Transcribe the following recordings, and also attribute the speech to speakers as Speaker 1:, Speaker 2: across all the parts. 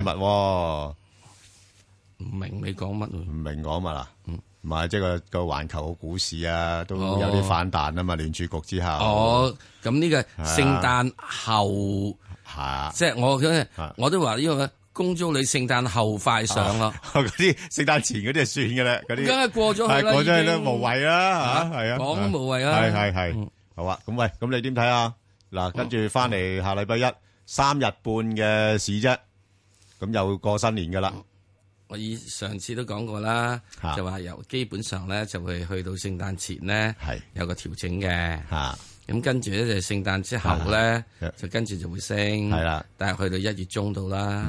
Speaker 1: 物喎，
Speaker 2: 唔明你講乜喎？
Speaker 1: 唔明我嘛啦，唔係即係個個環球股市啊，都有
Speaker 2: 哦
Speaker 1: 啲反彈啊嘛，聯儲局之後，
Speaker 2: 哦，咁呢個聖誕後，
Speaker 1: 啊係啊，
Speaker 2: 即係我嘅
Speaker 1: 啊，
Speaker 2: 我都話呢個恭祝你聖誕後快上咯。
Speaker 1: 哦嗰啲聖誕前嗰啲就算噶啦，
Speaker 2: 梗
Speaker 1: 嗰啲
Speaker 2: 係過咗去啦，
Speaker 1: 係過咗去
Speaker 2: 已
Speaker 1: 啦，
Speaker 2: 經
Speaker 1: 無謂啦
Speaker 2: 啊
Speaker 1: 嚇，係啊，
Speaker 2: 講都無謂啦
Speaker 1: 係係係
Speaker 2: 嗯，
Speaker 1: 好啊，咁喂，咁你點睇啊？嗱，跟住翻嚟下禮拜一三日半嘅市啫，咁又過新年噶啦，
Speaker 2: 我以上次都講過啦
Speaker 1: 啊，
Speaker 2: 就話由基本上咧就會去到聖誕前咧
Speaker 1: 係
Speaker 2: 有個調整嘅，
Speaker 1: 嚇
Speaker 2: 咁跟住咧就聖誕之後咧
Speaker 1: 啊
Speaker 2: 就跟住就會升，
Speaker 1: 係啦，嗯
Speaker 2: 但係去到一月中到啦，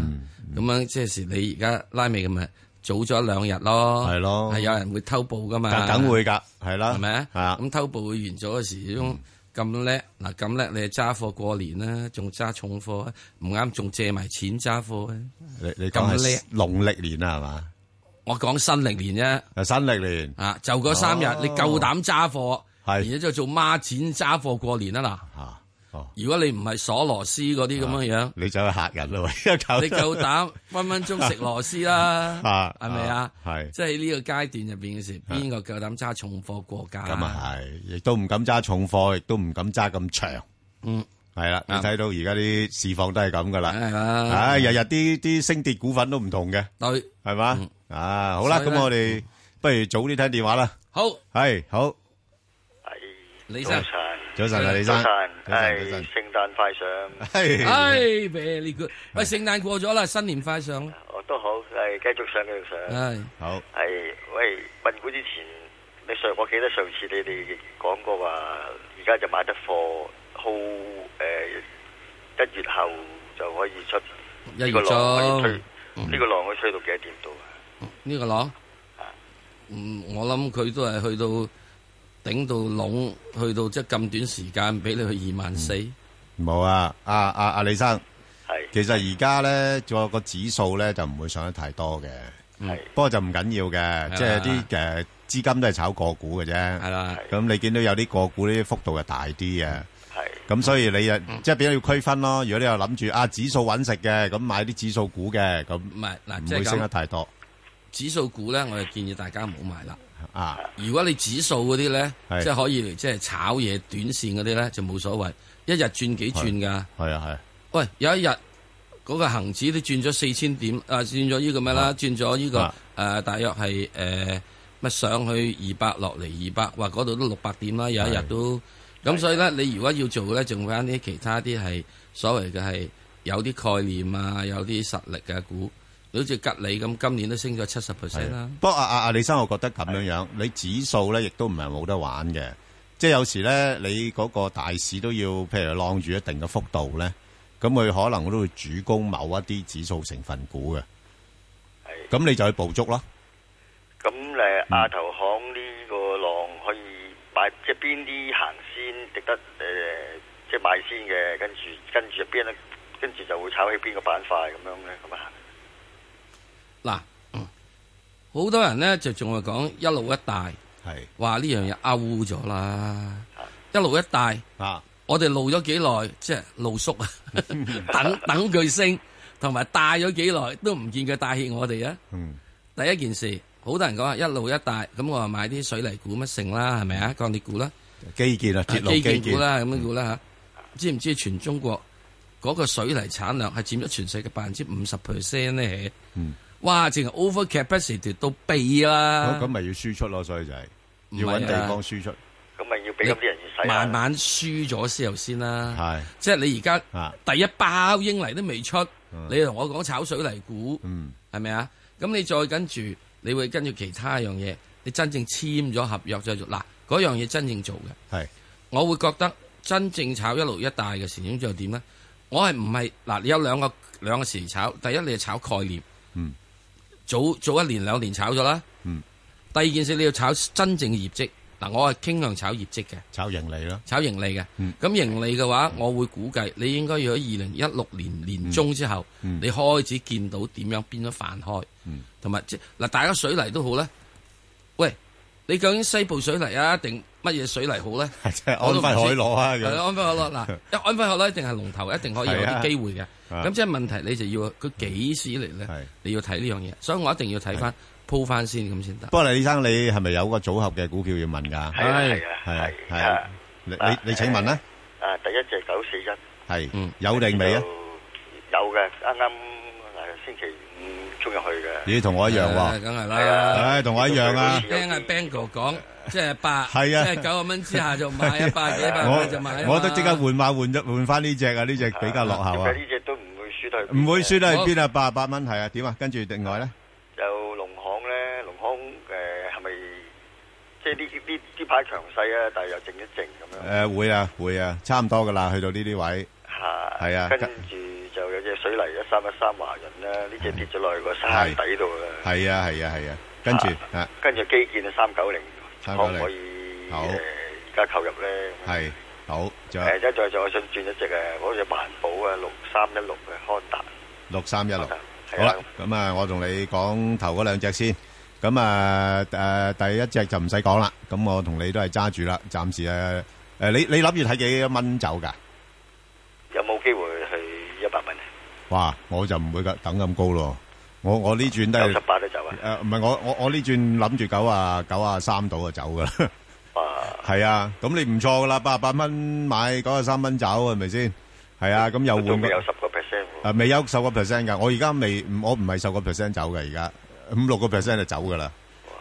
Speaker 2: 咁樣即係時你而家拉尾咁咪早咗兩日咯，
Speaker 1: 係咯
Speaker 2: 係有人會偷步噶嘛，
Speaker 1: 梗梗會㗎，係啦，嗯
Speaker 2: 係咪啊？
Speaker 1: 係啊，
Speaker 2: 咁偷步會完咗嘅時鐘咁叻嗱咁叻，你揸貨過年啦，仲揸重貨啊，唔啱仲借埋錢揸貨啊！
Speaker 1: 你你
Speaker 2: 咁
Speaker 1: 講係農曆年啊，係嘛？
Speaker 2: 我講新歷年
Speaker 1: 啊，新歷年
Speaker 2: 啫，啊，就嗰三日
Speaker 1: 哦
Speaker 2: 你夠膽揸貨，
Speaker 1: 係
Speaker 2: 然之後做孖展揸貨過年啊
Speaker 1: 嚇，哦。
Speaker 2: 嗱！
Speaker 1: 啊
Speaker 2: 如果你唔係鎖螺絲嗰啲咁樣樣，
Speaker 1: 你走去嚇人咯， 一搞，
Speaker 2: 你夠膽分分鐘食螺絲啦
Speaker 1: 啊
Speaker 2: 係咪啊？
Speaker 1: 係啊
Speaker 2: 即係呢個階段入邊嘅時，邊個夠膽揸重貨過價？
Speaker 1: 咁啊係，亦都唔敢揸重貨，亦都唔敢揸咁長。
Speaker 2: 嗯，
Speaker 1: 係啦，你
Speaker 2: 啱
Speaker 1: 睇到而家啲市況都係咁噶
Speaker 2: 梗
Speaker 1: 啦，
Speaker 2: 係啊啦，
Speaker 1: 唉，日日啲啲升跌股份都唔同嘅，
Speaker 2: 對，
Speaker 1: 係嘛？啊，好啦，
Speaker 2: 嗯所以
Speaker 1: 咁
Speaker 2: 呢嗯
Speaker 1: 我哋不如早啲聽電話啦。
Speaker 2: 好，
Speaker 1: 係，好，
Speaker 2: 李
Speaker 3: 早
Speaker 2: 生
Speaker 3: 晨，，
Speaker 1: 早晨啊，李
Speaker 3: 早晨，
Speaker 1: 生，早晨，早
Speaker 3: 係
Speaker 1: 晨
Speaker 3: 聖誕快上，
Speaker 2: 唉
Speaker 1: 係，
Speaker 2: 哎，very good，喂，聖誕過咗啦，新年快上啦，
Speaker 3: 我哦都好，係繼續上，繼續上，
Speaker 2: 唉，
Speaker 1: 好，
Speaker 3: 係喂，問股之前，你上我記得上次你哋講過話，而家就買得貨，好誒一月後就可以出
Speaker 2: 一
Speaker 3: 呢
Speaker 2: 月
Speaker 3: 個浪可以
Speaker 2: 中
Speaker 3: 推，
Speaker 1: 嗯
Speaker 3: 呢個浪可以推到幾多點度啊？
Speaker 2: 呢個朗，嗯，我諗佢都係去到頂到籠，去到即係咁短時間俾你去二萬四，
Speaker 1: 冇啊，阿阿阿李生。
Speaker 3: 係
Speaker 1: 其實而家咧，仲有個指數咧就唔會上得太多嘅，
Speaker 2: 嗯
Speaker 1: 不過就唔緊要
Speaker 2: 啦
Speaker 1: 嘅，即係啲誒資金都係炒個股嘅
Speaker 2: 係
Speaker 1: 啫。
Speaker 2: 啦，
Speaker 1: 咁你見到有啲個股呢啲幅度係大啲嘅，
Speaker 3: 係
Speaker 1: 咁所以你啊，即係比較要區分咯。如果你又諗住啊指數揾食嘅，咁買啲指數股嘅，咁
Speaker 2: 唔係嗱，
Speaker 1: 唔
Speaker 2: 即係
Speaker 1: 會升得
Speaker 2: 咁，
Speaker 1: 太多
Speaker 2: 指數股咧，我就建議大家唔好買啦。
Speaker 1: 啊。
Speaker 2: 如果你指數嗰啲咧，
Speaker 1: 係
Speaker 2: 即係可以嚟即係炒嘢短線嗰啲咧，就冇所謂，一日轉幾轉㗎。
Speaker 1: 係啊
Speaker 2: 喂，有一日嗰個恒指都轉咗四千點，啊轉咗呢個咩啦？轉咗呢
Speaker 1: 啊
Speaker 2: 個誒，大約係誒乜上去二百落嚟二百，話嗰度都六百點啦，有一日
Speaker 1: 係
Speaker 2: 都。咁所以咧，你如果要做嘅咧，仲翻啲其他啲係所謂嘅係有啲概念啊，有啲實力嘅股，你好似吉利咁，今年都升咗七十
Speaker 1: 係
Speaker 2: percent
Speaker 1: 啊
Speaker 2: 啦。。
Speaker 1: 不過啊啊啊李生，我覺得咁樣樣，你指數咧亦都唔係冇得玩嘅，即係有時咧你嗰個大市都要譬如晾住一定嘅幅度咧，咁佢可能都會主攻某一啲指數成分股嘅，
Speaker 3: 係。
Speaker 1: 咁你就去捕捉咯。
Speaker 3: 咁誒
Speaker 1: 嗯
Speaker 3: 亞投行呢個浪可以買，即係邊啲行先值得誒、呃即係買先嘅，跟住跟住入邊咧，跟住就會炒起邊個板塊咁樣咧，咁啊，
Speaker 2: 嗱，好多人咧就仲係講一路一帶，
Speaker 1: 係
Speaker 2: 話呢樣嘢 out 咗啦，一路一帶。
Speaker 1: 啊，
Speaker 2: 我哋露咗幾耐，即係露宿 啊，等等佢升，同埋帶咗幾耐都唔見佢帶挈我哋啊！
Speaker 1: 嗯，
Speaker 2: 第一件事，好多人講話一路一帶，咁我話買啲水泥股乜成啦，係咪啊？鋼鐵股啦，
Speaker 1: 嗯基建啊，鐵路
Speaker 2: 基
Speaker 1: 基
Speaker 2: 建
Speaker 1: 建嗯
Speaker 2: 股啦，咁樣股啦吓，知唔知全中國嗰個水泥產量係佔咗全世界百分之五十 percent 咧？
Speaker 1: 嗯
Speaker 2: 哇！淨係 over capacity 到痹啦
Speaker 1: 咁，咁咪要輸出咯，所以就係
Speaker 2: 唔
Speaker 1: 要
Speaker 2: 係啊
Speaker 1: 揾地方輸出，
Speaker 3: 咁咪要俾咁啲人要使啊下
Speaker 2: 慢慢輸咗之後先啦。
Speaker 1: 係
Speaker 2: 即係你而家
Speaker 1: 啊，
Speaker 2: 第一包英泥都未出
Speaker 1: 嗯，
Speaker 2: 你同我講炒水泥股
Speaker 1: 嗯，
Speaker 2: 係咪啊？咁你再跟住，你會跟住其他一樣嘢，你真正簽咗合約再做嗱，嗰樣嘢真正做嘅，
Speaker 1: 係
Speaker 2: 我會覺得真正炒一路一帶嘅時鐘就點呢？我係唔係嗱？你有兩個兩個時炒，第一你係炒概念，
Speaker 1: 嗯，
Speaker 2: 早早一年兩年炒咗啦，
Speaker 1: 嗯，
Speaker 2: 第二件事你要炒真正嘅業績嗱，我係傾向炒業績嘅。
Speaker 1: 炒盈利啦，
Speaker 2: 炒盈利嘅。咁、
Speaker 1: 嗯
Speaker 2: 盈利嘅話，我會估計你應該要喺二零一六年年中之後，
Speaker 1: 嗯
Speaker 2: 你開始見到點樣變咗泛開
Speaker 1: 嗯，
Speaker 2: 同埋即嗱，大家水泥都好咧。喂，你究竟西部水泥啊，定乜嘢水泥好咧？
Speaker 1: 即係
Speaker 2: 我都唔知
Speaker 1: 安徽海螺啊咁
Speaker 2: 係啦安徽海螺 嗱，因為安徽海螺一定係龍頭，一定可以有
Speaker 1: 係啊
Speaker 2: 啲機會嘅。
Speaker 1: 啊
Speaker 2: 咁即係問題，你就要佢幾時嚟
Speaker 1: 係
Speaker 2: 咧？你要睇呢樣嘢，所以我一定要睇翻鋪翻先咁先得。
Speaker 1: 不過李生，你係咪有個組合嘅股票要問㗎？
Speaker 3: 係啊
Speaker 2: 係
Speaker 3: 係啊
Speaker 1: 係啊
Speaker 3: 係
Speaker 1: 係啊
Speaker 3: 啊，
Speaker 1: 你你你請問咧，
Speaker 3: 啊第一隻九四一。
Speaker 1: 係
Speaker 2: 嗯
Speaker 1: 有定未啊？？
Speaker 3: 有嘅，啱啱誒星期五衝入去嘅。
Speaker 1: 咦，同我一樣
Speaker 2: 誒
Speaker 1: 喎，
Speaker 2: 梗係
Speaker 3: 係啊
Speaker 2: 啦。
Speaker 1: 唉，同我一樣啊！
Speaker 2: 聽阿 Bang 哥講，即係八，
Speaker 1: 係啊
Speaker 2: 即係九十蚊之下 就買啊，百幾百蚊就買啊嘛
Speaker 1: 我我都即刻換馬換咗換翻呢只啊，呢只比較落後
Speaker 3: 點
Speaker 1: 啊
Speaker 3: 解，呢只都唔會輸得去邊嘅？
Speaker 1: 唔會輸得去邊啊？八十八蚊係啊，點啊？跟住另外咧，
Speaker 3: 有農行咧，農行誒係咪即係呢呢呢排強勢啊？但係又靜一靜咁樣
Speaker 1: 誒會啊會啊，差唔多㗎啦，去到呢啲位
Speaker 3: 嚇。
Speaker 1: 係啊
Speaker 3: 跟住就有隻水泥一三一三華潤啦，呢只跌咗落去個山底度啦。
Speaker 1: 係啊係啊係啊，跟住啊
Speaker 3: 跟住基建啊，三九零可
Speaker 1: 390
Speaker 3: 唔可以誒
Speaker 1: 好
Speaker 3: 而家購入咧？
Speaker 1: 係好，仲
Speaker 3: 誒，
Speaker 1: 有
Speaker 3: 一再再想轉一隻誒，嗰只環保啊，六三一六嘅康達。
Speaker 1: 六三一六。好
Speaker 3: 係
Speaker 1: 啦
Speaker 3: 啊，，
Speaker 1: 咁啊，我同你講頭嗰兩隻先。咁啊，誒、第一隻就唔使講啦。咁我同你都係揸住啦，暫時誒誒、你你諗住睇幾多蚊走㗎？
Speaker 3: 有冇機會去一百蚊啊？
Speaker 1: 哇！我就唔會㗎等咁高咯。我我呢轉都
Speaker 3: 九
Speaker 1: 係
Speaker 3: 十八都走啊！
Speaker 1: 誒，唔係我我我呢轉諗住九啊九啊三度就走㗎啦。
Speaker 3: 哇！
Speaker 1: 係啊，咁你唔錯㗎啦，八十八蚊買九啊三蚊走係咪先？係啊，咁
Speaker 3: 都
Speaker 1: 又換
Speaker 3: 仲
Speaker 1: 個
Speaker 3: 未有十個 percent
Speaker 1: 誒未有十個 percent 㗎，我而家未，我唔係十個 percent 走嘅，而家五六個 percent 就走㗎啦。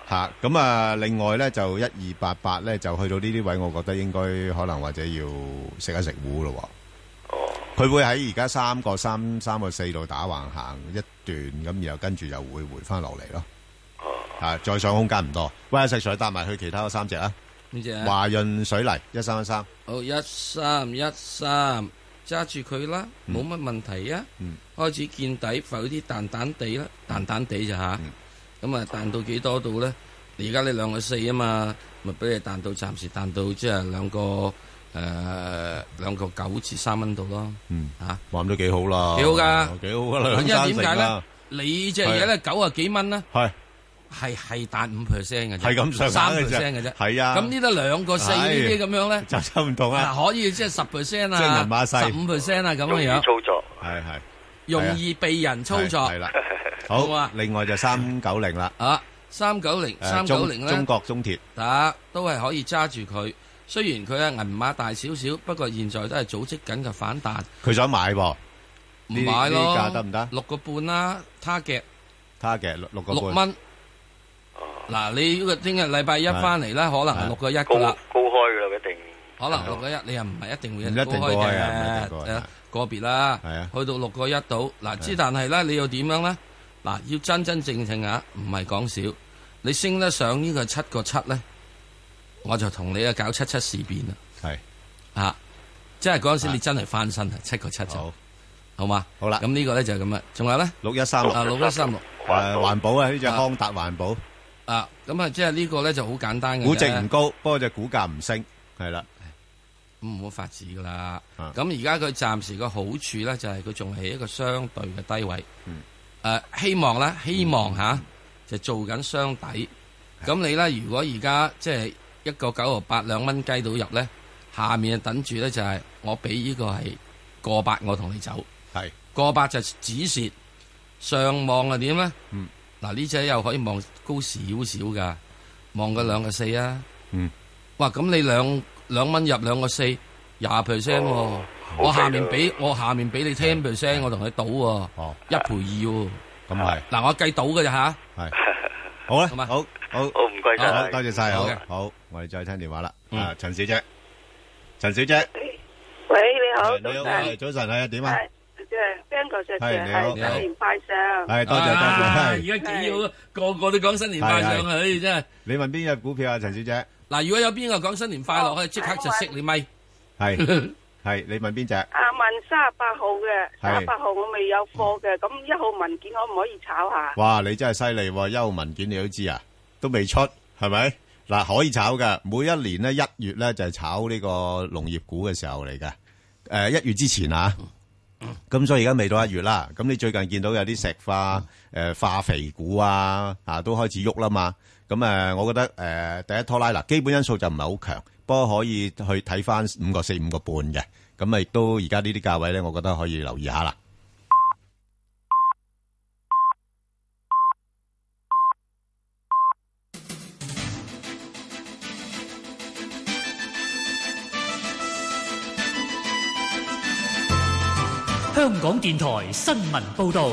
Speaker 1: 吓咁啊！另外咧就一二八八咧就去到呢啲位，我覺得應該可能或者要食一食糊咯
Speaker 3: 哦，
Speaker 1: 喎。佢會喺而家三個三三個四度打橫行一段，咁然後跟住又會回翻落嚟咯。
Speaker 3: 哦，
Speaker 1: 啊，再上空間唔多。喂，阿石 Sir 搭埋去其他嗰三隻啊，
Speaker 2: 呢只
Speaker 1: 華潤水泥一三一三，
Speaker 2: 好一三一三，揸住佢啦，冇乜問題啊。
Speaker 1: 嗯
Speaker 2: 開始見底，浮啲彈彈地啦，彈彈地就吓。
Speaker 1: 嗯
Speaker 2: 咁啊，彈到幾多度咧？而家你兩個四啊嘛，咪俾你彈到暫時彈到即係兩個誒兩個九至三蚊度咯。
Speaker 1: 嗯，
Speaker 2: 嚇，
Speaker 1: 話都幾好啦，
Speaker 2: 幾好㗎
Speaker 1: 幾好㗎啦，兩
Speaker 2: 因
Speaker 1: 三
Speaker 2: 為點
Speaker 1: 成
Speaker 2: 解
Speaker 1: 啦
Speaker 2: 咧，？你隻嘢咧九啊幾蚊啦，
Speaker 1: 係
Speaker 2: 係係彈五 percent 嘅啫，
Speaker 1: 係咁上下
Speaker 2: 三
Speaker 1: 嘅
Speaker 2: percent 嘅啫。
Speaker 1: 係啊，
Speaker 2: 咁呢得兩個四呢啲咁樣咧。
Speaker 1: 就就唔同啊，
Speaker 2: 啊，可以即係十 percent
Speaker 1: 即係人馬
Speaker 2: 啊，十
Speaker 1: 細
Speaker 2: 五 percent 啊，咁
Speaker 3: 容易
Speaker 2: 樣樣
Speaker 3: 操作，
Speaker 1: 係 係
Speaker 2: 容易被人操作
Speaker 1: 係啦，好
Speaker 2: 好啊，
Speaker 1: 另外就三九零啦。
Speaker 2: 啊。三九零、
Speaker 1: 誒
Speaker 2: 三九零
Speaker 1: 中中
Speaker 2: 咧，
Speaker 1: 國中鐵
Speaker 2: 打都係可以揸住佢。雖然佢嘅銀碼大少少，不過現在都係組織緊嘅反彈，
Speaker 1: 佢想買喎，
Speaker 2: 唔
Speaker 1: 呢
Speaker 2: 買咯。
Speaker 1: 呢價得唔得
Speaker 2: 六個半啦，他嘅
Speaker 1: 他嘅六六個
Speaker 2: 六
Speaker 1: 半，
Speaker 2: 蚊。嗱，你呢個聽日禮拜一翻嚟啦，可能
Speaker 1: 係
Speaker 2: 係六個一
Speaker 3: 高
Speaker 2: 噶啦，
Speaker 3: 高開㗎啦，一定。
Speaker 2: 可能六個一，你又唔係一定會
Speaker 1: 唔一定
Speaker 2: 高
Speaker 1: 高
Speaker 2: 開
Speaker 1: 開啊唔一定
Speaker 2: 嘅
Speaker 1: 高開，
Speaker 2: 誒
Speaker 1: 係
Speaker 2: 個別啦，
Speaker 1: 係啊
Speaker 2: 去到六個一度。嗱，之但係咧，你又點樣咧？嗱，要真真正正啊，唔係講少，你升得上呢個七個七咧，我就同你啊搞七七事變啦，
Speaker 1: 係
Speaker 2: 啊，即係嗰陣時
Speaker 1: 係
Speaker 2: 你真係翻身啊，七個七就
Speaker 1: 好
Speaker 2: 好嘛？
Speaker 1: 好啦
Speaker 2: 咁呢個咧就係咁啦。仲有咧，
Speaker 1: 六一三
Speaker 2: 啊
Speaker 1: 六
Speaker 2: 六一三六
Speaker 1: 誒環保啊，呢只
Speaker 2: 啊
Speaker 1: 康達環保，
Speaker 2: 啊，咁啊，即係呢個咧就好簡單嘅啫。
Speaker 1: 估值唔高，不過只股價唔升，係啦，
Speaker 2: 咁嗯冇法子噶啦。
Speaker 1: 啊
Speaker 2: 咁而家佢暫時個好處咧，就係佢仲係一個相對嘅低位。誒、
Speaker 1: 嗯
Speaker 2: 希望啦，希望吓、就做緊雙底。咁你咧，如果而家即係一個九毫八兩蚊雞到入咧，下面就等住咧就係我俾呢個係過百，我同你走
Speaker 1: 係
Speaker 2: 過百就止蝕。上望係點咧？
Speaker 1: 嗯
Speaker 2: 嗱呢只又可以望高少少噶，望個兩個四啊。
Speaker 1: 嗯，
Speaker 2: 哇！咁你兩兩蚊入兩個四，廿 percent
Speaker 1: 哦
Speaker 2: 喎。我
Speaker 1: 啊
Speaker 2: 下面俾我下面俾你 ten percent，我同你賭喎，
Speaker 1: 哦，
Speaker 2: 一賠二喎。
Speaker 1: 咁係
Speaker 2: 嗱，我計賭嘅咋吓。
Speaker 1: 好啦，
Speaker 2: 好嘛
Speaker 1: 好好
Speaker 3: 好唔該
Speaker 1: 好，
Speaker 3: 晒，
Speaker 1: 多謝晒，
Speaker 2: 好
Speaker 1: 好
Speaker 2: 嘅
Speaker 1: 好，我哋再聽電話啦，
Speaker 2: 嗯
Speaker 1: 啊，陳小姐，陳小姐，
Speaker 4: 喂，你好，
Speaker 1: 係
Speaker 4: 早
Speaker 1: 你好，
Speaker 4: 晨
Speaker 1: 係，早晨，係啊，點啊？
Speaker 4: 系，即系边個石 Sir
Speaker 1: 係你好
Speaker 4: 係
Speaker 2: 你好
Speaker 4: 新年快上，
Speaker 1: 係多謝多
Speaker 2: 啊
Speaker 1: 謝，係
Speaker 2: 而家幾好，個個都講新年快
Speaker 1: 係
Speaker 2: 上去，真係。
Speaker 1: 你問邊隻股票啊？陳小姐，
Speaker 2: 嗱，如果有邊個講新年快樂，我哋即刻就熄你咪。
Speaker 1: 係係你問邊隻？
Speaker 4: 啊問三十八號嘅，
Speaker 1: 係
Speaker 4: 三十八號我未有貨嘅，咁一號文件可唔可以炒
Speaker 5: 啊
Speaker 4: 下？
Speaker 1: 哇！你真係犀利喎，優文件你都知啊，都未出係咪？嗱，可以炒噶，每一年咧一月咧就係炒呢個農業股嘅時候嚟嘅。誒、一月之前啊，咁所以而家未到一月啦。咁你最近見到有啲石化、誒、化肥股啊，啊都開始喐啦嘛。咁誒，我覺得誒、呃第一拖拉嗱，基本因素就唔係好強，不過可以去睇翻五個四五個半嘅，咁啊亦都而家呢啲價位咧，我覺得可以留意下啦。
Speaker 6: 香港電台新聞報導，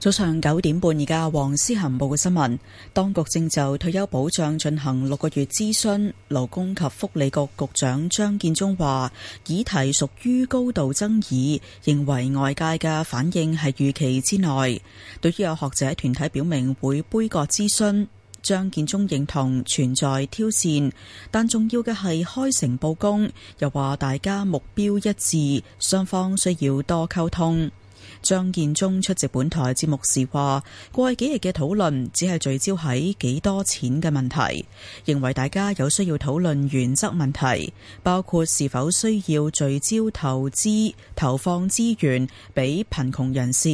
Speaker 7: 早上九點半，而家黃思恒報嘅新聞，當局正就退休保障進行六個月諮詢。勞工及福利局局長張建宗話，議題屬於高度爭議，認為外界嘅反應係預期之內。對於有學者團體表明會杯葛諮詢，張建宗認同存在挑戰，但重要嘅係開誠佈公。又話大家目標一致，雙方需要多溝通。張建宗出席本台節目時話：過去幾日嘅討論只係聚焦喺幾多錢嘅問題，認為大家有需要討論原則問題，包括是否需要聚焦投資、投放資源俾貧窮人士。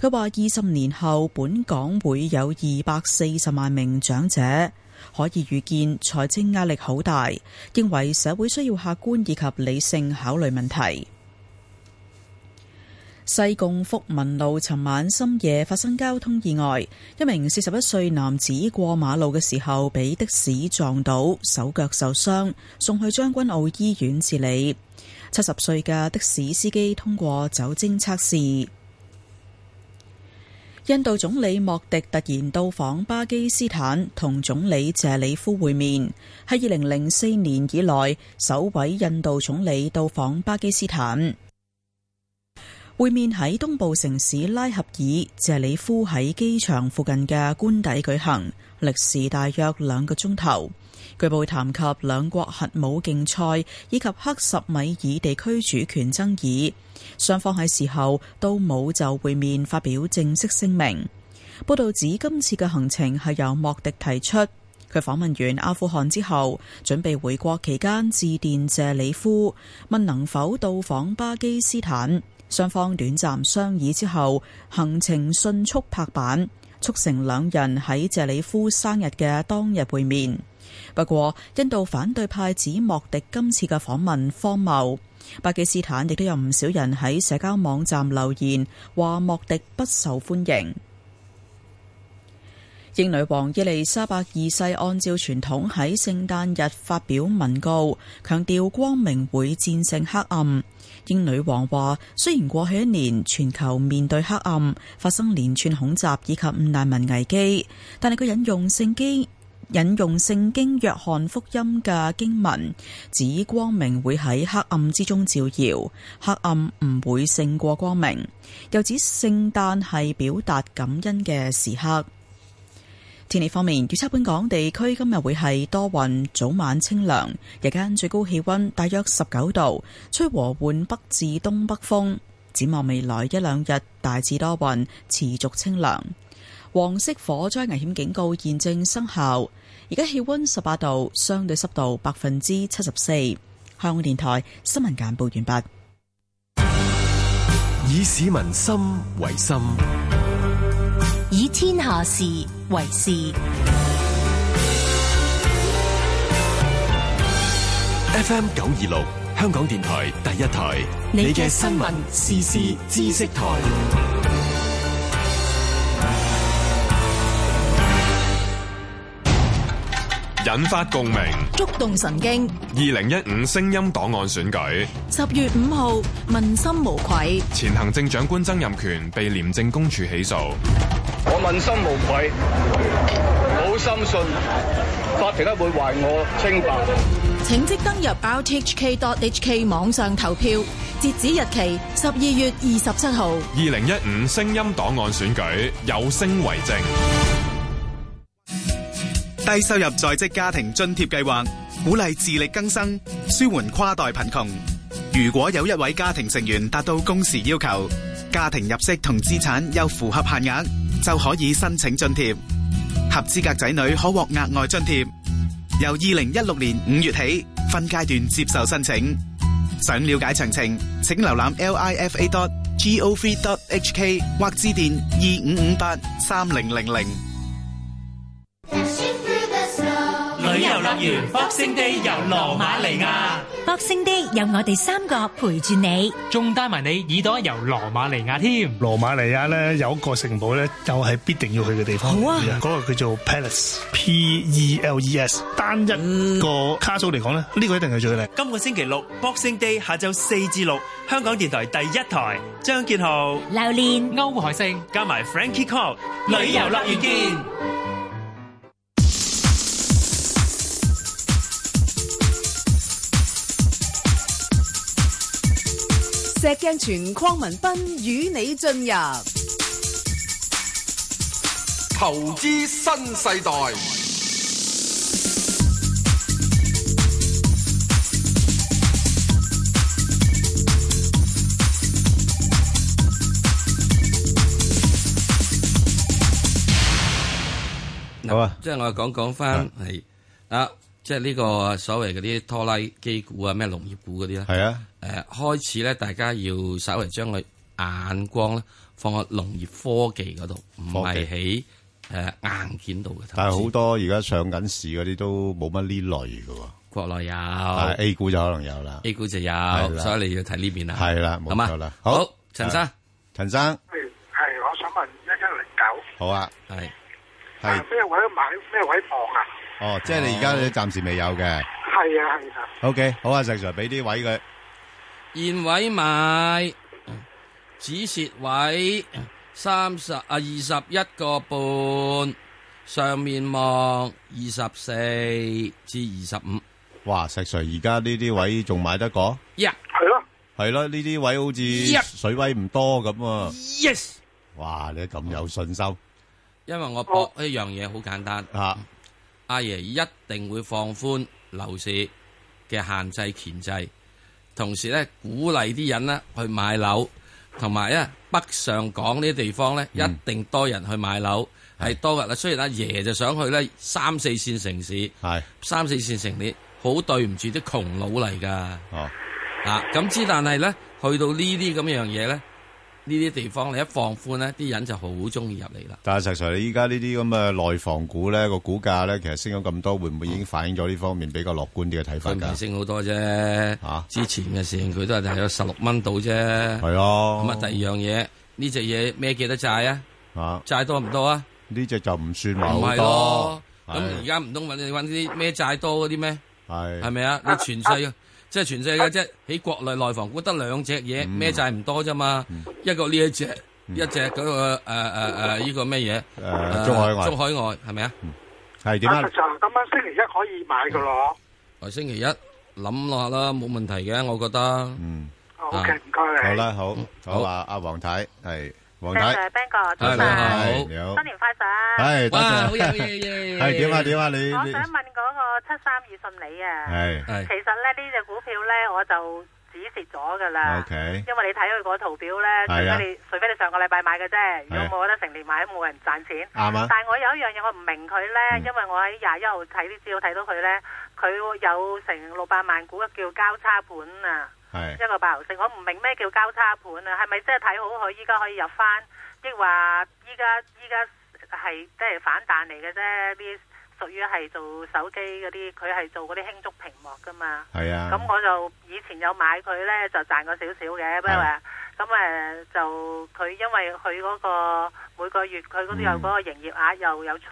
Speaker 7: 佢話：二十年後，本港會有二百四十萬名長者，可以預見財政壓力好大。認為社會需要客觀以及理性考慮問題。西貢福民路尋晚深夜發生交通意外，一名四十一歲男子過馬路嘅時候俾的士撞到，手腳受傷，送去將軍澳醫院治理。七十歲嘅的士司機通過酒精測試。印度總理莫迪突然到訪巴基斯坦，同總理謝里夫會面，係二零零四年以來首位印度總理到訪巴基斯坦。會面喺東部城市拉合爾謝里夫喺機場附近嘅官邸舉行，歷時大約兩個鐘頭。據報談及兩國核武競賽以及克什米爾地區主權爭議，雙方喺事後都冇就會面發表正式聲明。報道指今次嘅行程係由莫迪提出。佢訪問完阿富汗之後，準備回國期間致電謝里夫，問能否到訪巴基斯坦。雙方短暫商議之後，行程迅速拍板，促成兩人喺謝里夫生日嘅當日會面。不過，印度反對派指莫迪今次嘅訪問荒謬。巴基斯坦亦都有唔少人喺社交網站留言，話莫迪不受歡迎。英女王伊麗莎白二世按照傳統喺聖誕日發表文告，強調光明會戰勝黑暗。英女王話：雖然過去一年全球面對黑暗，發生連串恐襲以及難民危機，但係佢引用聖經引用聖經約翰福音嘅經文，指光明會喺黑暗之中照耀，黑暗唔會勝過光明。又指聖誕係表達感恩嘅時刻。天氣方面，預測本港地區今日會係多雲，早晚清涼，日間最高氣溫大約十九度，吹和緩北至東北風。展望未來一兩日大致多雲，持續清涼。黃色火災危險警告現正生效。而家氣溫十八度，相對濕度百分之七十四。香港電台新聞簡報完畢。
Speaker 8: 以市民心為心，
Speaker 9: 以天下事為事。
Speaker 8: FM 九二六香港電台第一台，你嘅新聞時事知識台，
Speaker 10: 引發共鳴。
Speaker 9: 觸動神經，
Speaker 10: 二零一五聲音檔案選舉，
Speaker 9: 十月五號，問心無愧。
Speaker 10: 前行政長官曾蔭權被廉政公署起訴。
Speaker 11: 我問心無愧，好深信法庭一會還我清白。
Speaker 9: 請即登入 rthk.hk 網上投票，截止日期十二月二十七號。
Speaker 10: 二零一五聲音檔案選舉，有聲為證。
Speaker 12: 低收入在職家庭津貼計劃鼓勵自力更生，舒緩跨代貧窮。如果有一位家庭成員達到工時要求，家庭入息同資產又符合限額，就可以申請津貼。合資格仔女可獲額外津貼。由二零一六年五月起，分階段接受申請。想了解詳情，請瀏覽 lifa dot gov.hk 或致電二五五八三零零零。
Speaker 6: 旅遊樂園 Boxing Day 由羅馬尼亞，
Speaker 13: Boxing Day 有我哋三個陪住你。
Speaker 6: 仲帶埋你耳朵遊羅馬尼亞添。
Speaker 14: 羅馬尼亞咧有一個城堡咧，又係必定要去嘅地方。
Speaker 6: 好啊
Speaker 14: 嗰個叫做 Palace，P E L E S。單
Speaker 6: 嗯
Speaker 14: 一個卡數嚟講咧，呢個一定係最靚。
Speaker 6: 今個星期六 Boxing Day 下晝四至六，香港電台第一台張建豪、
Speaker 13: 榴蓮、
Speaker 6: 歐海星加埋 Frankie Call，旅遊樂園見。
Speaker 15: 石鏡泉邝文斌與你進入
Speaker 16: 投資新世代，
Speaker 2: 嗱
Speaker 1: 啊
Speaker 2: 即係我講講翻係啊，即係呢個所謂嗰啲拖拉機股啊，咩農業股嗰啲咧，
Speaker 1: 係啊，
Speaker 2: 誒開始咧，大家要稍微將個眼光咧放喺農業科技嗰度，唔係喺誒硬件度嘅投資。
Speaker 1: 但係好多而家上緊市嗰啲都冇乜呢類嘅喎。
Speaker 2: 國內啊有
Speaker 1: 但係 A 股就可能有啦。
Speaker 2: A 股就
Speaker 1: 係
Speaker 2: 有，
Speaker 1: 啦
Speaker 2: 所以你要睇呢邊啦。
Speaker 1: 係啦，冇
Speaker 2: 好嘛
Speaker 1: 錯啦。
Speaker 2: 好，陳生
Speaker 1: 啊，陳生，
Speaker 17: 係，我想問一一零
Speaker 1: 好
Speaker 17: 九，
Speaker 1: 啊，
Speaker 2: 係
Speaker 10: 啊
Speaker 1: 係
Speaker 17: 咩位買，咩位放啊？
Speaker 1: 哦，即係你而家你暫時未有嘅。
Speaker 17: 係啊，係啊，
Speaker 1: OK，好啊，石 Sir，俾啲位佢。
Speaker 2: 現位買止蝕位三十啊二十一個半，上面望二十四至二十五，
Speaker 1: 哇，石 Sir，而家呢啲位仲買得過？
Speaker 2: 一
Speaker 17: 係咯，
Speaker 1: 係咯，呢啲位好
Speaker 2: 一
Speaker 1: 似水位唔多咁啊。
Speaker 2: yes，
Speaker 1: 哇，你咁有信心
Speaker 2: 因為我博一樣嘢好簡單，
Speaker 1: 啊！
Speaker 2: 阿爺一定會放寬樓市嘅限制鉗制，同時咧鼓勵啲人咧去買樓，同埋咧北上港呢啲地方咧
Speaker 1: 嗯
Speaker 2: 一定多人去買樓，係多人啦。雖然阿爺就想去咧三四線城市，
Speaker 1: 係
Speaker 2: 三四線城市好對唔住啲窮佬嚟㗎。
Speaker 1: 哦，
Speaker 2: 啊咁之，但係咧去到呢啲咁樣嘢咧，呢啲地方你一放寬咧，啲人就好中意入嚟啦。
Speaker 1: 但係石 Sir，你依家呢啲咁嘅內房股咧個股價咧，其實升咗咁多，會唔會已經反映咗呢方面比較樂觀啲嘅睇法
Speaker 2: 佢唔係
Speaker 1: 㗎？
Speaker 2: 升好多啫，之前嘅市盈佢都係大約十六蚊度啫。係
Speaker 1: 咯
Speaker 2: 咁啊，第二樣嘢呢只嘢咩幾多債啊？
Speaker 1: 啊，
Speaker 2: 債多唔多啊？
Speaker 1: 呢只就唔算話
Speaker 2: 唔
Speaker 1: 好
Speaker 2: 係
Speaker 1: 多
Speaker 2: 咯。，咁而家唔通揾你揾啲咩債多嗰啲咩？
Speaker 1: 係
Speaker 2: 係咪啊？你全世即係全世界即係喺國內內房股得兩隻嘢，
Speaker 1: 嗯
Speaker 2: 咩債唔多啫嘛？一個呢一隻，一隻嗰個誒誒誒呢個咩嘢？
Speaker 1: 誒中海外
Speaker 2: 中海外係咪啊？
Speaker 1: 係點啊？
Speaker 17: 就咁樣星期一可以買噶咯。
Speaker 2: 來星期一諗落啦，冇問題嘅，我覺得。
Speaker 1: 嗯。
Speaker 17: OK，唔該你。
Speaker 1: 好啦，好，好
Speaker 2: 好
Speaker 1: 啊，阿黃太係黃
Speaker 18: ，Ben
Speaker 1: 太
Speaker 18: Sir，Ben 哥，
Speaker 1: 係
Speaker 18: 早
Speaker 1: 你好
Speaker 18: 晨，
Speaker 1: 你好
Speaker 18: 新年快樂。
Speaker 1: 係多謝哇好嘢好
Speaker 18: 嘢嘢
Speaker 1: 係點啊點啊你
Speaker 18: 我
Speaker 1: 你
Speaker 18: 想問嗰個七三二信利啊，
Speaker 1: 係係
Speaker 18: 其實咧呢只股票咧我就止蝕咗噶啦
Speaker 1: OK
Speaker 6: à,
Speaker 18: 因為你睇佢個圖表咧，除
Speaker 1: 係啊
Speaker 18: 非你除非你上個禮拜買嘅啫，
Speaker 1: 係
Speaker 18: 如果冇得成年買都冇人賺錢。
Speaker 1: 啱啊嗯
Speaker 18: 但係我有一樣嘢我唔明佢咧，因為我喺廿一號睇啲資料睇到佢咧，佢有成六百萬股叫交叉盤啊。
Speaker 1: 係
Speaker 18: 一個八毫四，我唔明咩叫交叉盤啊？係咪即係睇好佢依家可以入翻，抑或依家依家係即係反彈嚟嘅啫？呢屬於係做手機嗰啲，佢係做嗰啲輕觸屏幕噶嘛。
Speaker 1: 係啊
Speaker 18: 咁我就以前有買佢呢，就賺過少少嘅，不過
Speaker 1: 係
Speaker 18: 咁誒就佢因為佢嗰個每個月佢嗰度有嗰個營業額又有出。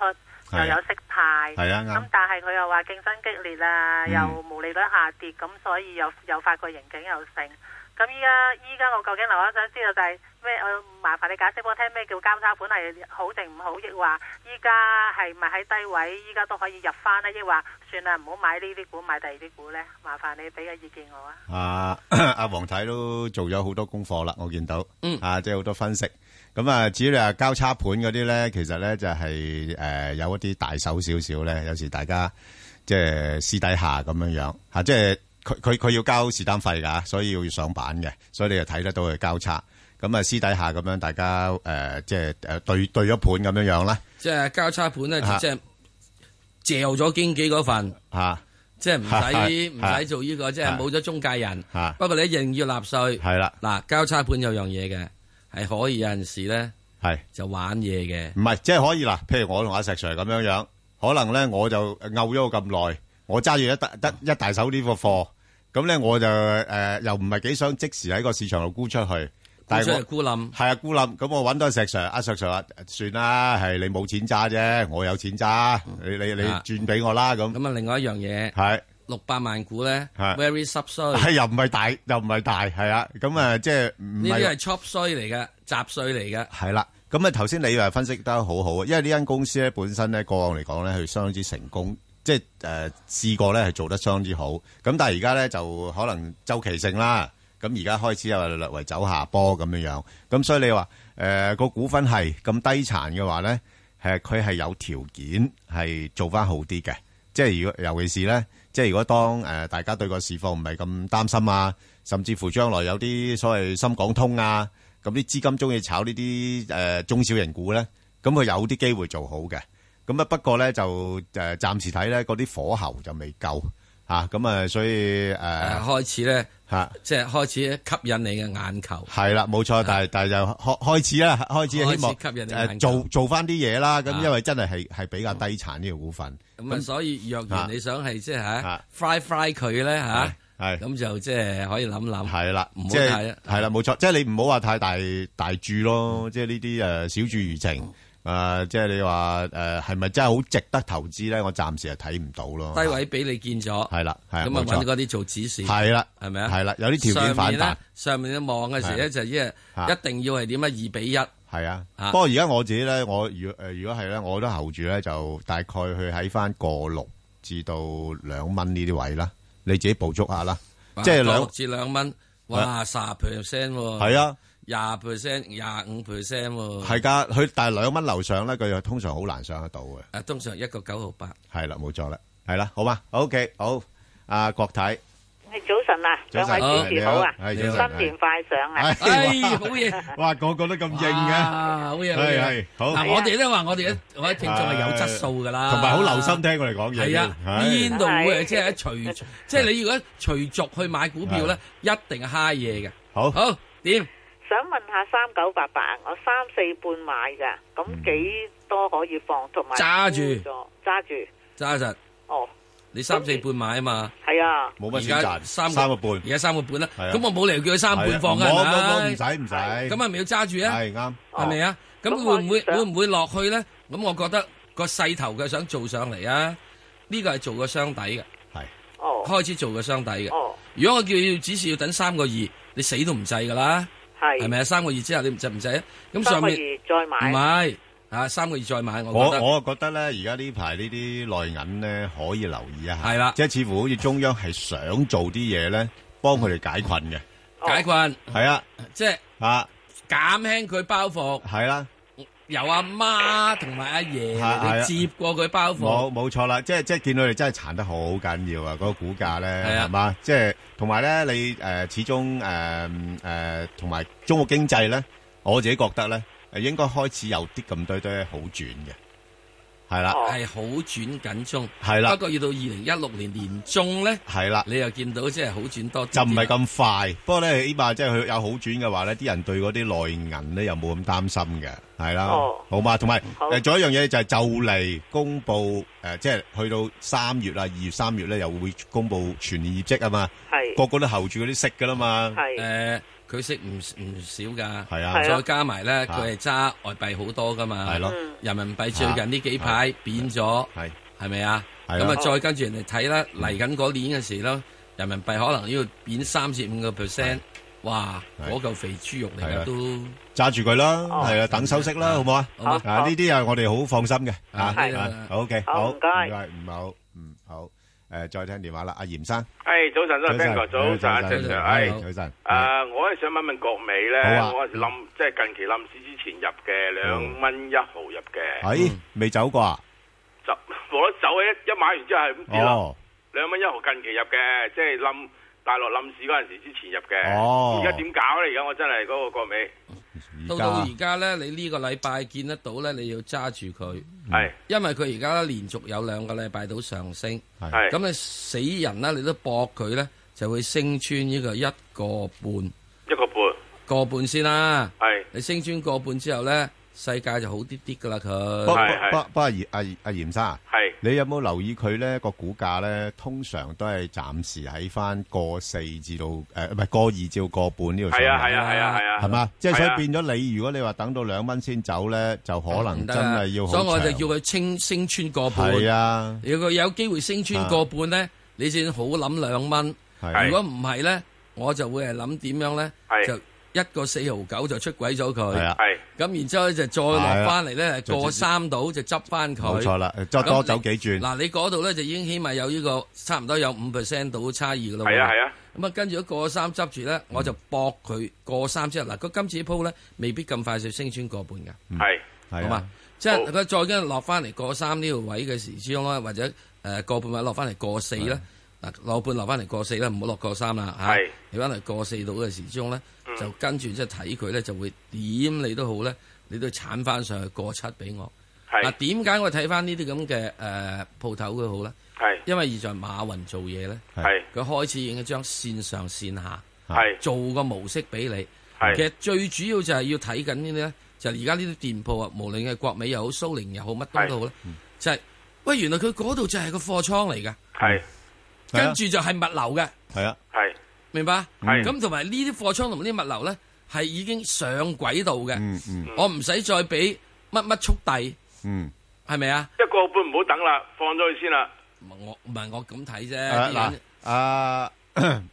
Speaker 18: 又
Speaker 1: 係
Speaker 18: 有息派，
Speaker 1: 係啊啱
Speaker 18: 咁但係佢又話競爭激烈啊，
Speaker 1: 嗯
Speaker 18: 又毛利率下跌，咁所以又又發個盈警又盛。咁依家依家我究竟我想知啊道就係咩？我麻煩你解釋俾我聽咩叫交叉盤係好定唔好，抑或依家係咪喺低位？依家都可以入翻呢？抑或算啦，唔好買呢啲股，買第二啲股呢？麻煩你俾個意見我啊！
Speaker 1: 啊 阿黃太都做咗好多功課啦，我見到，嗯，啊，即係好多分析。咁啊，至於你話交叉盤嗰啲咧，其實咧就係、誒、有一啲大手少少咧，有時大家即係私底下咁樣樣嚇、啊即係佢佢佢要交是單費㗎，所以要上板嘅，所以你就睇得到佢交叉。咁啊，私底下咁樣大家誒、即係誒對對咗盤咁樣樣啦。
Speaker 2: 即係交叉盤咧，
Speaker 1: 啊
Speaker 2: 即係嚼咗經紀嗰份，
Speaker 1: 嚇，
Speaker 2: 即係唔使唔
Speaker 1: 係
Speaker 2: 使做呢個，即係冇咗中介人
Speaker 1: 嚇。
Speaker 2: 不過你一定要納税。
Speaker 1: 係啦，
Speaker 2: 嗱，交叉盤有樣嘢嘅，係可以有陣時咧，
Speaker 1: 係
Speaker 2: 就玩嘢嘅。
Speaker 1: 唔係，即係可以啦。譬如我同阿石 Sir 咁樣樣，可能咧我就拗咗佢咁耐，我揸住一大得一大手呢個貨，咁咧我就誒、呃又唔係幾想即時喺個市場度沽出去，
Speaker 2: 沽出
Speaker 1: 我
Speaker 2: 去沽冧，
Speaker 1: 係啊沽冧，咁我揾多石 Sir，阿石 Sir 話算啦，係你冇錢揸啫，我有錢揸，你你你
Speaker 2: 啊
Speaker 1: 轉俾我啦咁。
Speaker 2: 咁啊，另外一樣嘢
Speaker 1: 係。
Speaker 2: 六百萬股咧
Speaker 1: 係
Speaker 2: ，very sub 衰，
Speaker 1: 係又唔係大，又唔係大，係啊，咁啊，即係唔
Speaker 2: 呢啲係
Speaker 1: 係
Speaker 2: chop 衰嚟嘅，雜衰嚟嘅。
Speaker 1: 係啦。咁啊，頭先你又分析得好好啊，因為呢間公司咧本身咧過往嚟講咧，佢相當之成功，即係誒試過咧係做得相當之好。咁但係而家咧就可能周期性啦，咁而家開始又略為走下坡咁樣樣。咁所以你話誒個股份係咁低殘嘅話咧，誒佢係有條件係做翻好啲嘅。即係如果尤其是咧，即係如果當誒、呃大家對個市況唔係咁擔心啊，甚至乎將來有啲所謂深港通啊，咁啲資金中意炒呢啲誒中小型股咧，咁佢有啲機會做好嘅。咁啊不過咧就誒、呃、暫時睇咧嗰啲火候就未夠嚇，咁啊所以誒、
Speaker 2: 誒開始咧
Speaker 1: 嚇，
Speaker 2: 即係開始吸引你嘅眼球。
Speaker 1: 係啦，冇錯，但係但係就開開始啦，開始希
Speaker 2: 開
Speaker 1: 望
Speaker 2: 始吸引你
Speaker 1: 誒
Speaker 2: 眼球
Speaker 1: 做做翻啲嘢啦。咁
Speaker 2: 啊
Speaker 1: 因為真係係係比較低殘呢個股份。
Speaker 2: 咁啊，所以若然
Speaker 1: 啊
Speaker 2: 你想係即係嚇 fry fry 佢咧嚇，咁就即係可以諗諗。
Speaker 1: 係啦，
Speaker 2: 唔好
Speaker 1: 即係
Speaker 2: 太
Speaker 1: 係啦，冇錯，即係你唔好話太大大注咯，即係呢啲诶小注怡情。诶、即係你話诶係咪真係好值得投資咧？我暫時係睇唔到咯。
Speaker 2: 低位俾你見咗，
Speaker 1: 哦係啦，係
Speaker 2: 咁
Speaker 1: 啊
Speaker 2: 啊
Speaker 1: 冇錯
Speaker 2: 揾嗰啲做指示，
Speaker 1: 係啦
Speaker 2: 係咪啊？
Speaker 1: 係啦有啲條件反
Speaker 2: 上面
Speaker 1: 彈
Speaker 2: 咧上面你望嘅時咧
Speaker 1: 係
Speaker 2: 就即係
Speaker 1: 啊
Speaker 2: 一定要係點啊？二比一，
Speaker 1: 係啊，
Speaker 2: 啊
Speaker 1: 不過而家我自己咧，我如诶、如果係咧，我都候住咧，就大概去喺翻個六至到兩蚊呢啲位啦，你自己捕捉下啦。即係
Speaker 2: 兩
Speaker 1: 兩啊
Speaker 2: 六至兩蚊，哇，十 percent 喎，
Speaker 1: 係啊，
Speaker 2: 廿 percent、廿五 percent 喎，
Speaker 1: 係㗎，佢但係兩蚊樓上咧，佢又通常好難上得到嘅。
Speaker 2: 誒，啊通常一個九毫八，
Speaker 1: 係啦，冇錯啦，係啦，好嘛，OK，好，阿郭太。
Speaker 19: 系早晨
Speaker 20: à?
Speaker 19: 啊，
Speaker 1: 早
Speaker 19: 兩
Speaker 1: 晨
Speaker 19: 位主持好啊，
Speaker 1: 好你好係早晨
Speaker 19: 新年快上啊！
Speaker 20: Ờ.
Speaker 1: 係哇哇，個個都咁硬嘅，
Speaker 2: 啊，好嘢，好
Speaker 1: 係
Speaker 2: 嘢
Speaker 1: 係好。
Speaker 2: 嗱，我哋都話我哋一我啲聽眾係有質素㗎啦，
Speaker 1: 嗯同埋好留心聽我哋講嘢。
Speaker 2: 系啊，邊度會即係隨即係你如果隨逐去買股票咧，一定係嗨嘢嘅。
Speaker 1: 好，
Speaker 2: 好點？
Speaker 19: 想問下三九八八啊，我三四半買㗎，咁幾多可以放？同埋
Speaker 2: 揸住
Speaker 20: Ừ,
Speaker 19: 沽咗揸住，
Speaker 2: 揸實
Speaker 19: 哦，
Speaker 2: 你三四半買啊嘛，
Speaker 19: 係
Speaker 20: à.
Speaker 19: 啊，
Speaker 2: 而家三
Speaker 1: 三個半
Speaker 2: 而家三個半啦。
Speaker 1: 係啊
Speaker 2: 咁我冇理由叫佢三半放㗎，
Speaker 1: 係啊我
Speaker 2: 係咪
Speaker 1: 我我唔使唔使
Speaker 2: 咁啊，咪要揸住啊？
Speaker 1: 係啱，
Speaker 2: 係咪啊？咁佢會唔會會唔會落去咧？咁我覺得個勢頭佢想做上嚟啊，呢個係做個雙底嘅，
Speaker 1: 係
Speaker 2: 開始做個雙底嘅
Speaker 19: 哦。
Speaker 2: 如果我叫佢只是要等三個二，你死都唔制㗎啦。
Speaker 19: 係
Speaker 2: 係咪啊？三個月之後你唔制唔制啊？咁
Speaker 19: 三
Speaker 2: 上
Speaker 19: 個
Speaker 2: 面
Speaker 19: 月再買
Speaker 2: 唔係啊，三個月再買，
Speaker 1: 我
Speaker 2: 我覺得
Speaker 1: 我覺得咧，而家呢排呢啲內銀咧可以留意一下，
Speaker 2: 係啦
Speaker 1: 即係似乎好似中央係想做啲嘢咧，幫佢哋解困嘅，
Speaker 2: 解困
Speaker 1: 係啊，
Speaker 2: 即係
Speaker 1: 啊，
Speaker 2: 減輕佢包袱，
Speaker 1: 係啦，
Speaker 2: 由阿媽同埋阿爺
Speaker 1: 係係啊
Speaker 2: 嚟接過佢包
Speaker 1: 冇
Speaker 2: 袱，
Speaker 1: 冇錯啦，即係即係見到佢哋真係殘得好緊要啊，嗰個股價咧
Speaker 2: 係啊
Speaker 1: 係嘛，即係同埋咧你誒始終誒誒同埋中國經濟咧，我自己覺得咧誒應該開始有啲咁多多好轉嘅，係啦，
Speaker 2: 係好轉緊中。
Speaker 1: 係啦
Speaker 2: 不過要到二零一六年年中咧，
Speaker 1: 係啦，
Speaker 2: 你又見到即係好轉多啲
Speaker 1: 就
Speaker 2: 啲啦，
Speaker 1: 唔係咁快。不過咧，起碼即係佢有好轉嘅話咧，啲人對嗰啲內銀咧又冇咁擔心嘅，係啦，
Speaker 2: 哦
Speaker 1: 好嘛。同埋
Speaker 2: 好
Speaker 1: 誒，仲有一樣嘢就係就嚟公布誒、即係去到三月啦，二月、三月咧又會公布全年業績啊嘛，
Speaker 19: 係
Speaker 1: 個個都候住嗰啲息噶啦嘛，
Speaker 2: 誒，佢息唔唔少㗎，
Speaker 1: 係啊係啊
Speaker 2: 再加埋咧，
Speaker 1: 啊
Speaker 2: 佢係揸外幣好多㗎嘛，
Speaker 1: 係咯嗯
Speaker 2: 人民幣最近呢幾排貶咗，
Speaker 1: 係
Speaker 2: 係咪啊？
Speaker 1: 係啊
Speaker 2: 咁啊，再跟住人哋睇啦，嚟緊嗰年嘅時咯，人民幣可能要貶三至五個 percent，哇！
Speaker 1: 係
Speaker 2: 嗰嚿肥豬肉嚟
Speaker 1: 係啊
Speaker 2: 㗎都，
Speaker 1: 揸住佢啦，係啊，等收息啦，好唔好啊？
Speaker 2: 好
Speaker 1: 啊，呢啲係我哋好放心嘅，啊
Speaker 17: 係
Speaker 1: 啊，OK，
Speaker 17: 好
Speaker 1: 好，
Speaker 17: 唔該
Speaker 1: 該，唔好，嗯，好，誒，再聽電話啦，阿嚴生，
Speaker 21: 系哎早晨，早晨，Ben 哥，早晨，早晨，系
Speaker 1: 早晨，
Speaker 21: 诶，哎啊我咧想問問國美咧
Speaker 1: 好啊，哦
Speaker 21: 我冧即係近期冧市之前入嘅兩蚊一毫入嘅，
Speaker 1: 誒，哎未走過啊？
Speaker 21: 走 我走啊一一買完之後係咁跌啦，
Speaker 1: 哦。
Speaker 21: 兩蚊一毫近期入嘅，即係冧大陸冧市嗰陣時之前入嘅，
Speaker 1: 哦
Speaker 21: 而家點搞咧？而家我真係嗰個國美
Speaker 2: 到到而家咧，你呢個禮拜見得到咧，你要揸住佢，
Speaker 21: 係
Speaker 2: 因為佢而家連續有兩個禮拜到上升，
Speaker 21: 係
Speaker 2: 咁你死人啦，你都搏佢咧，就會升穿呢個一個半。
Speaker 21: 一個半，
Speaker 2: 個半先啦。
Speaker 21: 係
Speaker 2: 你升穿個半之後咧，世界就好啲啲噶啦佢。
Speaker 1: 不不不，不阿嚴阿嚴阿嚴生啊，
Speaker 21: 呃係
Speaker 1: 你有冇留意佢咧個股價咧？通常都係暫時喺翻個四至到誒，呃唔係個二至到個半呢度上
Speaker 21: 係
Speaker 1: 落。
Speaker 21: 啊係啊係啊係啊
Speaker 1: 係嘛？即係所
Speaker 21: 係啊
Speaker 1: 以變咗你，如果你話等到兩蚊先走咧，就可能
Speaker 2: 唔得
Speaker 1: 真
Speaker 2: 啊
Speaker 1: 係要好
Speaker 2: 所以我就
Speaker 1: 長
Speaker 2: 叫佢清升穿個半。
Speaker 1: 係啊，
Speaker 2: 如果有機會升穿個半咧，你先好諗兩蚊。
Speaker 1: 係
Speaker 2: 如果唔係咧，我就會係諗點樣咧，就一個四毫九就出軌咗佢。
Speaker 1: 係啊
Speaker 2: 咁然之後咧就再落翻嚟
Speaker 1: 係啊
Speaker 2: 咧，
Speaker 1: 就
Speaker 2: 過三度就執翻佢。
Speaker 1: 冇錯啦再多
Speaker 2: 咁
Speaker 1: 走
Speaker 2: 你
Speaker 1: 幾轉
Speaker 2: 嗱，你嗰度咧就已經起碼有呢個差唔多有五 percent 到差異噶啦。
Speaker 21: 係啊係啊。
Speaker 2: 咁啊，跟住一過三執住咧，我就搏佢過三之後，嗱，佢今次鋪咧未必咁快就升穿個半㗎。
Speaker 1: 嗯
Speaker 21: 係
Speaker 2: 好
Speaker 1: 啊
Speaker 2: 嘛？即係佢再跟落翻嚟過三呢個位嘅時之中啦，或者誒過半位落翻嚟過四咧，嗱落半落翻嚟過四咧，唔好落過三啦嚇。
Speaker 21: 係嗯
Speaker 2: 你翻嚟過四度嘅時之中咧，就跟住即係睇佢咧，就會點你都好咧，你都鏟翻上去過七俾我。嗱，點解我睇翻呢啲咁嘅誒鋪頭佢好咧？
Speaker 21: 係
Speaker 2: 因為現在馬雲做嘢咧，
Speaker 21: 係
Speaker 2: 佢開始影一張線上線下，
Speaker 21: 係
Speaker 2: 做個模式俾你。
Speaker 21: 係
Speaker 2: 其實最主要就係要睇緊呢啲咧，就係而家呢啲店鋪啊，無論係國美又好、蘇寧又好，乜東都好咧，就係喂，原來佢嗰度就係個貨倉嚟噶，
Speaker 21: 係啊
Speaker 2: 跟住就係物流嘅，
Speaker 1: 係啊
Speaker 21: 係
Speaker 2: 明白？
Speaker 21: 係
Speaker 2: 咁同埋呢啲貨倉同埋呢啲物流咧，係已經上軌道嘅，
Speaker 21: 嗯
Speaker 2: 我唔使再俾乜乜速遞，
Speaker 1: 嗯，
Speaker 2: 係咪啊？
Speaker 21: 一個半唔好等啦，放咗佢先啦。
Speaker 2: 我唔係我咁睇啫，
Speaker 1: 誒
Speaker 2: 啲
Speaker 1: 啊嗱
Speaker 2: 人，
Speaker 1: 阿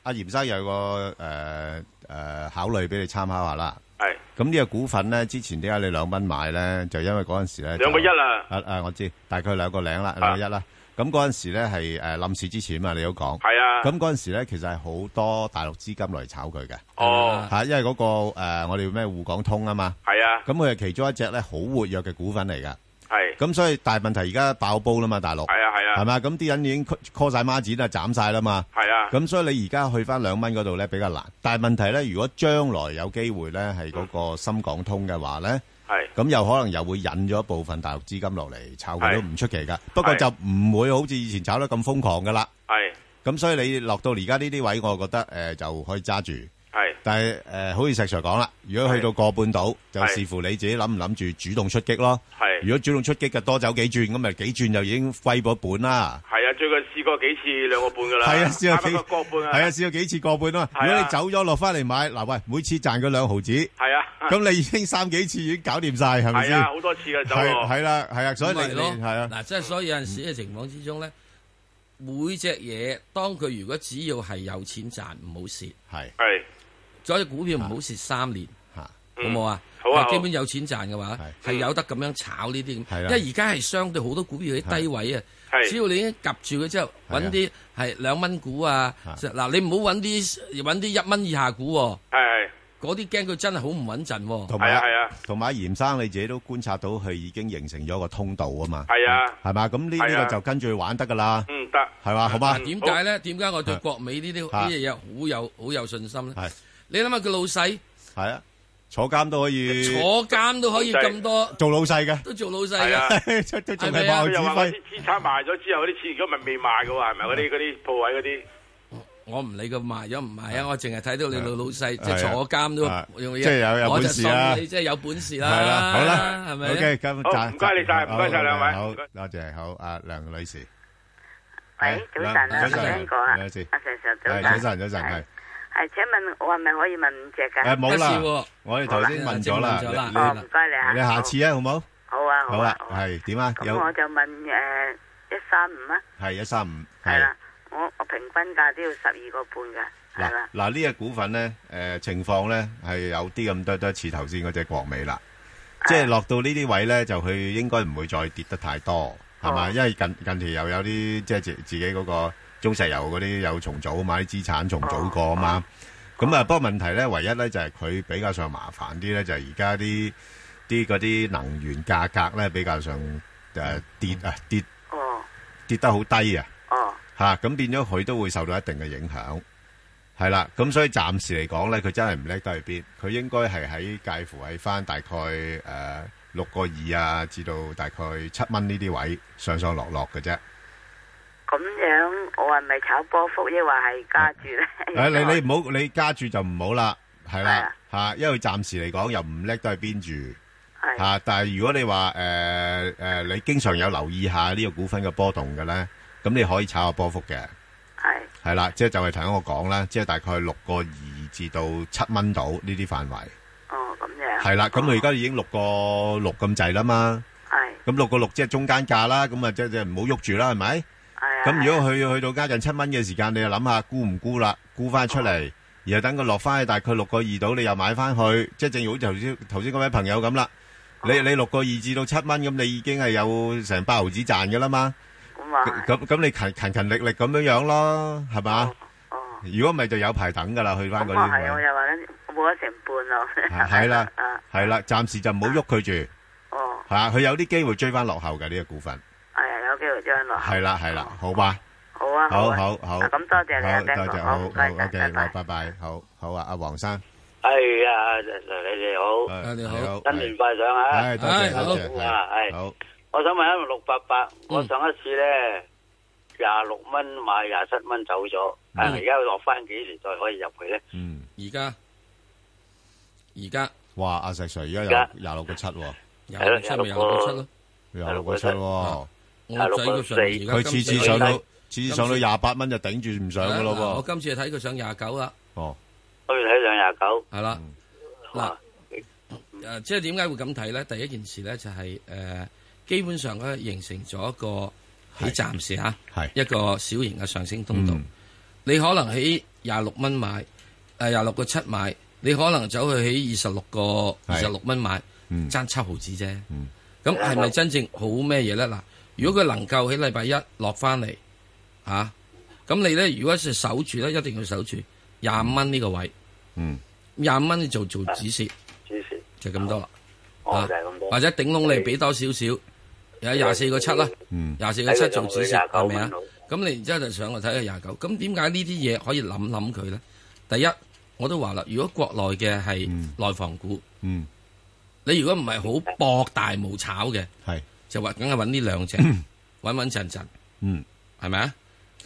Speaker 1: 阿嚴生有個誒誒考慮俾你參考下啦。
Speaker 21: 係
Speaker 1: 咁呢個股份咧，之前點解你兩蚊買咧？就因為嗰陣時咧
Speaker 21: 兩個一啦。啊
Speaker 1: 啊啊，我知，大概兩個零啦，兩個一啦。咁嗰陣時咧係誒冧市之前嘛，你都講。
Speaker 21: 係啊
Speaker 1: 咁嗰陣時咧，其實係好多大陸資金嚟炒佢嘅。
Speaker 21: 哦
Speaker 1: 啊嚇，因為嗰個誒我哋咩滬港通啊嘛。
Speaker 21: 係啊
Speaker 1: 咁佢係其中一隻咧好活躍嘅股份嚟㗎。
Speaker 21: 係
Speaker 1: 咁所以大問題而家爆煲啦嘛，大陸。
Speaker 21: 係啊係啊
Speaker 1: 係嘛？咁啲人已經 call- call 晒孖展啦，斬晒啦嘛。
Speaker 21: 係啊
Speaker 1: 咁所以你而家去翻兩蚊嗰度咧比較難，但係問題咧，如果將來有機會咧係嗰個深港通嘅話咧，
Speaker 21: 係
Speaker 1: 咁又可能又會引咗一部分大陸資金落嚟炒佢
Speaker 21: 係
Speaker 1: 都唔出奇噶。不過就唔會好似以前炒得咁瘋狂噶啦。
Speaker 21: 係
Speaker 1: 咁所以你落到而家呢啲位，我覺得誒、呃就可以揸住。
Speaker 21: 係
Speaker 1: 但係誒、呃好似石 Sir 講啦，如果去到個半島，就
Speaker 21: 係
Speaker 1: 視乎你自己諗唔諗住主動出擊咯。
Speaker 21: 係
Speaker 1: 如果主動出擊嘅多走幾轉，咁咪幾轉就已經揮咗本啦。
Speaker 21: 係啊，最近試過幾次兩個半噶啦，
Speaker 1: 係啊，試過
Speaker 21: 差唔
Speaker 1: 幾
Speaker 21: 多個半啊，
Speaker 1: 係啊，試過幾次個半咯。
Speaker 21: 係啊
Speaker 1: 如果你走咗落翻嚟買，嗱喂，每次賺佢兩毫子，
Speaker 21: 係啊，
Speaker 1: 咁你已經三幾次已經搞掂晒，係咪
Speaker 21: 係
Speaker 1: 先？
Speaker 21: 啊，好多次噶走
Speaker 1: 係
Speaker 21: 喎，
Speaker 1: 係啦，係啊，所
Speaker 2: 咁
Speaker 1: 以
Speaker 2: 咪
Speaker 1: 你
Speaker 2: 咯
Speaker 1: 你係啊，
Speaker 2: 嗱，即係所以有陣時嘅情況之中咧，每隻嘢當佢如果只要係有錢賺，唔好蝕。
Speaker 1: 係
Speaker 21: 係，
Speaker 2: 所以股票唔好蝕三年，
Speaker 1: 好
Speaker 2: 冇啊？
Speaker 21: 好啊好
Speaker 2: 基本有錢賺嘅話，係有得咁樣炒呢啲咁，
Speaker 1: 係
Speaker 2: 因
Speaker 1: 啊
Speaker 2: 為而家係相對好多股票喺低位啊。
Speaker 21: 係
Speaker 2: 只要你已經夾住佢之後，
Speaker 21: 係啊
Speaker 2: 揾啲係兩蚊股啊，
Speaker 21: 係
Speaker 2: 嗱你唔好揾啲揾啲一蚊以下股喎，
Speaker 21: 係啊
Speaker 2: 嗰啲驚佢真係好唔穩陣喎。
Speaker 1: 同埋啊同埋嚴生你自己都觀察到佢已經形成咗個通道啊嘛。
Speaker 21: 係啊
Speaker 1: 係嘛？咁呢
Speaker 21: 係啊
Speaker 1: 呢個就跟住佢玩得噶啦。
Speaker 21: 嗯得
Speaker 1: 啊係嘛？好嘛？
Speaker 2: 點解咧？點解我對國美呢啲
Speaker 1: 啊
Speaker 2: 呢啲嘢好有好有信心咧
Speaker 1: 係？
Speaker 2: 你諗下佢老細
Speaker 1: 係啊，坐監都可以，
Speaker 2: 坐監都可以咁多，
Speaker 1: 做老細嘅，
Speaker 2: 都做老細
Speaker 21: 係啊
Speaker 2: 㗎。
Speaker 1: 出 都仲
Speaker 21: 係
Speaker 1: 係
Speaker 21: 咪啊？佢
Speaker 1: 爆指
Speaker 21: 又話嗰
Speaker 1: 揮
Speaker 21: 啲。資產賣咗之後，嗰啲錢如果咪未賣嘅喎，係咪嗰啲嗰啲鋪位嗰啲？
Speaker 2: 我唔理佢賣咗唔賣啊，我淨係睇到你老老細即
Speaker 1: 係
Speaker 2: 係
Speaker 1: 啊
Speaker 2: 坐監都
Speaker 1: 啊
Speaker 2: 用
Speaker 1: 即係有有
Speaker 2: 我就
Speaker 1: 本事啦
Speaker 2: 信你即係有本事啦，
Speaker 1: 係啦，好啦，
Speaker 2: 係咪啊
Speaker 1: OK，咁
Speaker 21: 好
Speaker 1: 暫
Speaker 21: 唔該你晒唔該晒
Speaker 1: 好
Speaker 21: 兩位
Speaker 1: 好
Speaker 21: 唔該
Speaker 1: 多謝，好，阿梁女士，
Speaker 20: 喂，早
Speaker 1: Vâng,
Speaker 20: 晨啊，
Speaker 1: 早晨
Speaker 20: 邊個啊？
Speaker 1: 梁女
Speaker 20: 阿
Speaker 1: 士
Speaker 6: À,
Speaker 20: Sir Sir，
Speaker 1: 係
Speaker 20: 早
Speaker 1: 早
Speaker 20: 晨。
Speaker 1: 晨，早晨，係
Speaker 20: 係，請問我係咪可以問五隻噶？
Speaker 1: 誒冇啦，我哋頭先問咗啦，
Speaker 20: 好
Speaker 1: 你
Speaker 20: 哦唔該你啊。
Speaker 1: 你下次啊，好冇？
Speaker 20: 好啊，好
Speaker 1: 好
Speaker 20: 啊
Speaker 1: 啊。，係點啊？
Speaker 20: 咁
Speaker 1: 有
Speaker 20: 我就問
Speaker 6: à,
Speaker 20: 誒一三五啊，
Speaker 1: 係一三五，
Speaker 20: 係
Speaker 1: 係
Speaker 20: 啦，我我平均價都要十二個半噶，係
Speaker 1: 嗱
Speaker 20: 啦，
Speaker 1: 嗱呢只股份咧，誒情況咧係有啲咁多多似頭先嗰只國美啦，
Speaker 20: 啊
Speaker 1: 即係落到呢啲位咧，就佢應該唔會再跌得太
Speaker 20: 哦
Speaker 1: 多，係嘛？因為近近期又有啲即係自自己嗰個中石油嗰啲有重組啊嘛，啲資產重
Speaker 20: 哦
Speaker 1: 組過啊嘛，咁啊不過問題咧，唯一咧就係佢比較上麻煩啲咧，就係而家啲啲嗰啲能源價格咧比較上誒跌
Speaker 20: 嗯
Speaker 1: 啊跌跌得好低啊。
Speaker 20: 哦，
Speaker 1: 吓咁、變咗佢都會受到一定嘅影響，係啦。咁所以暫時嚟講咧，佢真係唔叻得去邊，佢應該係喺介乎喺翻大概誒六個二啊，至到大概七蚊呢啲位上上落落嘅啫。
Speaker 20: 咁樣我係咪炒波幅，抑或係加住咧？
Speaker 1: 誒、你你唔好你加注就唔好啦，係啦，吓，因為暫時嚟講又唔叻都係邊住。吓，但係如果你話诶诶，你經常有留意下呢個股份嘅波動嘅咧，咁你可以炒下波幅嘅。系啦，即係就係頭先我講啦，即係大概六個二至到七蚊到呢啲範圍。
Speaker 20: 哦，咁樣。
Speaker 1: 係啦，咁佢而家已經六個六咁滯啦嘛。
Speaker 20: 係。
Speaker 1: 咁六個六即係中間價啦，咁啊即係唔好喐住啦，係咪？
Speaker 20: 係啊。
Speaker 1: 咁如果佢去到加近七蚊嘅時間，你就諗下沽唔沽啦，沽翻出嚟，然後等佢落翻去大概六個二度，你又買翻去，即係正如好似頭先頭先嗰位朋友咁啦。你你六個二至到七蚊，咁你已經係有成八毫子賺嘅啦嘛。
Speaker 20: 咁啊。
Speaker 1: 咁咁你勤勤勤力力咁樣樣咯，係嘛？如果唔係就有排等噶啦，去翻嗰
Speaker 20: 咁
Speaker 1: 啲
Speaker 20: 啊
Speaker 1: 位
Speaker 20: 係，我又話緊冇咗成半咯。
Speaker 1: 係啦，
Speaker 6: Ờ.
Speaker 1: 係啦，暫時就唔好喐佢住，
Speaker 20: 哦，
Speaker 1: 係啊，佢有啲機會追翻落後嘅呢個股份，
Speaker 20: 係啊，有機會將來。
Speaker 1: 係啦，係啦，好吧，
Speaker 20: 好啊，
Speaker 1: 好
Speaker 20: 啊
Speaker 1: 好好，
Speaker 20: 啊咁多謝你啊
Speaker 1: 好
Speaker 20: Ben 哥
Speaker 1: 多謝，
Speaker 20: 好
Speaker 1: 好
Speaker 20: 唔
Speaker 1: 好
Speaker 20: 該晒
Speaker 1: ，OK，好，拜拜，好好啊，阿黃生，
Speaker 22: 系啊，你哋好，
Speaker 1: 你好
Speaker 22: 新年快上啊！
Speaker 1: 係多謝多謝
Speaker 22: 啊，系
Speaker 1: 好，
Speaker 22: 我想問一六八八，我上一次咧廿六蚊買廿七蚊走咗，啊，
Speaker 2: 嗯
Speaker 22: 而家落翻幾時再可以入去咧？
Speaker 1: 嗯，
Speaker 2: 而家而家
Speaker 1: 哇，阿石 Sir 而
Speaker 22: 而
Speaker 1: 家
Speaker 22: 家
Speaker 1: 有廿六個七喎，
Speaker 2: 係咯26.7咪26.7咯，啊
Speaker 1: 廿六個七喎，
Speaker 2: 我仔佢上而家
Speaker 1: 佢次次上到次次上到廿八蚊就頂住唔上噶咯
Speaker 2: 啊嗱我
Speaker 1: 喎，
Speaker 2: 今次睇佢上廿九啦。
Speaker 1: 哦，
Speaker 22: 我要睇上廿九，嗯
Speaker 2: 系啦，嗱，誒，即係點解會咁睇咧？第一件事咧就係、呃基本上咧形成咗一個喺暫時嚇，一個小型嘅上升通道。你可能喺廿六蚊買，誒廿六個七買，你可能走去喺二十六個二十六蚊買，爭七毫子啫。咁係咪真正好咩嘢咧？嗱，如果佢能夠喺禮拜一落翻嚟嚇，啊咁、你咧如果是守住咧，一定要守住廿五蚊呢個位。
Speaker 1: 嗯，
Speaker 2: 廿五蚊你做做指示，
Speaker 22: 指示
Speaker 2: 就咁多啦。啊
Speaker 22: 哦就係咁多
Speaker 2: 或者頂籠你俾多少少，有廿四個七啦，廿四個七做指示
Speaker 22: 睇佢
Speaker 2: 係
Speaker 22: 仲有
Speaker 2: 咪啊
Speaker 22: 廿九蚊度？
Speaker 2: 咁你然之後就上去睇下廿九。咁點解呢啲嘢可以諗諗佢咧？第一，我都話啦，如果國內嘅係內房股，
Speaker 1: 嗯，
Speaker 2: 你如果唔係好博大冇炒嘅，
Speaker 1: 係
Speaker 2: 就話梗係揾呢兩 隻，穩穩陣陣，
Speaker 1: 嗯，
Speaker 2: 係咪啊？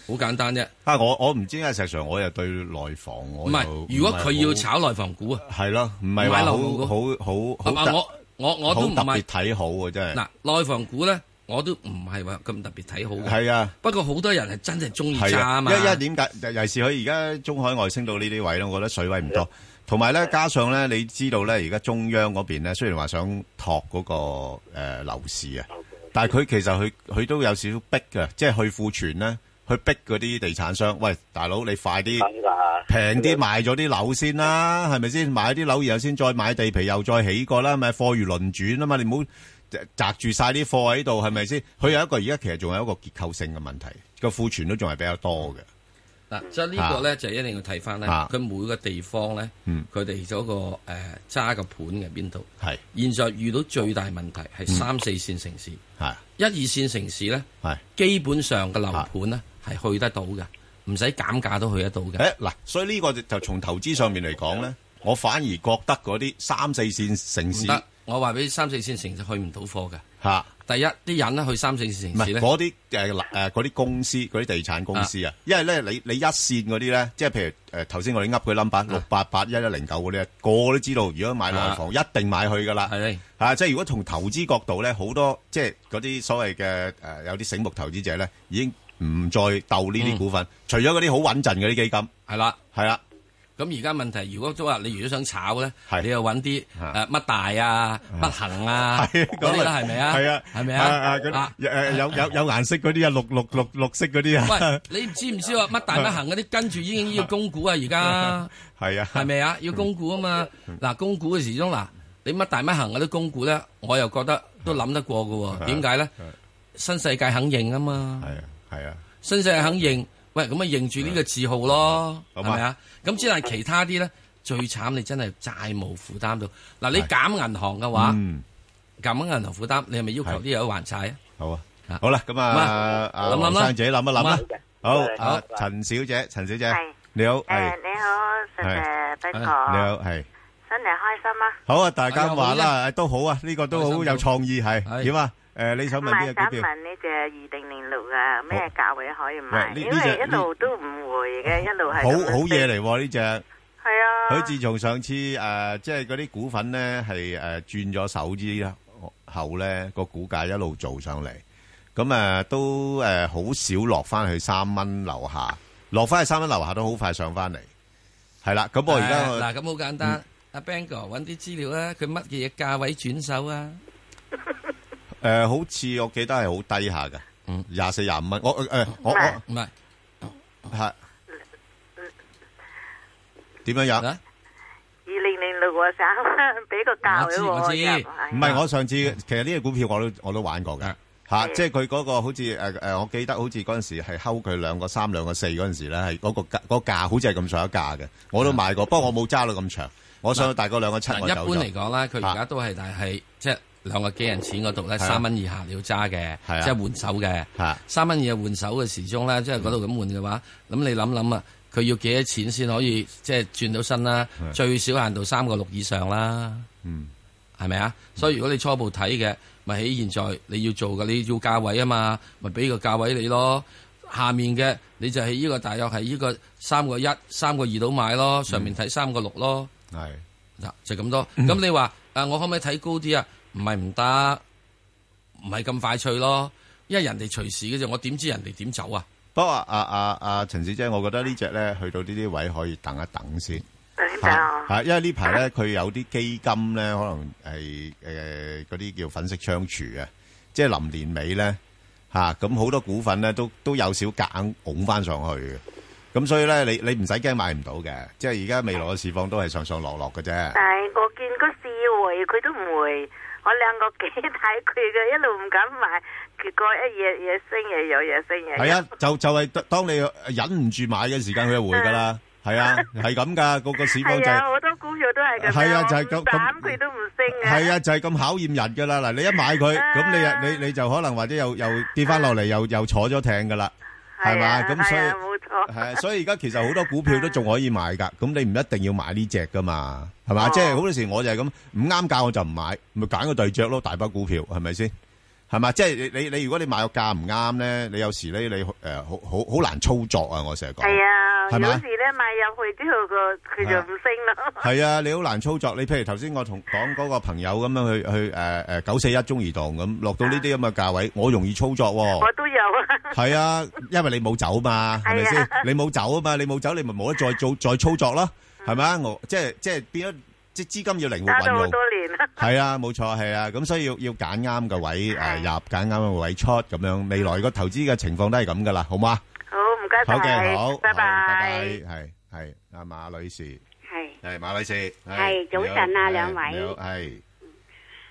Speaker 2: 好簡單啫。
Speaker 1: 啊，我我唔知啊，石 Sir，我又對內房我
Speaker 2: 唔係
Speaker 1: 又
Speaker 2: 如果
Speaker 1: 係
Speaker 2: 佢要
Speaker 1: 好
Speaker 2: 炒內房股啊，
Speaker 1: 係咯，唔
Speaker 2: 買
Speaker 1: 係話好
Speaker 2: 樓嗰個
Speaker 1: 好好好
Speaker 2: 啊
Speaker 1: 特
Speaker 2: 我我我都唔
Speaker 1: 好特別
Speaker 2: 係
Speaker 1: 睇好啊，真係
Speaker 2: 嗱，內房股咧，我都唔係話咁特別睇好嘅。
Speaker 1: 係啊。
Speaker 2: 不過好多人係真係中意
Speaker 1: 係
Speaker 2: 揸啊嘛。
Speaker 1: 因因為點解？尤其是佢而家中海外升到呢啲位咧，我覺得水位唔多。同埋咧，加上咧，你知道咧，而家中央嗰邊咧，雖然話想托嗰、個誒、呃、樓市啊，但係佢其實佢佢都有少少逼嘅，即係去庫存咧，去逼嗰啲地產商，喂，大佬你快啲平啲賣咗啲樓先啦，係咪先？買啲樓然後先再買地皮，又再起過啦，咪貨如輪轉啊嘛，你唔好擲住晒啲貨喺度，係咪先？佢有一個而家其實仲有一個結構性嘅問題，個庫存都仲係比較多嘅。
Speaker 2: 嗱，即係呢個咧就一定要睇翻咧，
Speaker 1: 啊
Speaker 2: 佢每個地方咧，
Speaker 1: 嗯
Speaker 2: 佢哋嗰個誒揸個盤嘅邊度。
Speaker 1: 係嗯
Speaker 2: 現在遇到最大問題係三四線城市，
Speaker 1: 係
Speaker 2: 一二線城市咧
Speaker 1: 係，
Speaker 2: 基本上嘅樓盤咧係去得到嘅，唔使減價都去得到嘅。
Speaker 1: 誒嗱，所以呢個就就從投資上面嚟講咧，我反而覺得嗰啲三四線城
Speaker 2: 唔
Speaker 1: 市
Speaker 2: 得，我話俾你三四線城市去唔到貨嘅。
Speaker 1: 嚇，
Speaker 2: 第一啲人咧去三四線
Speaker 1: 唔
Speaker 2: 城市
Speaker 1: 係
Speaker 2: 咧，
Speaker 1: 嗰啲誒誒嗰啲公司嗰啲地產公司啊，因為咧你你一線嗰啲咧，即係譬如誒頭先我哋噏佢 number 六八八一一零九嗰啲咧，個個都知道，如果買內房一定買佢噶啦，
Speaker 2: 係
Speaker 1: 啊，即係如果從投資角度咧，好多即係嗰啲所謂嘅誒有啲醒目投資者咧，已經唔再鬥呢啲股份，除咗嗰啲好穩陣嗰啲基金，
Speaker 2: 係啦，
Speaker 1: 係啦。
Speaker 2: 咁而 家問題，如果都話你如果想炒咧，
Speaker 1: 係
Speaker 2: 你又揾啲誒乜大啊、乜行啊
Speaker 1: 係
Speaker 2: 嗰啲啦，係咪啊？
Speaker 1: 係啊，
Speaker 2: 係咪
Speaker 1: 啊
Speaker 2: 啊
Speaker 1: 嗰？啲
Speaker 2: 啊
Speaker 1: 誒有有有顏色嗰啲啊，綠綠綠綠色嗰 啲啊
Speaker 2: 喂，，你知唔知啊？乜大乜行嗰啲跟住已經要供股啊？而家
Speaker 1: 係啊，嗯
Speaker 2: 係咪啊？要供股啊嘛。嗱，供股嘅時鐘嗱，你乜大乜行嗰啲供股咧，我又覺得都諗得過嘅喎。點解咧？新世界肯認啊嘛。
Speaker 1: 啊係啊，係啊。
Speaker 2: 新世界肯認，喂，咁咪認住呢個字號咯，
Speaker 1: 好
Speaker 2: 係
Speaker 1: 嘛
Speaker 2: 咪啊？咁之但係其他啲咧，最慘你真係債務負擔到。嗱，你減銀行嘅話，
Speaker 1: 嗯，
Speaker 2: 減銀行負擔，你係咪要求啲有還債啊？
Speaker 1: 好啊，
Speaker 2: Dạ.
Speaker 1: 好啦，咁
Speaker 2: 好
Speaker 1: 啊
Speaker 2: 啊，
Speaker 1: 阿
Speaker 2: 諗諗啦
Speaker 1: 黃生自己諗一諗啦
Speaker 2: 好嘅。
Speaker 1: 好
Speaker 2: 好，嘅
Speaker 1: 阿陳小姐，陳小姐
Speaker 20: 係，
Speaker 1: 你好，
Speaker 20: 誒
Speaker 1: 係，
Speaker 20: 你好，石
Speaker 1: 係
Speaker 20: Sir 不
Speaker 1: 你
Speaker 20: 哥，
Speaker 1: 好，係，
Speaker 20: 新年開心啊！
Speaker 1: 好啊，大家
Speaker 20: 哎呀
Speaker 1: 話
Speaker 20: 好
Speaker 1: 啦，都好啊，呢個都好有創意，係點啊？誒，你想
Speaker 20: 咁
Speaker 1: 問
Speaker 20: 啊
Speaker 1: 邊，個
Speaker 20: 想
Speaker 1: 股票？
Speaker 20: 問呢只二零零六
Speaker 1: à,
Speaker 20: 啊，咩價位可以買？
Speaker 1: 喂呢
Speaker 20: 因
Speaker 1: 呢隻
Speaker 20: 為一路都唔回嘅，一路係
Speaker 1: 好
Speaker 20: 咁樣
Speaker 1: 好嘢嚟喎，呢只
Speaker 18: 係啊，
Speaker 1: 佢自從上次誒、呃即係嗰啲股份咧係誒轉咗手之後咧，個股價一路做上嚟，咁誒、呃都誒好、少落翻去三蚊樓下，落翻去三蚊樓下都好快上翻嚟，係啦。咁我而家我
Speaker 2: 嗱咁好簡單，阿 Bang 哥揾啲資料啦，佢乜嘢價位轉手啊？
Speaker 1: 誒好似我記得係好低下嘅，廿四廿五蚊。我誒我我
Speaker 2: 唔係
Speaker 1: 係點樣樣？
Speaker 20: 二零零六嗰手，俾個價位我
Speaker 1: 我知
Speaker 20: 入
Speaker 1: 唔
Speaker 2: 啊
Speaker 1: 係我上次其實呢只股票我都我都玩過嘅嚇，即係佢嗰個好似誒誒，我記得好似嗰陣時係睺佢兩個三兩個四嗰陣時咧，係嗰個價嗰個價好似係咁上一價嘅，我都買過，不過我冇揸到咁長，我上到大概兩個七
Speaker 2: 啊嗱
Speaker 1: 我
Speaker 2: 一
Speaker 1: 走
Speaker 2: 般
Speaker 1: 咗
Speaker 2: 嚟講啦，
Speaker 1: Dạ.
Speaker 2: 佢而家都係但係即係兩個幾人錢嗰度咧，
Speaker 1: 係啊
Speaker 2: 三蚊以下你要揸嘅，
Speaker 1: 係啊
Speaker 2: 即係換手嘅
Speaker 1: 啊。
Speaker 2: 三蚊以下換手嘅時鐘咧，即係嗰度咁換嘅話，咁你諗諗啊，佢要幾多錢先可以即係轉到身啦？
Speaker 1: 係
Speaker 2: 最少限度三個六以上啦，
Speaker 1: 嗯，
Speaker 2: 係咪啊？所以如果你初步睇嘅，咪喺現在你要做嘅，你要價位啊嘛，咪俾個價位你咯。下面嘅你就係呢個大約係呢個三個一、三個二度買咯，上面睇三個六咯。
Speaker 1: 係
Speaker 2: 嗱，就咁多。
Speaker 1: 嗯
Speaker 2: 咁你話啊，我可唔可以睇高啲啊？唔係唔得，唔係咁快脆咯。因為人哋隨時嘅啫，我點知人哋點走啊？
Speaker 1: 不過啊啊啊陳小姐，我覺得呢只咧去到呢啲位可以等一等先。
Speaker 20: 等
Speaker 1: 嚇，因為呢排咧佢有啲基金咧，可能係誒嗰啲叫粉飾窗廚啊，即係臨年尾咧嚇，咁、好多股份咧都都有少夾硬拱翻上去嘅。咁所以咧，你你唔使驚買唔到嘅，即係而家未來嘅市況都係上上落落嘅啫。
Speaker 20: 但係啊我見個市回佢都唔回，我兩個 幾睇佢嘅，一路唔敢買，結果一嘢嘢升嘢有嘢升嘢。
Speaker 1: 係啊，就就係當你忍唔住買嘅時間，佢就回㗎啦。係啊，係咁㗎，個個市況就
Speaker 20: 係
Speaker 1: 係
Speaker 20: 啊，好多股票都係咁樣。
Speaker 1: 係啊就係咁
Speaker 20: 我唔膽佢都唔升嘅。
Speaker 1: 係啊，就係咁考驗人噶啦。嗱，你一買佢，咁你啊你你就可能或者又又跌翻落嚟，又又坐咗艇噶啦，係嘛？咁所以
Speaker 20: 係啊冇錯。
Speaker 1: 係啊，所以而家其實好多股票都仲可以買噶。咁你唔一定要買呢只噶嘛，係嘛？即係好多時我就係咁唔啱價我就唔買，咪揀個對着咯，大把股票係咪先？係嘛？即係你你你如果你買個價唔啱咧，你有時咧你誒好好好難操作啊！我成日講
Speaker 20: 係啊，
Speaker 1: 係
Speaker 20: 有
Speaker 1: 嘛
Speaker 20: 時咧買入去之後個佢就唔升咯。
Speaker 1: 系啊，你好難操作。你譬如頭先我同講嗰個朋友咁樣去去诶诶九四一中移動咁落到呢啲咁嘅價位，我容易操作
Speaker 20: 我
Speaker 1: 喎。
Speaker 20: 都有啊。
Speaker 1: 係啊，因為你冇走嘛，係咪
Speaker 20: 係
Speaker 1: 先
Speaker 20: 啊？
Speaker 1: 你冇走啊嘛，你冇走，你咪冇得再做再操作咯，係咪啊？我即係即系变咗，即係資金要靈活
Speaker 20: 揸咗
Speaker 1: 運
Speaker 20: 好
Speaker 1: 用
Speaker 20: 多。年啦。
Speaker 1: 係啊，冇錯，係啊，咁所以要要拣啱嘅位诶入，揀啱嘅位出咁樣。未來個投資嘅情況都係咁噶啦，好嘛？
Speaker 20: 好，唔該晒。
Speaker 1: 好嘅，好，
Speaker 20: 拜
Speaker 1: 好拜拜，
Speaker 20: 拜。
Speaker 1: 係係阿馬女士。
Speaker 3: 係
Speaker 1: 系马女士，
Speaker 3: 係早晨啊兩位
Speaker 1: 系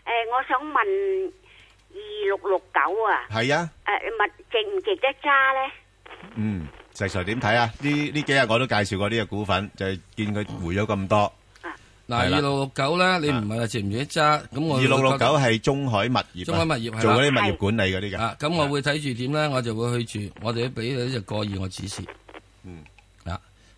Speaker 3: 诶、我想問二六六九啊，
Speaker 1: 系啊，
Speaker 3: 诶、物值唔值得揸咧？
Speaker 1: 嗯，石 Sir 点睇啊？呢呢几日我都介绍过呢只股份，就係见佢回咗咁多。
Speaker 2: 嗱，
Speaker 1: 係
Speaker 2: 二
Speaker 1: 啦
Speaker 2: 六
Speaker 1: 啊
Speaker 2: 六九咧，你唔係話值唔值得揸？咁我
Speaker 1: 二六六九系中海物業啊，
Speaker 2: 中海物業係啦
Speaker 1: 做嗰啲物業管理嗰啲嘅
Speaker 2: 啊，，咁我會睇住點咧，我就會去住，我哋都俾你就過二我指示。
Speaker 1: 嗯，
Speaker 2: 啊，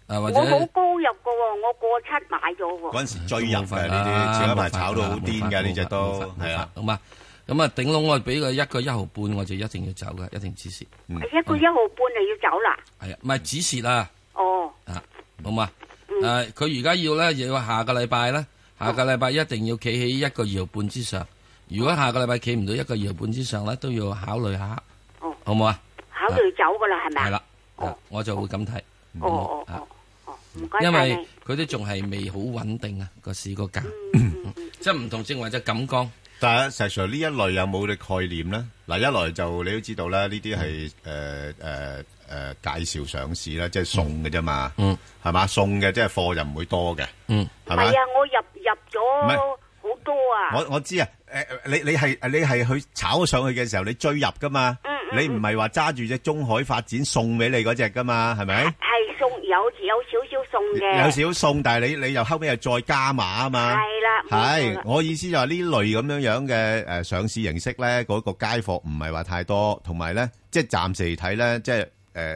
Speaker 2: 啊
Speaker 3: 我
Speaker 2: 或者
Speaker 3: 好高入噶喎、我過七買咗喎、
Speaker 1: 嗰阵时追入嘅呢
Speaker 2: 啊
Speaker 1: 啲，前一
Speaker 2: 冇法
Speaker 1: 排炒到好癲
Speaker 2: 冇
Speaker 1: 嘅
Speaker 2: 法
Speaker 1: 呢只
Speaker 2: 冇
Speaker 1: 都
Speaker 2: 法冇法
Speaker 1: 係啊，
Speaker 2: 好嘛？咁啊，頂籠我俾佢一個一毫半，我就一定要走嘅，一定指示。
Speaker 1: 嗯
Speaker 3: 一個一毫半就要走啦。
Speaker 2: 係啊，唔係指示啊。
Speaker 3: 哦，
Speaker 2: 啊，好嘛？
Speaker 3: 嗯
Speaker 2: 誒，佢而家要咧，又要下個禮拜咧，下個禮拜一定要企喺一個二毫半之上。如果下個禮拜企唔到一個二毫半之上咧，都要考慮下，好唔好啊？
Speaker 3: 考慮走噶啦，哦係咪
Speaker 2: 係
Speaker 3: 啊？
Speaker 2: 啦，啊我就會咁睇，啊
Speaker 3: 哦哦哦哦，唔該
Speaker 2: 因
Speaker 3: 晒
Speaker 2: 為
Speaker 3: 你。
Speaker 2: 佢都仲係未好穩定啊個市個價，
Speaker 3: 嗯
Speaker 2: 即係唔同正話就錦江。
Speaker 1: 但係石 Sir 呢一類有冇嘅概念咧？嗱，一來就你都知道啦，呢啲係誒誒誒介紹上市啦，即係送嘅啫嘛，
Speaker 2: 嗯，
Speaker 1: 係嘛，送嘅即係貨就唔會多嘅，
Speaker 2: 嗯，
Speaker 1: 係
Speaker 3: 係
Speaker 1: 咪？
Speaker 3: 啊，我入入
Speaker 1: 唔
Speaker 3: 咗
Speaker 1: 係
Speaker 3: 好多啊。
Speaker 1: 我我知啊，誒誒你你係你係去炒上去嘅時候，你追入噶嘛？
Speaker 3: 嗯
Speaker 1: 你唔係話揸住只中海發展送俾你嗰只噶嘛？係咪？
Speaker 3: 係送有有少少送嘅，
Speaker 1: 有少送，但係你你又後尾又再加碼啊嘛？
Speaker 3: 係啦冇錯啦
Speaker 1: 係我意思就係呢類咁樣樣嘅誒上市形式咧，嗰個街貨唔係話太多，同埋咧即係暫時嚟睇咧，即係誒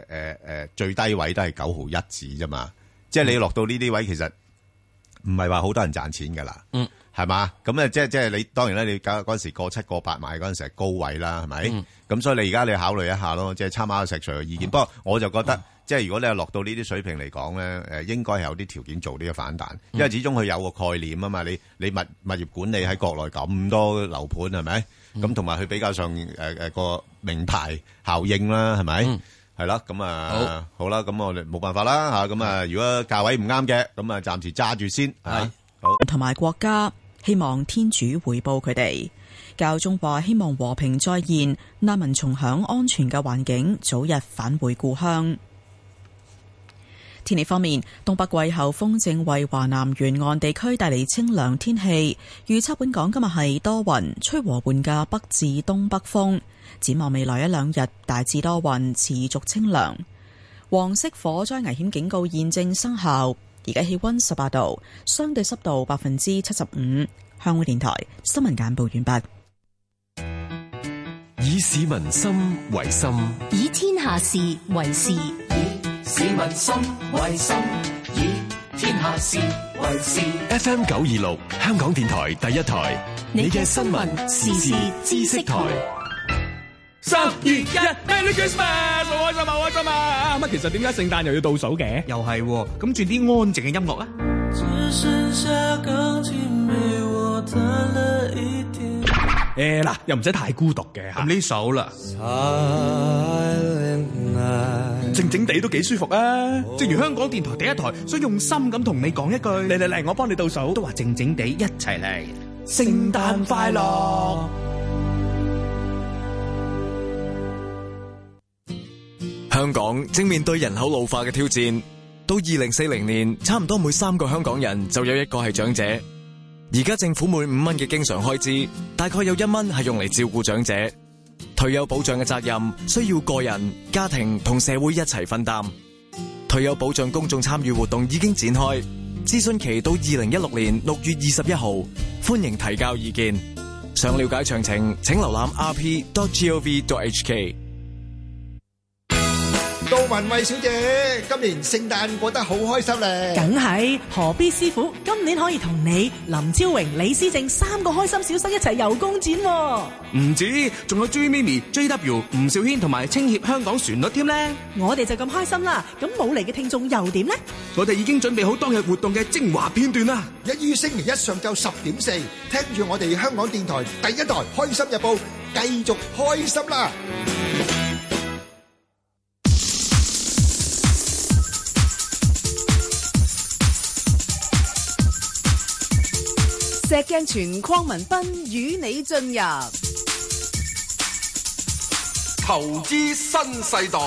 Speaker 1: 誒誒最低位都係九毫一子啫嘛，即係你落到呢啲位其實唔係話好多人賺錢㗎啦。
Speaker 2: 嗯。
Speaker 1: 係嘛？咁啊，即係即係你當然啦，你搞嗰陣時過七過八買嗰陣時係高位啦，係咪？咁、所以你而家你考慮一下咯，即係參考下石 Sir 嘅意見。不過我就覺得，即即係如果你係落到呢啲水平嚟講咧，誒應該係有啲條件做呢個反彈，因為始終佢有個概念啊嘛。你你物物業管理喺國內咁多樓盤係咪？咁同埋佢比較上誒誒個名牌效應啦，係咪？係啦，咁啊，好啦，咁我哋冇辦法啦嚇，咁啊，如果價位唔啱嘅，咁啊暫時揸住先啊嚇。好。
Speaker 7: 同埋國家，希望天主回報佢哋。教宗話希望和平再現，難民重享安全嘅環境，早日返回故鄉。天氣方面，東北季候風正為華南沿岸地區帶嚟清涼天氣。預測本港今日係多雲，吹和緩嘅北至東北風。展望未來一兩日，大致多雲，持續清涼。黃色火災危險警告現正生效。而家氣温十八度，相對濕度百分之七十五。香港電台新聞簡報完畢。
Speaker 8: 以市民心為心，
Speaker 13: 以天下事為事，
Speaker 4: 市民心為心，以天下事為事。
Speaker 8: FM 九二六香港電台第一台，你嘅新聞時事知識台。
Speaker 23: 三二一，Merry Christmas！好開心啊，好開心啊！乜其實點解聖誕又要倒數嘅？又係喎，咁轉啲安靜嘅音樂啊！
Speaker 4: 只剩下鋼琴陪我彈了一天。
Speaker 23: 誒嗱，又唔使太孤獨嘅咁呢首啦，靜靜地都幾舒服啊！正如香港電台第一台，想用心咁同你講一句，嚟嚟嚟，我幫你倒數，都話靜靜地一齊嚟，聖誕快樂！
Speaker 24: 香港正面對人口老化嘅挑戰，到二零四零年，差唔多每三個香港人就有一個係長者。而家政府每五蚊嘅經常開支，大概有一蚊係用嚟照顧長者。退休保障嘅責任需要個人、家庭同社會一齊分擔。退休保障公眾參與活動已經展開，諮詢期到二零一六年六月二十一號，歡迎提交意見。想了解詳情，請瀏覽 rp.gov.hk。
Speaker 25: 杜文慧小姐，今年聖誕過得好開心咧，
Speaker 26: 梗係何必師傅今年可以同你林超榮、李思正三個開心小生一齊遊公展喎、
Speaker 23: 唔止，仲有 J Mimi、JW、吳兆軒同埋青協香港旋律添呢。
Speaker 26: 我哋就咁開心啦，咁冇嚟嘅聽眾又點呢？
Speaker 23: 我哋已經準備好當日活動嘅精華片段啦。
Speaker 25: 一於星期一上晝十點四，聽住我哋香港電台第一台《開心日報》，繼續開心啦！
Speaker 15: 石鏡泉鄺民彬與你進入
Speaker 16: 投資新世代，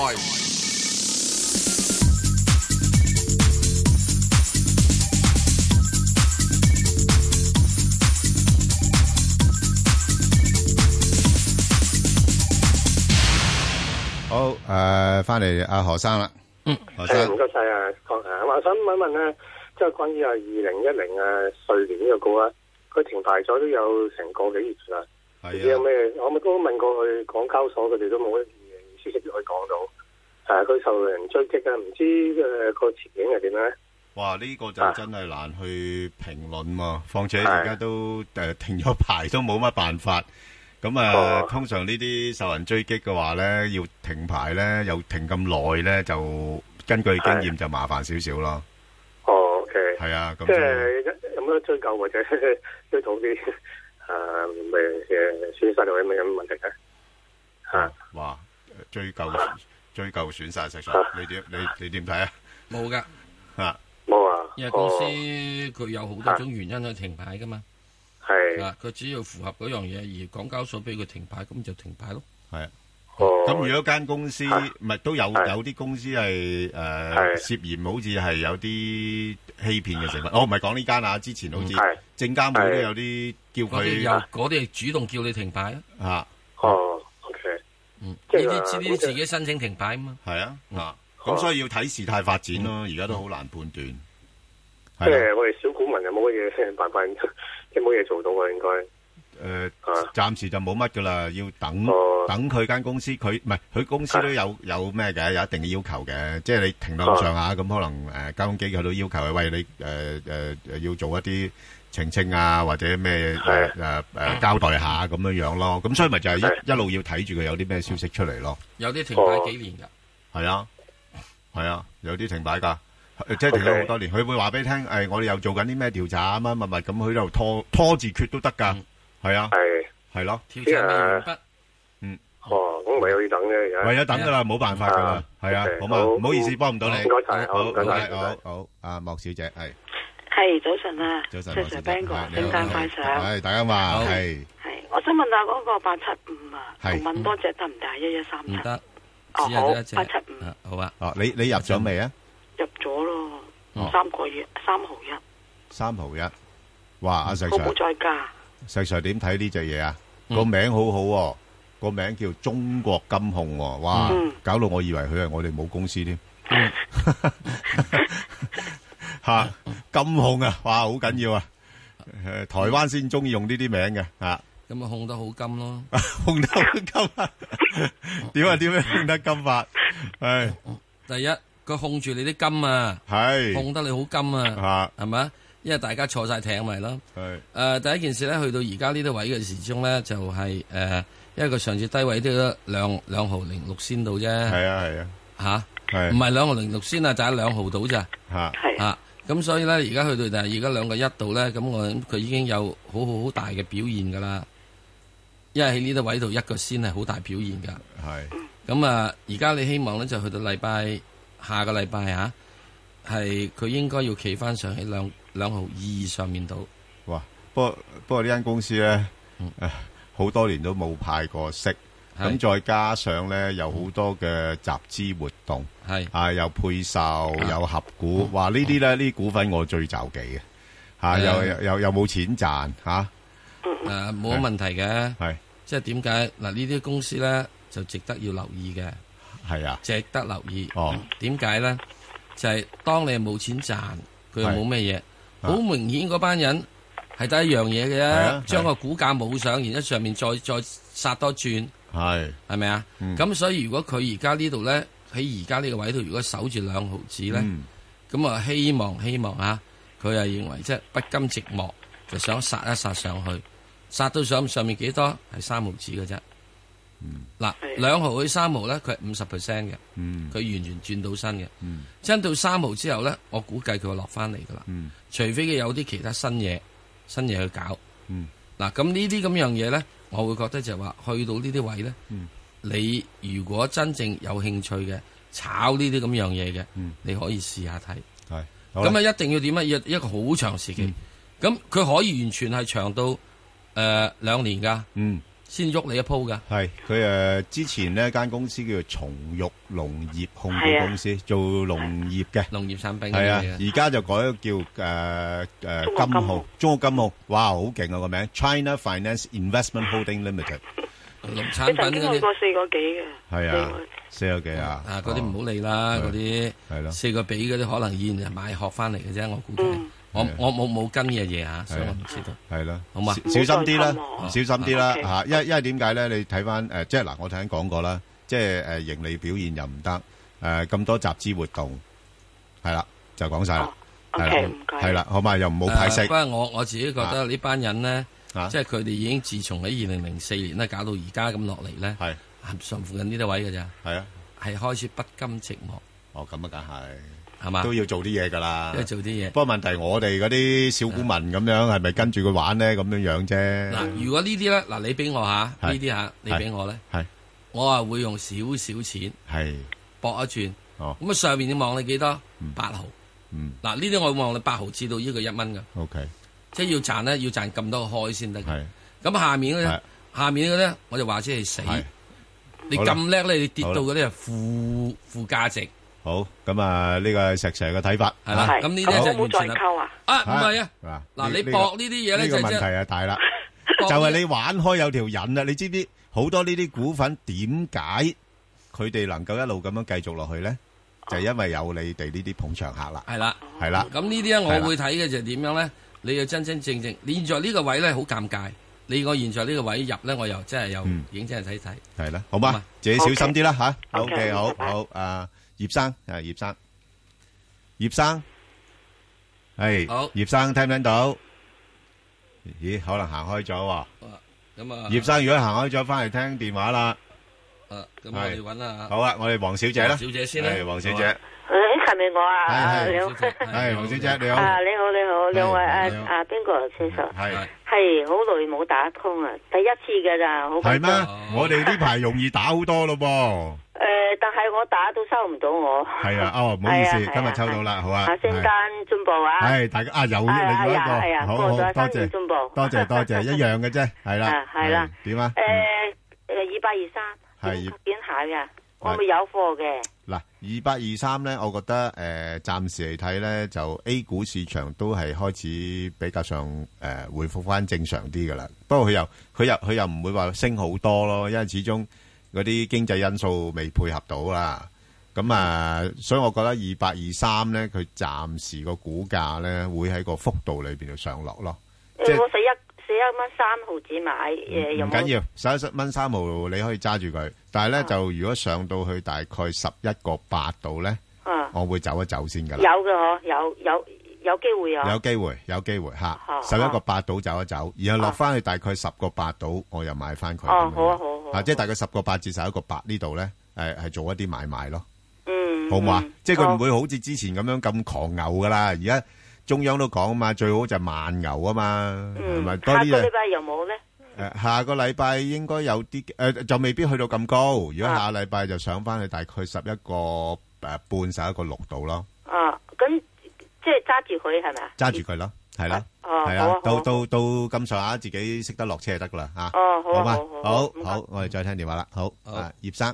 Speaker 1: 好，誒，翻嚟阿何生啦，嗯，何
Speaker 27: 誒
Speaker 1: 生
Speaker 27: 唔該晒啊，郭啊，我想問一問咧，即係關於啊二零一零啊瑞年呢個股啊，佢停牌咗都有成個幾月啦。
Speaker 1: 係啊
Speaker 27: 你有咩？我咪都問過去港交所，佢哋都冇乜消息可以講到。誒、佢受人追擊啊，唔知誒個、前景係點咧？
Speaker 1: 哇！呢個就真係難去評論喎，況且而家都誒停咗牌，都冇乜辦法。咁啊，通常呢啲受人追擊嘅話咧，要停牌咧，又停咁耐咧，就根據經驗就麻煩少少咯。
Speaker 27: 哦，OK，
Speaker 1: 係啊，咁
Speaker 27: 即係有冇得追究或者追討啲誒咪嘅損失或者咩咁問題咧？
Speaker 1: 啊，哇！追究追究損晒食水，你點你你點睇啊？
Speaker 2: 冇噶，
Speaker 1: 啊，
Speaker 27: 冇啊，
Speaker 2: 因為公司佢有好多種原因去停牌噶嘛。
Speaker 27: 係
Speaker 2: 嗱，佢只要符合嗰樣嘢，而港交所俾佢停牌，咁就停牌咯。
Speaker 1: 係啊。
Speaker 27: 哦
Speaker 1: 咁如果間公司
Speaker 27: 啊
Speaker 1: 唔係都有有啲公司係誒涉嫌好似係有啲欺騙嘅成分，我唔係講呢間啊，之前好
Speaker 27: 嗯
Speaker 1: 似證監會都有啲叫
Speaker 2: 嗰啲
Speaker 1: 佢
Speaker 2: 又嗰啲係主動叫你停牌啊。
Speaker 1: 啊，
Speaker 27: 哦，OK，呃
Speaker 1: 嗯，
Speaker 2: 呢啲呢啲自己申請停牌啊嘛。
Speaker 1: 係啊，啊，
Speaker 27: 哦
Speaker 1: 咁所以要睇事態發展咯，而家都好難判斷。啊
Speaker 27: 即係我哋小股民又冇乜嘢 辦法，即係冇嘢做到啊，應該。
Speaker 1: 誒，暫呃時就冇乜噶啦，要等等佢間公司，佢唔係佢公司都有有咩嘅，有一定嘅要求嘅，即係你停到咁上下，咁可能誒交通機構都要求佢，喂你誒誒誒要做一啲澄清啊，或者咩誒誒誒交代下咁樣樣咯，咁所以咪就係一一路要睇住佢有啲咩消息出嚟咯，
Speaker 2: 有啲停牌幾年噶，
Speaker 1: 係啊，係啊，有啲停擺㗎，即係停咗好多年。佢會話俾你聽，诶，我哋又做緊啲咩調查啊，乜乜乜咁，佢喺度拖拖字決都得㗎，係啊，
Speaker 27: 係
Speaker 1: 係咯，
Speaker 27: 即係
Speaker 1: 嗯，
Speaker 27: 哦，咁唯有要等啫，而家
Speaker 1: 唯有等㗎啦，冇辦法㗎啦，係啊，好嘛，唔好意思，幫唔到你。
Speaker 27: 唔該晒好
Speaker 1: 好，
Speaker 27: 唔該晒
Speaker 1: 好好好，阿莫小姐係
Speaker 6: 系早晨啊，
Speaker 1: 早晨，
Speaker 6: 石
Speaker 1: 莫小
Speaker 6: Sir
Speaker 1: 姐
Speaker 6: Ben 哥，
Speaker 1: 係你
Speaker 6: 圣
Speaker 1: 好
Speaker 6: 诞快上。
Speaker 1: 係大家話係
Speaker 6: 我想问下嗰个八七五啊，
Speaker 1: 係
Speaker 6: 同问多只得唔得？一一三七
Speaker 1: 唔得，
Speaker 6: 哦
Speaker 1: 只
Speaker 6: 好
Speaker 1: 有得一，隻
Speaker 6: 八七五
Speaker 2: 好啊。
Speaker 1: 哦，你你入咗未啊？
Speaker 6: 入咗咯
Speaker 1: 哦，
Speaker 6: 三个月三毫一，
Speaker 1: 三毫一，哇！阿石
Speaker 6: 我
Speaker 1: Sir
Speaker 6: 冇。再加。
Speaker 1: 石 Sir 點睇呢只嘢啊？個名好好喎，個名叫中國金控喎，哇！搞到我以為佢係我哋母公司添。 吓金控啊，哇，好緊要啊！誒台灣先中意用呢啲名嘅啊，
Speaker 2: 咁咪控得好金咯， 哦
Speaker 1: 控得好金啊！點啊點樣控得金法？唉，
Speaker 2: 第一佢控住你啲金啊，
Speaker 1: 係
Speaker 2: 控得你好金啊，係咪？因為大家坐晒艇咪咯。
Speaker 1: 係
Speaker 2: 誒第一件事咧，去到而家呢啲位嘅時鐘咧，就係誒，因為佢上次低位都得兩兩毫零六仙度啫。係
Speaker 1: 啊係啊，
Speaker 2: 嚇
Speaker 1: 係
Speaker 2: 唔係兩毫零六仙啊？就係兩毫度咋。
Speaker 1: 嚇
Speaker 2: 嚇咁所以咧，而家去到但係而家兩個一度咧，咁我諗佢已經有好好好大嘅表現㗎啦。因為喺呢啲位度一個先係好大表現㗎。
Speaker 1: 係
Speaker 2: 咁啊，而家你希望咧就去到禮拜下個禮拜嚇，係佢應該要企翻上去兩兩毫二上面度。
Speaker 1: 哇！不過不過呢間公司咧， 唉好多年都冇派過息，咁
Speaker 2: 嗯係
Speaker 1: 再加上咧有好多嘅集資活動，
Speaker 2: 係啊嗯
Speaker 1: 啊有配售有合股，哇！呢啲咧呢啲股份我最就忌嘅，嚇
Speaker 2: 誒
Speaker 1: 又又又又冇錢賺啊嚇，
Speaker 2: 誒啊冇乜問題嘅，
Speaker 1: 係
Speaker 2: 即係點解嗱呢啲公司咧就值得要留意嘅，
Speaker 1: 係啊，
Speaker 2: 值得留意。
Speaker 1: 哦，
Speaker 2: 點解咧？就係、當你冇錢賺，佢又
Speaker 1: 係
Speaker 2: 冇咩嘢，好明顯嗰班人係得一樣嘢嘅
Speaker 1: 啊
Speaker 2: 啫，將個股價冇上，然之後上面再再殺多轉，
Speaker 1: 係
Speaker 2: 係咪啊？
Speaker 1: 嗯
Speaker 2: 咁所以如果佢而家呢度咧，喺而家呢個位度，如果守住兩毫子咧，
Speaker 1: 嗯
Speaker 2: 咁啊、希望希望啊，佢係認為即係不甘寂寞，就想殺一殺上去，殺到上上面幾多係三毫子嘅啫。嗱、兩毫去三毫咧，佢係五十 percent 嘅，
Speaker 1: 嗯
Speaker 2: 佢完全轉到身嘅。
Speaker 1: 嗯
Speaker 2: 真到三毫之後咧，我估計佢會落翻嚟噶啦。
Speaker 1: 嗯
Speaker 2: 除非佢有啲其他新嘢、新嘢去搞。
Speaker 1: 嗯
Speaker 2: 嗱，咁呢啲咁樣嘢咧，我會覺得就係話去到呢啲位咧，
Speaker 1: 嗯
Speaker 2: 你如果真正有興趣嘅炒呢啲咁樣嘢嘅，你可以試下睇。
Speaker 1: 嗯係好啦嗯
Speaker 2: 咁啊，一定要點啊？要一個好長時期。咁佢、可以完全係長到誒兩、年㗎，
Speaker 1: 嗯。
Speaker 2: 先喐你一鋪㗎。
Speaker 1: 係佢誒之前呢間公司叫做松玉農業控股
Speaker 2: 係啊
Speaker 1: 公司，做農業嘅
Speaker 2: 農業產品嗰啲
Speaker 1: 係啊，
Speaker 2: 嚟嘅
Speaker 1: 而家就改咗叫誒
Speaker 2: 中
Speaker 1: 誒
Speaker 2: 國
Speaker 1: 金
Speaker 2: 金
Speaker 1: 控
Speaker 2: 控，
Speaker 1: 中國金控，哇，好勁啊個名，China Finance Investment Holding Limited，
Speaker 2: 農產
Speaker 6: 佢曾
Speaker 2: 品
Speaker 6: 經
Speaker 2: 嗰
Speaker 6: 去
Speaker 2: 啲
Speaker 6: 過四個幾嘅，
Speaker 1: 係啊，四有幾啊，
Speaker 2: 啊，嗰啲唔好理啦，
Speaker 1: 哦
Speaker 2: 嗰啲四個比嗰啲可能以前係買學翻嚟嘅啫，我估計。我我冇冇跟嘅嘢嚇，所以我唔知道。
Speaker 1: 係啦，
Speaker 2: 好嘛
Speaker 1: 小小心啲啦
Speaker 2: 唔好，
Speaker 1: 小
Speaker 2: 再
Speaker 1: 心
Speaker 2: 氹我
Speaker 1: 啲啦
Speaker 2: 哦
Speaker 1: 嚇，因為因為點解咧？你睇翻誒，即係嗱，我頭先講過啦，即係誒盈利表現又唔得，誒咁多集資活動，係啦，就講晒啦，係啦，係啦，好嘛，又唔好派息
Speaker 2: 啊誒不。過我我自己覺得呢班人咧，
Speaker 1: 啊
Speaker 2: 即係佢哋已經自從喺二零零四年咧搞到而家咁落嚟咧，
Speaker 1: 係
Speaker 2: 上附近呢啲位嘅咋。
Speaker 1: 係啊，
Speaker 2: 係開始不甘寂寞。
Speaker 1: 哦，咁啊，梗係
Speaker 2: 係嘛，
Speaker 1: 都要做啲嘢噶啦，
Speaker 2: 都要做啲嘢
Speaker 1: 不過問題我哋嗰啲小股民咁樣係咪跟住佢玩咧？咁樣樣啫。
Speaker 2: 嗱，如果呢啲咧，嗱你俾我吓，呢
Speaker 1: 係
Speaker 2: 啲吓你俾我咧，
Speaker 1: 係
Speaker 2: 我啊會用少少錢
Speaker 1: 係
Speaker 2: 搏一轉。
Speaker 1: 哦
Speaker 2: 咁啊上面你望你幾多？八毫。
Speaker 1: 嗯。
Speaker 2: 嗱呢啲我會望你八毫至到呢個一蚊㗎。
Speaker 1: ，OK，
Speaker 2: 即係要賺咧，要賺咁多個開先得嘅。
Speaker 1: 係
Speaker 2: 咁下面嗰
Speaker 1: 係
Speaker 2: 啲，下面嗰啲咧，我就話即係死。你
Speaker 1: 好啦
Speaker 2: 咁叻咧，你跌
Speaker 1: 好
Speaker 2: 到
Speaker 1: 啦
Speaker 2: 嗰啲係負負價值，
Speaker 1: 好咁啊，呢個係石 Sir 嘅睇法
Speaker 2: 係啦。
Speaker 1: 嚇
Speaker 2: 咁呢啲就完全係啊，唔係啊。
Speaker 1: 嗱，
Speaker 2: 嗱
Speaker 1: 呢
Speaker 2: 你
Speaker 1: 呢個
Speaker 2: 搏呢啲嘢咧
Speaker 1: 呢個
Speaker 2: 就
Speaker 1: 問
Speaker 2: 即係
Speaker 1: 題啊大啦，
Speaker 2: 搏
Speaker 1: 就
Speaker 2: 呢
Speaker 1: 係你玩開有條癮啊！你知唔知好多呢啲股份點解佢哋能夠一路咁樣繼續落去咧？就係因為有你哋呢啲捧場客啦，
Speaker 2: 係啦，
Speaker 1: 係啦。
Speaker 2: 咁呢啲咧，
Speaker 1: 係啦
Speaker 2: 我會睇嘅就係點樣咧？你要真真正正，你現在呢個位咧好尷尬。你我現在呢個位入咧，我又真係又
Speaker 1: 嗯
Speaker 2: 認真係睇睇。
Speaker 1: 係啦，好嘛，自己小心啲啦吓。OK，好好，啊，葉生，啊，葉生，葉生，係，
Speaker 2: 好
Speaker 1: 葉生聽唔聽到？咦，可能行開咗喎。
Speaker 2: 咁啊，
Speaker 1: 葉生如果行開咗，翻嚟聽電話啦。
Speaker 2: 啊，咁我哋揾下
Speaker 1: 好啊，我哋黃小姐啦，
Speaker 2: 黃小姐先啦
Speaker 1: 係黃小
Speaker 2: 好
Speaker 1: 姐
Speaker 2: 啊，
Speaker 9: 誒
Speaker 20: 係咪我啊？
Speaker 1: 係
Speaker 20: 啊
Speaker 1: 係
Speaker 20: 兩
Speaker 1: 係黃小姐你好，
Speaker 20: 啊，你好你好，兩位啊
Speaker 1: 你好
Speaker 20: 啊邊個先生？
Speaker 1: 係
Speaker 20: 係好耐冇打通啊，第一次㗎咋，好啊
Speaker 1: 係咩？我哋呢排容易打好多咯噃。
Speaker 20: 誒，呃但係我打都收唔到我。
Speaker 1: 係 啊，哦，唔好意思，
Speaker 20: 係啊
Speaker 1: 今日抽到啦，好啊，
Speaker 20: 啊，聖誕進步啊！
Speaker 1: 係，大家啊，有另
Speaker 20: 係啊
Speaker 1: 外一
Speaker 20: 係啊係啊
Speaker 1: 個，好
Speaker 20: 過
Speaker 1: 好
Speaker 20: 咗
Speaker 1: 多
Speaker 20: 新年
Speaker 1: 謝，
Speaker 20: 進步
Speaker 1: 多謝多 謝，一樣嘅啫，係啦
Speaker 20: 啊，係啦
Speaker 1: 係點啊？
Speaker 20: 誒誒，呃二八二三
Speaker 1: 係
Speaker 20: 點下嘅，我咪有貨嘅。
Speaker 1: 嗱，二八二三咧，我覺得誒、呃、暫時嚟睇咧，就 A 股市場都係開始比較上誒、呃、回復翻正常啲噶啦。不過佢又佢又佢又唔會話升好多咯，因為始終嗰啲經濟因素未配合到啦。咁啊，所以我覺得二八二三咧，佢暫時個股價咧會喺個幅度裏邊度上落咯。即
Speaker 20: 誒，
Speaker 1: 係
Speaker 20: 呃我十一十一蚊三毫子買，誒有
Speaker 1: 唔
Speaker 20: 冇啊
Speaker 1: 緊要，十一蚊三毫你可以揸住佢，但係咧就如果上到去大概十一個八度咧。
Speaker 20: 啊？
Speaker 1: 我會走一走先㗎
Speaker 20: 有
Speaker 1: 啦。
Speaker 20: 嘅嗬，有有有機會啊！
Speaker 1: 有機會，有機會嚇，
Speaker 20: 哦
Speaker 1: 十一個八度走一走，然後落翻去大概十個八度，我又買翻佢。
Speaker 20: 哦，好啊，好啊好
Speaker 1: 啊，
Speaker 20: 啊。
Speaker 1: 即係大概十個八至十一個八呢度咧，誒係做一啲買賣咯，
Speaker 20: 嗯，
Speaker 1: 好唔好啊
Speaker 20: 嗯？
Speaker 1: 即係佢唔會好似之前咁樣咁狂牛㗎啦。而家中央都講啊嘛，最好就慢牛啊嘛，係咪？多
Speaker 20: 嗯下個
Speaker 1: 啲
Speaker 20: 禮
Speaker 1: 嘢。
Speaker 20: 拜有冇咧？
Speaker 1: 誒，下個禮拜應該有啲誒，就未必去到咁高。如
Speaker 20: 啊
Speaker 1: 果下禮拜就上翻去大概十一個誒半十一個六度咯，
Speaker 20: 啊，咁即係揸住佢係咪啊？
Speaker 1: 揸住佢咯，係啦。
Speaker 20: 哦，
Speaker 1: 係
Speaker 20: 好
Speaker 1: 啊
Speaker 20: 啊，，
Speaker 1: 到
Speaker 20: 好啊
Speaker 1: 到到咁上下，自己識得落車就得噶啦吓。
Speaker 20: 哦好啊
Speaker 1: 嘛
Speaker 20: 好，好
Speaker 1: 好
Speaker 20: 好唔該
Speaker 1: 好，我哋再聽電話啦。好，啊，葉生，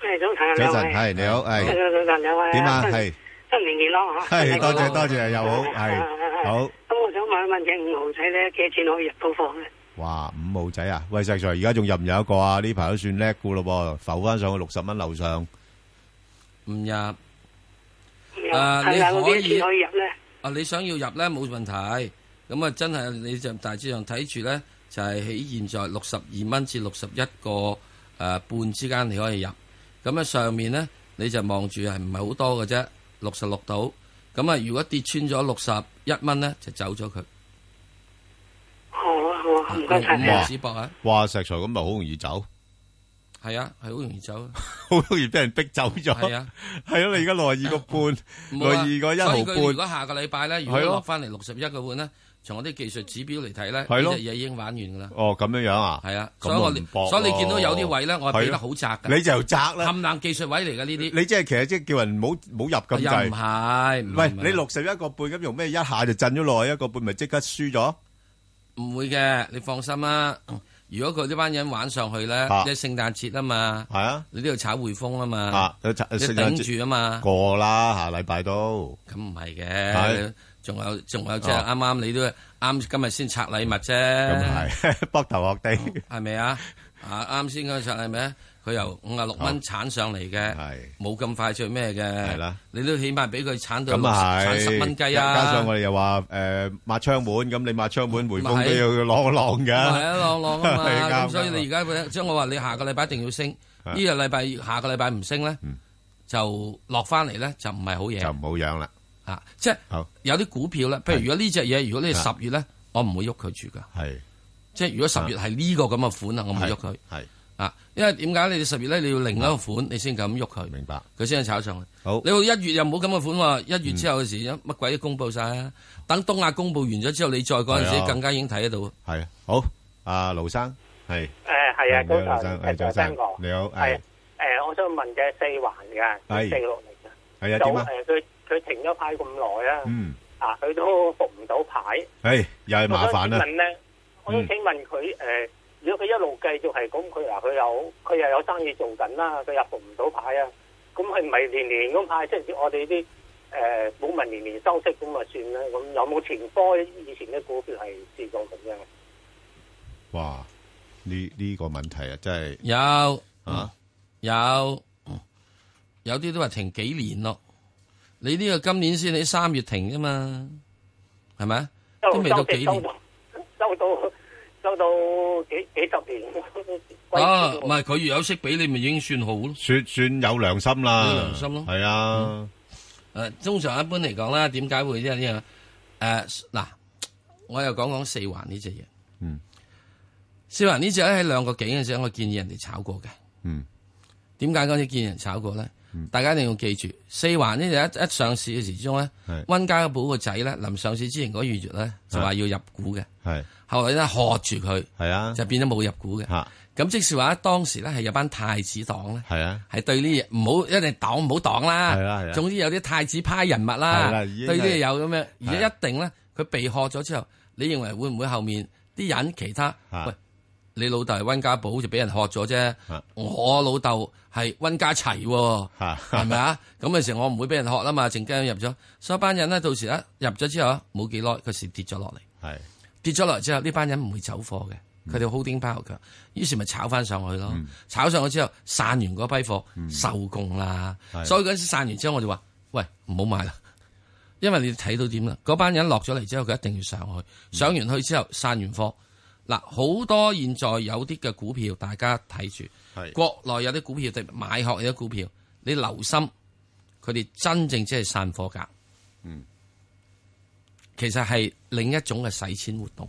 Speaker 9: 系早晨啊，
Speaker 1: 早
Speaker 9: 兩
Speaker 1: 晨，
Speaker 9: 位
Speaker 1: 係你好，
Speaker 9: 早
Speaker 1: 係
Speaker 9: 晨早晨兩位
Speaker 1: 點啊？
Speaker 9: 新
Speaker 1: 係
Speaker 9: 新年健康吓，
Speaker 1: 係，多謝多謝，又好，係好。
Speaker 9: 咁我想問一問只五號仔咧，幾錢可以入到貨咧？
Speaker 1: 哇，五號仔啊，喂，石 Sir，而家仲入唔入一個啊？呢排都算叻噶咯噃，浮翻上去六十蚊樓上。
Speaker 2: 唔入。啊，
Speaker 9: 係啊
Speaker 2: 你
Speaker 9: 我
Speaker 2: 可
Speaker 9: 幾
Speaker 2: 以
Speaker 9: 時可以入咧？
Speaker 2: 啊，你想要入咧冇問題。咁啊，真係你就大致上睇住咧，就係喺現在六十二蚊至六十一個誒半之間你可以入。咁啊，上面咧你就望住係唔係好多嘅啫，六十六度。咁啊，如果跌穿咗六十一蚊咧，就走咗佢。
Speaker 9: 好啊好啊，唔該晒你
Speaker 1: 哇
Speaker 9: 啊。
Speaker 2: 止博啊！
Speaker 1: 哇，石 Sir 咁咪好容易走，
Speaker 2: 係啊，係好容易走。
Speaker 1: 好容易俾人逼走咗。
Speaker 2: 係啊，
Speaker 1: 係咯，你而家六廿二個半，
Speaker 2: 冇
Speaker 1: 六
Speaker 2: 啊
Speaker 1: 廿二個一
Speaker 2: 所以
Speaker 1: 毫
Speaker 2: 佢如果
Speaker 1: 半，
Speaker 2: 下個禮拜咧，如
Speaker 1: 係
Speaker 2: 果
Speaker 1: 咯
Speaker 2: 落翻嚟六十一個半咧，從我啲技術指標嚟睇咧，
Speaker 1: 係咯
Speaker 2: 呢隻嘢已經玩完噶啦。
Speaker 1: 哦，咁樣樣啊？
Speaker 2: 係啊，
Speaker 1: 咁
Speaker 2: 所以我
Speaker 1: 啊唔搏
Speaker 2: 所以你見到有啲
Speaker 1: 咯
Speaker 2: 位咧，我係
Speaker 1: 係
Speaker 2: 俾得
Speaker 1: 咯
Speaker 2: 好窄㗎。
Speaker 1: 你就窄啦。
Speaker 2: 冚冷技術位嚟嘅呢啲。
Speaker 1: 你即係其實即係叫人唔好唔好入咁
Speaker 2: 又
Speaker 1: 滯。
Speaker 2: 唔係唔係
Speaker 1: 喂，
Speaker 2: 唔係
Speaker 1: 你六十一個半咁用咩？一下就震咗落去一個半，咪即刻輸咗？
Speaker 2: 唔會嘅，你放心啦。如果佢呢班人玩上去咧
Speaker 1: 啊，
Speaker 2: 即係聖誕節啊嘛，
Speaker 1: 係啊，
Speaker 2: 你都要炒匯豐啊嘛
Speaker 1: 啊，，有拆
Speaker 2: 你
Speaker 1: 聖誕節
Speaker 2: 頂住啊嘛，
Speaker 1: 過啦，下禮拜都。
Speaker 2: 咁唔係
Speaker 1: 係
Speaker 2: 嘅，仲有仲有即係
Speaker 1: 哦
Speaker 2: 啱啱你都啱今日先拆禮物啫，
Speaker 1: 咁係 膊頭落地。
Speaker 2: 係咪啊？啊啱先嗰個拆禮物，佢由五啊六蚊鏟上嚟嘅，冇咁快最咩嘅，係啦，你都起碼俾佢鏟到
Speaker 1: 咁啊
Speaker 2: 六
Speaker 1: 係，
Speaker 2: 十十蚊雞啊，
Speaker 1: 加加上我哋又話誒抹窗門，咁你抹窗門回風都要浪一浪㗎。
Speaker 2: 係啊，浪浪啊
Speaker 1: 係啱啊
Speaker 2: 嘛，咁
Speaker 1: 㗎
Speaker 2: 所以你而家即係我話你下個禮拜一定要升，
Speaker 1: 係
Speaker 2: 呢個禮拜下個禮拜唔升咧，就落翻嚟咧就唔係好嘢，就
Speaker 1: 嗯唔好養啦。
Speaker 2: 啊，即係
Speaker 1: 好
Speaker 2: 有啲股票咧，譬如如果呢只嘢，如果你係
Speaker 1: 啊
Speaker 2: 十月咧，我唔會喐佢住噶。
Speaker 1: 係，
Speaker 2: 即係如果十月係呢個咁嘅款啊，我唔會喐佢。
Speaker 1: 係
Speaker 2: 啊，因為點解你哋十月咧你要另一個款，你先敢喐佢。
Speaker 1: 明白。
Speaker 2: 佢先炒上去。
Speaker 1: 好，嗯
Speaker 2: 你話一月又冇咁嘅款喎，一月之後嘅時乜鬼都公佈晒啊！等東亞公佈完咗之後，你再嗰陣
Speaker 1: 係啊
Speaker 2: 時更加已經睇得到。
Speaker 1: 係啊，好，阿盧生係。
Speaker 10: 誒係啊，
Speaker 1: 你好
Speaker 10: 早晨，
Speaker 1: 盧生係
Speaker 10: 早
Speaker 1: 早晨
Speaker 10: 晨哥，
Speaker 1: 你好
Speaker 10: 係
Speaker 1: 係
Speaker 10: 誒，我想問嘅四環
Speaker 1: 係
Speaker 10: 嘅四六零啊，
Speaker 1: 係啊
Speaker 10: 早
Speaker 1: 點啊
Speaker 10: 誒佢佢停咗牌咁耐啊，
Speaker 1: 嗯，
Speaker 10: 啊佢都復唔到牌，
Speaker 1: 誒又係麻煩啊
Speaker 10: 我想請
Speaker 1: 嗯啦
Speaker 10: 問。咧，我想請問佢誒，如果佢一路繼續係咁，佢嗱佢有佢又有生意做緊啦，佢又復唔到牌啊，咁佢唔係年年咁派，即係我哋啲誒股民年年收息咁啊算啦，咁有冇前科以前啲股票係試過咁樣？
Speaker 1: 哇！呢呢個問題啊，真係
Speaker 2: 有
Speaker 1: 啊，
Speaker 2: 有有啲都話停幾年咯。你呢個今年先，你三月停啫嘛，係咪啊？都未到幾年。
Speaker 10: 收到收到幾幾十年。
Speaker 2: 啊，唔係佢如有息俾你，咪已經算好咯。
Speaker 1: 算算有良心啦，
Speaker 2: 有良心咯嗯
Speaker 1: 係啊，
Speaker 2: 誒，通常一般嚟講啦，點解會即係呢樣？誒，嗱，我又講講四環呢只嘢。
Speaker 1: 嗯。
Speaker 2: 四環呢只咧喺兩個幾嘅時候，我建議人哋炒過嘅。
Speaker 1: 嗯。
Speaker 2: 點解嗰陣時見人炒過咧？大家一定要記住，四環呢就一一上市嘅時鐘咧，温家寶個仔咧臨上市之前嗰月咧就話要入股嘅，
Speaker 1: 啊係
Speaker 2: 後來咧喝住佢，
Speaker 1: 係啊，
Speaker 2: 就變咗冇入股嘅。咁即是話當時咧係有班太子黨咧，
Speaker 1: 係啊，
Speaker 2: 係對呢嘢唔好一定黨唔好黨啦，
Speaker 1: 係啊係啊
Speaker 2: 總之有啲太子派人物
Speaker 1: 係
Speaker 2: 啦，
Speaker 1: 啦已經係啊
Speaker 2: 對呢嘢有咁樣，而家一定咧佢被喝咗之後，你認為會唔會後面啲人其他喂？你老豆係温家寶就俾人喝咗啫，我老豆係温家齊喎，係咪啊？咁嘅時候我唔會俾人喝啦嘛，陣間入咗，所以班人咧到時一入咗之後啊冇幾耐個市跌咗落嚟，
Speaker 1: 係
Speaker 2: 跌咗落嚟之後呢班人唔會走貨嘅，佢哋 holding power 強，於是咪炒翻上去咯，
Speaker 1: 嗯
Speaker 2: 炒上去之後散完嗰批貨受供啦，
Speaker 1: 係
Speaker 2: 所以嗰陣時散完之後我就話：喂，唔好買啦。因為你睇到點啦，嗰班人落咗嚟之後，佢一定要上去，上完去之後散完貨。嗱，好多現在有啲嘅股票，大家睇住，國內有啲股票，特別買殼有啲股票，你留心，佢哋真正即係散貨價，
Speaker 1: 嗯，
Speaker 2: 其實係另一種嘅使錢活動，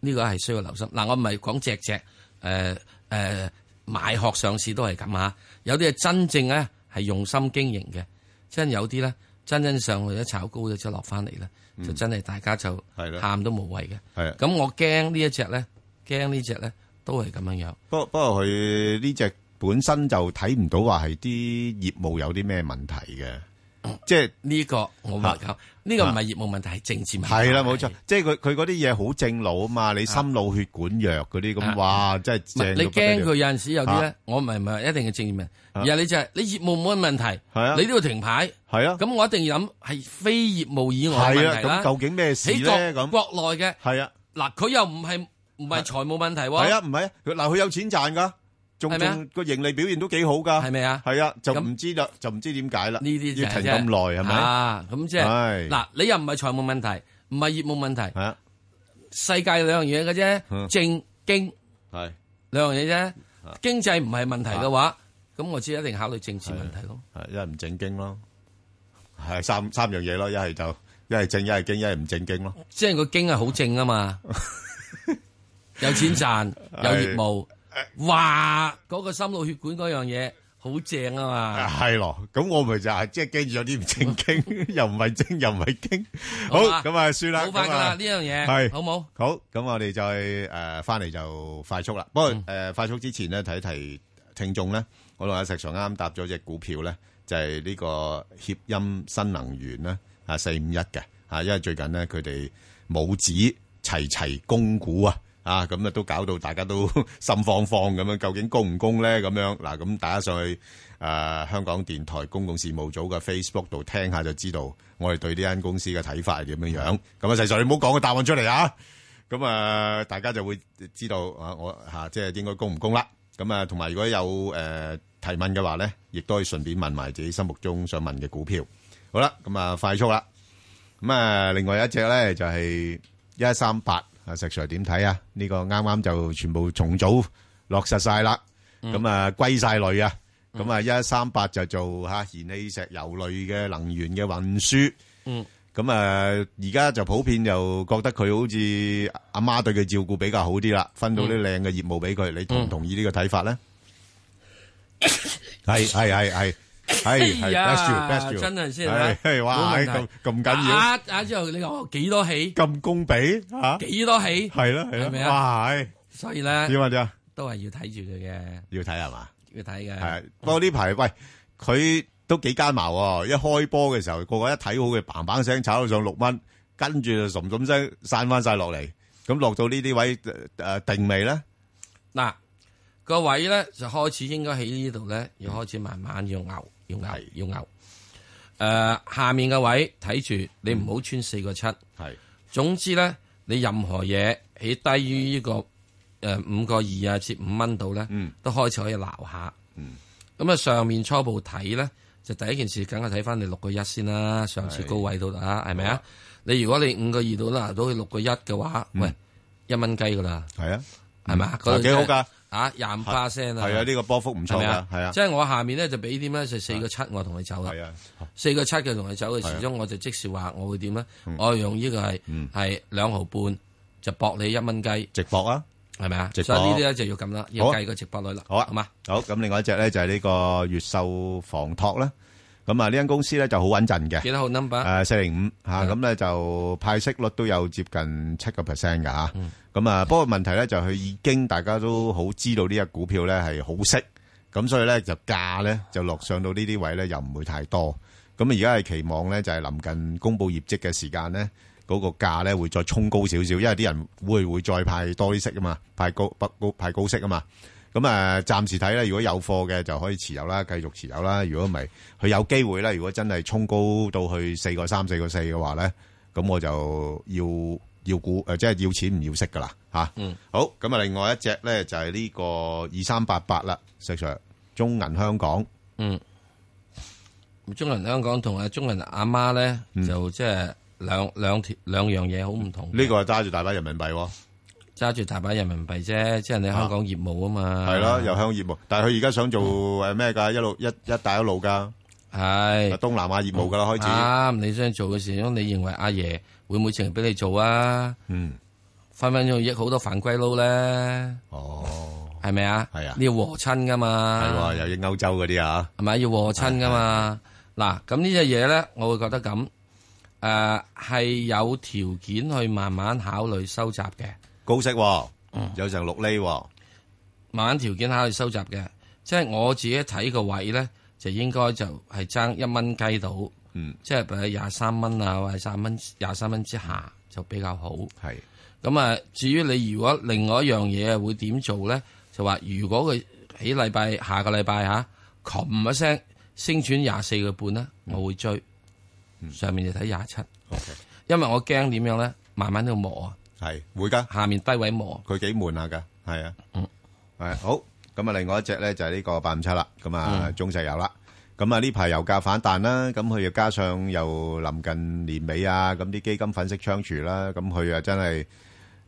Speaker 2: 呢個係需要留心。嗱，我唔係講隻隻，誒、誒、買殼上市都係咁嚇，有啲係真正咧係用心經營嘅，真有啲咧真真上去一炒高咗之後落翻嚟咧，
Speaker 1: 嗯
Speaker 2: 就真係大家就喊都冇謂嘅。
Speaker 1: 係啊。
Speaker 2: 咁我驚呢一隻咧，驚呢只咧都係咁樣樣。
Speaker 1: 不不過佢呢只本身就睇唔到話係啲業務有啲咩問題嘅，即係
Speaker 2: 嗯呢個我話咁，呢個唔係業務問題，係政治問題。
Speaker 1: 係啦，冇錯，即係佢佢嗰啲嘢好正路啊嘛，你心腦血管藥嗰啲咁，哇，真係
Speaker 2: 啊唔係
Speaker 1: 正
Speaker 2: 你
Speaker 1: 到不得了
Speaker 2: 驚佢有陣時有啲咧
Speaker 1: 啊，
Speaker 2: 我唔係唔係一定係正面，而係你就係你業務冇乜問題，
Speaker 1: 係啊
Speaker 2: 你都要停牌，
Speaker 1: 係啊，
Speaker 2: 咁我一定要諗係非業務以外嘅
Speaker 1: 係啊
Speaker 2: 問題啦。
Speaker 1: 咁究竟咩事咧
Speaker 2: 喺國
Speaker 1: 咁
Speaker 2: 國內嘅
Speaker 1: 係啊，
Speaker 2: 嗱，佢又唔係唔係財務問題喎，
Speaker 1: 係啊，唔係啊，佢嗱佢有錢賺噶，仲
Speaker 2: 係咪啊
Speaker 1: 仲個盈利表現都幾好噶，
Speaker 2: 係咪啊？
Speaker 1: 係啊，就唔知啦，就唔知點解啦，
Speaker 2: 呢啲就
Speaker 1: 要
Speaker 2: 係
Speaker 1: 停
Speaker 2: 啫
Speaker 1: 咁耐係咪？
Speaker 2: 啊，咁即
Speaker 1: 係
Speaker 2: 係嗱，你又唔係財務問題，唔係業務問題，
Speaker 1: 係啊，
Speaker 2: 世界兩樣嘢嘅啫，
Speaker 1: 嗯
Speaker 2: 正經
Speaker 1: 係啊
Speaker 2: 兩樣嘢啫，經濟唔係問題嘅話，咁我只一定考慮政治問題咯。
Speaker 1: 係一係唔正經咯，係三三樣嘢咯，一係就一係正，一係經，一係唔正經咯。
Speaker 2: 即係個經係好正 啊嘛，有錢賺，有業務，話嗰個心腦血管嗰樣嘢好正啊嘛。
Speaker 1: 係咯，咁我咪就係即係驚住有啲唔正 經，又唔係正又唔係經。好，
Speaker 2: 好嘛
Speaker 1: 咁啊算啦，
Speaker 2: 好快㗎啦
Speaker 1: 咁
Speaker 2: 呢樣嘢
Speaker 1: 係
Speaker 2: 好冇？
Speaker 1: 好，咁我哋再誒翻嚟就快速啦。不
Speaker 2: 嗯
Speaker 1: 過誒快速之前咧，提一提聽眾咧，我同阿石 Sir 啱啱搭咗只股票咧，就係呢個協鑫新能源咧，啊四五一嘅啊，因為最近咧佢哋母子齊齊供股啊。啊，咁啊都搞到大家都 心慌慌咁樣，究竟供唔供咧？咁樣嗱，咁大家上去誒、呃香港電台公共事務組嘅 Facebook 度聽下就知道，我哋對呢間公司嘅睇法係點樣樣。咁啊，細 Sir 你唔好講個答案出嚟啊！咁啊，大家就會知道啊，我嚇、即係應該供唔供啦。咁啊，同埋如果有誒、呃提問嘅話咧，亦都可以順便問埋自己心目中想問嘅股票。好啦，咁啊，快速啦。咁啊，另外一隻咧就係一三八啊，石 Sir 點睇啊？呢、個啱啱就全部重組落實晒啦，
Speaker 11: 嗯
Speaker 1: 咁啊歸晒類啊，咁啊一三八就做嚇燃氣石油類嘅能源嘅運輸。
Speaker 2: 嗯，
Speaker 1: 咁啊，而家就普遍又覺得佢好似阿媽對佢照顧比較好啲啦，分到啲靚嘅業務俾佢，你同唔同意呢個 睇法咧？係係係係係係
Speaker 2: 哎呀
Speaker 1: ，best you，best you，
Speaker 2: 真係先
Speaker 1: 係係哇，
Speaker 2: 冇問題
Speaker 1: 咁咁緊要。
Speaker 2: 打打之後你話幾多起？
Speaker 1: 咁公比吓？
Speaker 2: 幾多起？
Speaker 1: 係啦係啦
Speaker 2: 係咪
Speaker 1: 哇
Speaker 2: 啊
Speaker 1: 係？
Speaker 2: 所以咧，
Speaker 1: 點啊點啊？
Speaker 2: 都係要睇住佢嘅，
Speaker 1: 要睇係嘛？
Speaker 2: 要睇嘅。
Speaker 1: 係，不過呢排喂佢都幾奸茅喎！一開波嘅時候，個個一睇好佢，砰砰聲炒到上六蚊，跟住就冧冧聲散翻晒落嚟，咁落到呢啲位誒定未咧？
Speaker 2: 嗱，個位咧就開始應該喺呢度咧，要開始慢慢要牛，要牛，要牛。誒、下面嘅位睇住，你唔好穿四個七。
Speaker 1: 係，
Speaker 2: 總之咧，你任何嘢喺低於呢、個誒五個二啊至五蚊度咧，都開始可以鬧下。
Speaker 1: 嗯，
Speaker 2: 咁啊，上面初步睇咧，就第一件事梗係睇翻你六個一先啦，上次
Speaker 11: 係
Speaker 2: 高位度啦，係咪啊？你如果你五個二度啦，到去六個一嘅話，喂，一蚊雞噶啦。
Speaker 1: 嗯係啊，
Speaker 2: 係嘛？嗰度
Speaker 1: 幾好
Speaker 2: 真係
Speaker 1: 㗎，
Speaker 2: 啊，廿五 percent 啊，
Speaker 1: 係啊呢個波幅唔錯㗎
Speaker 2: 咪啊
Speaker 1: 係啊
Speaker 2: 即係我下面咧就俾點咧就四個七，我同你走啦。
Speaker 1: 係啊，
Speaker 2: 四個七嘅同你走嘅
Speaker 1: 係啊嗯
Speaker 2: 時鐘，我就即時話我會點咧？我用呢個係係兩毫半就博你一蚊雞，
Speaker 1: 直博啊，
Speaker 2: 係咪啊？
Speaker 1: 直
Speaker 2: 所以呢啲
Speaker 1: 播
Speaker 2: 咧就要咁啦，要
Speaker 1: 好啊
Speaker 2: 計個直播率啦。
Speaker 1: 好啊，好咁，另外一隻咧就係呢個越秀房託啦。咁啊，呢間公司咧就好穩陣嘅，
Speaker 2: 幾多號 number？
Speaker 1: 誒四零五嚇，咁咧就派息率都有接近七個 percent 㗎嚇。咁啊，不過問題咧就佢已經大家都好知道呢只股票咧係好息，咁所以咧就價咧就落上到呢啲位咧又唔會太多。咁而家係期望咧就係臨近公佈業績嘅時間咧，嗰個價咧會再衝高少少，因為啲人會會再派多啲息啊嘛，派高不高派高息啊嘛。咁啊，暫時睇咧，如果有貨嘅就可以持有啦，繼續持有啦。如果唔係，佢有機會咧，如果真係衝高到去四個三、四個四嘅話咧，咁我就要要股誒、呃即係要錢唔要息噶啦嚇。
Speaker 2: 嗯，
Speaker 1: 好咁啊，另外一隻咧就係、呢個二三八八啦，石 Sir，中銀香港。
Speaker 2: 嗯，中銀香港同啊中銀阿媽咧，就即係兩兩條兩樣嘢好唔同。
Speaker 1: 嗯呢個係揸住大把人民幣喎，
Speaker 2: 揸住大把人民幣啫，即係你香港業務啊嘛。
Speaker 1: 係咯，又香港業務，但係佢而家想做誒咩㗎？一路一一帶一路㗎，
Speaker 2: 係
Speaker 1: 東南亞業務㗎啦，開始。
Speaker 2: 啱，你想做嘅時候，你認為阿爺會唔會淨係俾你做啊？
Speaker 1: 嗯，
Speaker 2: 分分鐘益好多犯規佬咧。
Speaker 1: 哦，
Speaker 2: 係咪啊？
Speaker 1: 係啊
Speaker 2: 你要和親噶嘛。
Speaker 1: 係喎，又益歐洲嗰啲啊。
Speaker 2: 係咪要和親噶嘛？嗱，咁呢只嘢咧，我會覺得咁，誒、係有條件去慢慢考慮收集嘅，
Speaker 1: 高息、喎，有成六厘、喎，
Speaker 2: 慢慢條件考慮收集嘅，即係我自己睇個位咧，就應該就係爭一蚊雞到，
Speaker 1: 嗯，
Speaker 2: 即係譬如廿三蚊啊，或者三蚊、廿三蚊之下就比較好。
Speaker 1: 係，
Speaker 2: 咁啊，至於你如果另外一樣嘢會點做咧，就話如果佢喺禮拜下個禮拜嚇，冚一聲升轉廿四個半咧，
Speaker 1: 嗯
Speaker 2: 我會追。上面就睇廿七，因為我驚點樣咧，慢慢都磨啊。
Speaker 1: 係會噶，
Speaker 2: 下面低位磨。
Speaker 1: 佢幾悶下㗎，係啊，係好。咁啊，另外一隻咧就係呢個八五七啦，咁啊
Speaker 2: 嗯
Speaker 1: 中石油啦。咁啊呢排油價反彈啦，咁佢又加上又臨近年尾啊，咁啲基金粉飾窗廚啦，咁佢啊真係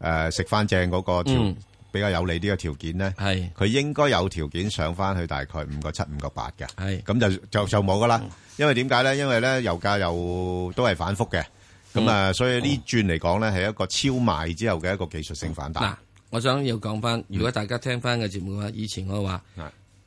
Speaker 1: 誒食翻正嗰個條
Speaker 2: 嗯
Speaker 1: 比較有利啲嘅條件咧，
Speaker 2: 係
Speaker 1: 佢應該有條件上翻去大概五個七、五個八嘅。
Speaker 2: 係
Speaker 1: 咁就就就冇噶啦。因為點解咧？因為咧油價又都係反覆嘅，咁啊，所以呢轉嚟講咧係一個超賣之後嘅一個技術性反彈。
Speaker 2: 嗱，我想要講
Speaker 1: 嗯
Speaker 2: 翻，如果大家聽翻嘅節目嘅話，以前我話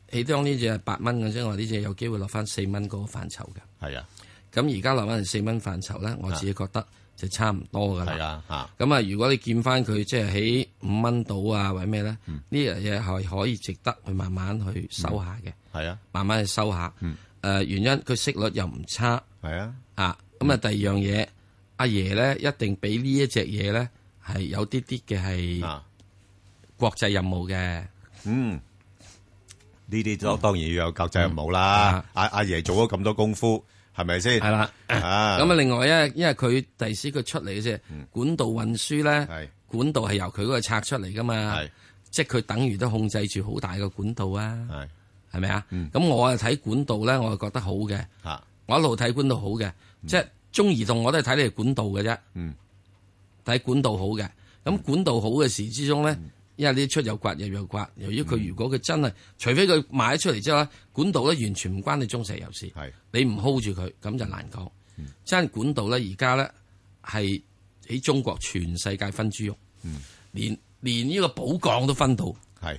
Speaker 2: 起當呢只係八蚊嘅啫，我話呢只有機會落翻四蚊嗰個範疇嘅。
Speaker 1: 係啊，
Speaker 2: 咁而家落翻嚟四蚊範疇咧，我自己覺得就差唔多噶啦。
Speaker 1: 係啊，嚇
Speaker 2: 咁啊，如果你見翻佢即係喺五蚊度啊，或者咩咧，
Speaker 1: 嗯
Speaker 2: 呢樣嘢係可以值得去慢慢去收下嘅，
Speaker 1: 係啊，
Speaker 2: 慢慢去收下。誒原因佢息率又唔差，
Speaker 1: 係啊，
Speaker 2: 啊咁啊，第二樣嘢，阿爺咧一定俾呢一隻嘢咧係有啲啲嘅
Speaker 1: 啊
Speaker 2: 係國際任務嘅，
Speaker 1: 嗯，
Speaker 2: 嗯
Speaker 1: 呢啲就當然要有國際任務啦。阿阿爺做咗咁多功夫，係咪先？係
Speaker 2: 啦，
Speaker 1: 啊，
Speaker 2: 咁啊，另外咧，因為佢第時佢出嚟嘅啫，管道運輸咧，管道係由佢嗰個拆出嚟噶嘛，即係佢等於都控制住好大個管道啊，係咪啊？咁我啊睇管道咧，我係覺得好嘅，我一路睇管道好嘅，即係中移動我都係睇你哋管道嘅啫，睇管道好嘅。咁管道好嘅時之中咧，因為呢啲出有刮入有刮，由於佢如果佢真係，除非佢賣咗出嚟之後咧，管道咧完全唔關你中石油事，你唔 hold 住佢，咁就難講。真管道咧，而家咧係喺中國全世界分豬肉，
Speaker 1: 嗯
Speaker 2: 連連呢個寶鋼都分到，
Speaker 1: 係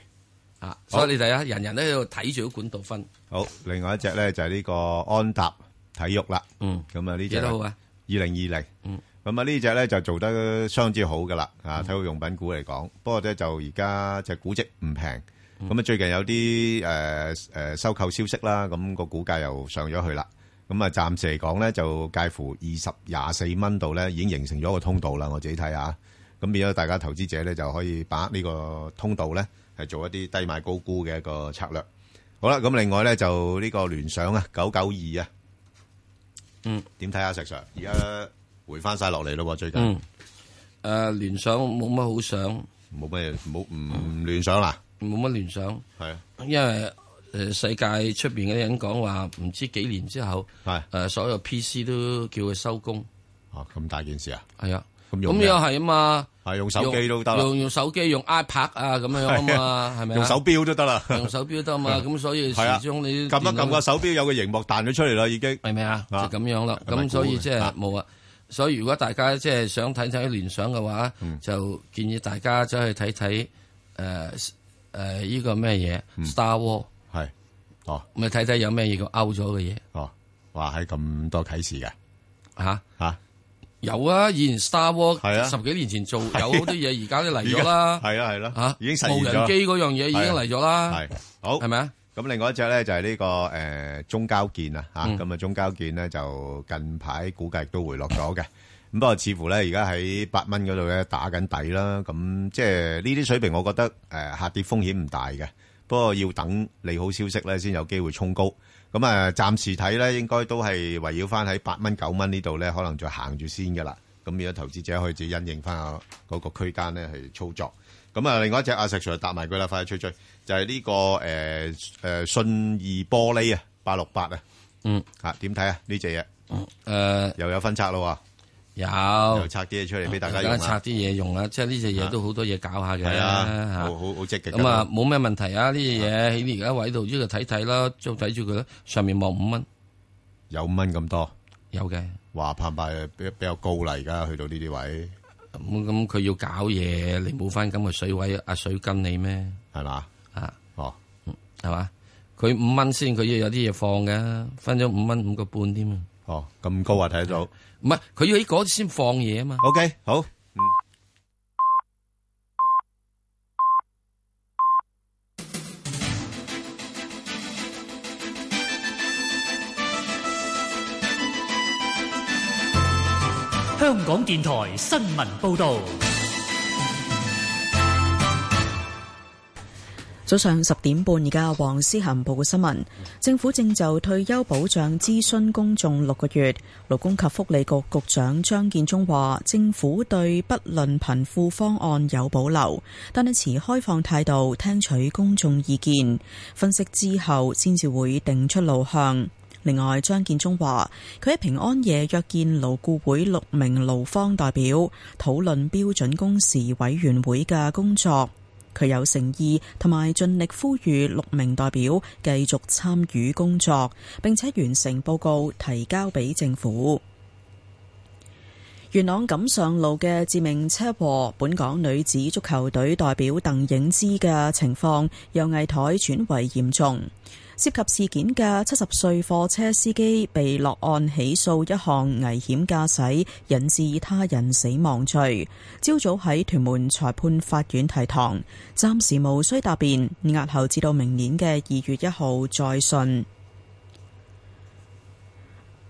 Speaker 2: 啊，
Speaker 1: 好
Speaker 2: 所以你睇下，人人都喺度睇住個管道分。
Speaker 1: 好，另外一隻咧就係呢個安踏體育啦。
Speaker 2: 嗯，
Speaker 1: 咁啊呢
Speaker 2: 幾
Speaker 1: 隻
Speaker 2: 多號啊？
Speaker 1: 二零二零。嗯，咁啊呢只咧就做得相之好噶啦。
Speaker 2: 嗯
Speaker 1: 啊，體育用品股嚟講，不過咧就而家隻估值唔平。
Speaker 2: 嗯
Speaker 1: 咁啊最近有啲誒誒收購消息啦，咁個股價又上咗去啦。咁啊暫時嚟講咧就介乎二十廿四蚊度咧已經形成咗個通道啦。我自己睇下。咁變咗大家投資者咧就可以把握呢個通道咧，係做一啲低買高沽嘅一個策略。好啦，咁另外咧就呢個聯想啊，九九二啊，
Speaker 2: 嗯，
Speaker 1: 點睇啊，石 Sir？而家回翻晒落嚟咯喎，最近
Speaker 2: 嗯誒聯想冇乜好想，
Speaker 1: 冇乜冇唔聯想啦，
Speaker 2: 冇乜聯想，
Speaker 1: 係啊
Speaker 2: 因為誒世界出邊嗰啲人講話，唔知幾年之後，
Speaker 1: 係
Speaker 2: 誒所有 PC 都叫佢收工。
Speaker 1: 啊咁大件事啊，
Speaker 2: 係啊，
Speaker 1: 咁
Speaker 2: 咁
Speaker 1: 用
Speaker 2: 又係啊嘛，
Speaker 1: 係用手機都得啦
Speaker 2: 用用手機用 iPad 啊咁樣啊 嘛，係咪啊
Speaker 1: 用手錶都得啦，
Speaker 2: 用手錶得 嘛，咁所以始
Speaker 1: 係啊
Speaker 2: 終你
Speaker 1: 撳一撳個手錶有個熒幕彈咗出嚟啦，已經
Speaker 2: 係咪啊？就咁樣啦，
Speaker 1: 係咪
Speaker 2: 咁所以
Speaker 1: 估嘅
Speaker 2: 即係冇啊。所以
Speaker 1: 嗯
Speaker 2: 如果大家即係想睇睇聯想嘅話，就建議大家走去睇睇诶诶呢個咩嘢 Star War
Speaker 1: 嗯係哦，
Speaker 2: 咪睇睇有咩嘢叫 out 咗嘅嘢
Speaker 1: 哦，哇係咁多啟示嘅
Speaker 2: 吓
Speaker 1: 吓
Speaker 2: 有啊，以前 Star War
Speaker 1: 係啊
Speaker 2: 十幾年前做有
Speaker 1: 係啊
Speaker 2: 好多嘢，而家都嚟咗 啦，
Speaker 1: 係啦係啦，
Speaker 2: 吓
Speaker 1: 已經實
Speaker 2: 無
Speaker 1: 現
Speaker 2: 人
Speaker 1: 咗
Speaker 2: 機嗰樣嘢已經
Speaker 1: 係啊
Speaker 2: 嚟咗啦，
Speaker 1: 係好，
Speaker 2: 係咪啊？
Speaker 1: 咁另外一隻咧就係呢個誒中交建啊嚇，咁啊中交建咧就近排估計都回落咗嘅。咁不過似乎咧而家喺八蚊嗰度咧打緊底啦，咁即係呢啲水平，我覺得誒下跌風險唔大嘅。不過要等利好消息咧先有機會衝高。咁啊，暫時睇咧應該都係圍繞翻喺八蚊九蚊呢度咧，可能再行住先噶啦。咁而家投資者可以自己因應翻嗰個區間咧去操作。咁啊，另外一隻阿石 Sir 答埋佢啦，快啲吹吹，就係、呢、個誒誒、呃信義玻璃啊，八六八啊，
Speaker 2: 嗯
Speaker 1: 嚇點睇啊？呢只嘢
Speaker 2: 誒
Speaker 1: 又有分拆咯
Speaker 2: 喎，有
Speaker 1: 又拆啲嘢出嚟俾大家
Speaker 2: 而
Speaker 1: 用
Speaker 2: 家
Speaker 1: 啊
Speaker 2: 拆啲嘢用啦，即係呢隻嘢都好多嘢搞下嘅，
Speaker 1: 係啊
Speaker 2: 嚇
Speaker 1: 好好好積極㗎
Speaker 2: 咁啊，冇咩問題啊，呢隻嘢喺你而家位度，呢個睇睇啦，就睇住佢啦，上面望五蚊，
Speaker 1: 有五蚊咁多，
Speaker 2: 有嘅，
Speaker 1: 話澎湃誒比比較高啦，而家去到呢啲位，
Speaker 2: 咁咁佢要搞嘢，你冇翻咁嘅水位，阿水跟你咩？
Speaker 1: 係嘛？
Speaker 2: 啊，
Speaker 1: 哦，
Speaker 2: 係嘛？佢五蚊先，佢要有啲嘢放嘅，分咗五蚊五個半添啊！
Speaker 1: 哦，咁高啊，睇得到？
Speaker 2: 唔係，佢要喺嗰先放嘢啊嘛。
Speaker 1: OK，好。
Speaker 11: 香港電台新聞報導，
Speaker 7: 早上十點半，而家黃思涵報嘅新聞，政府正就退休保障諮詢公眾六個月。勞工及福利局局長張建宗話，政府對不論貧富方案有保留，但係持開放態度，聽取公眾意見，分析之後先至會定出路向。另外，張建宗話：佢喺平安夜約見勞顧會六名勞方代表，討論標準工時委員會嘅工作。佢有誠意同埋盡力呼籲六名代表繼續參與工作，並且完成報告提交俾政府。元朗錦上路嘅致命車禍，本港女子足球隊代表鄧影之嘅情況由危殆轉為嚴重。涉及事件嘅七十歲貨車司機被落案起訴一項危險駕駛引致他人死亡罪。朝早喺屯門裁判法院提堂，暫時無需答辯，押後至到明年嘅二月一號再訊。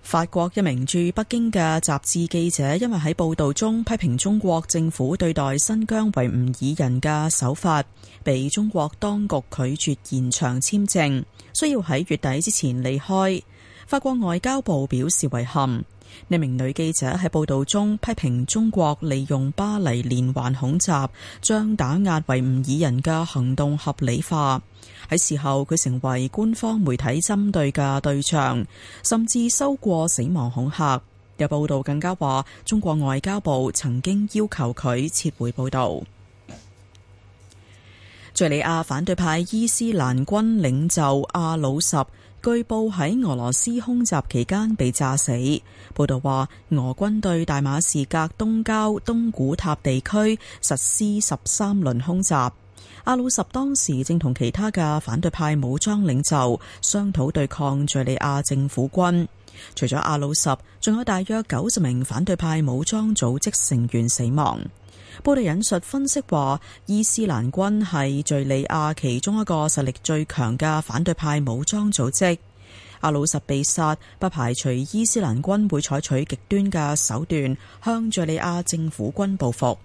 Speaker 7: 法國一名駐北京嘅雜誌記者，因為喺報導中批評中國政府對待新疆維吾爾人嘅手法，被中國當局拒絕延長簽證，需要喺月底之前離開。法國外交部表示遺憾。呢名女記者喺報導中批評中國利用巴黎連環恐襲，將打壓維吾爾人嘅行動合理化。喺事後，佢成為官方媒體針對嘅對象，甚至收過死亡恐嚇。有報道更加話，中國外交部曾經要求佢撤回報導。敘利亞反對派伊斯蘭軍領袖阿魯什據報喺俄羅斯空襲期間被炸死。報道話，俄軍對大馬士革東郊東古塔地區實施十三輪空襲。阿魯什當時正同其他嘅反對派武裝領袖商討對抗敘利亞政府軍。除咗阿魯什，仲有大約九十名反對派武裝組織成員死亡。報道引述分析話，伊斯蘭軍係敘利亞其中一個實力最強嘅反對派武裝組織。阿魯什被殺，不排除伊斯蘭軍會採取極端嘅手段向敘利亞政府軍報復。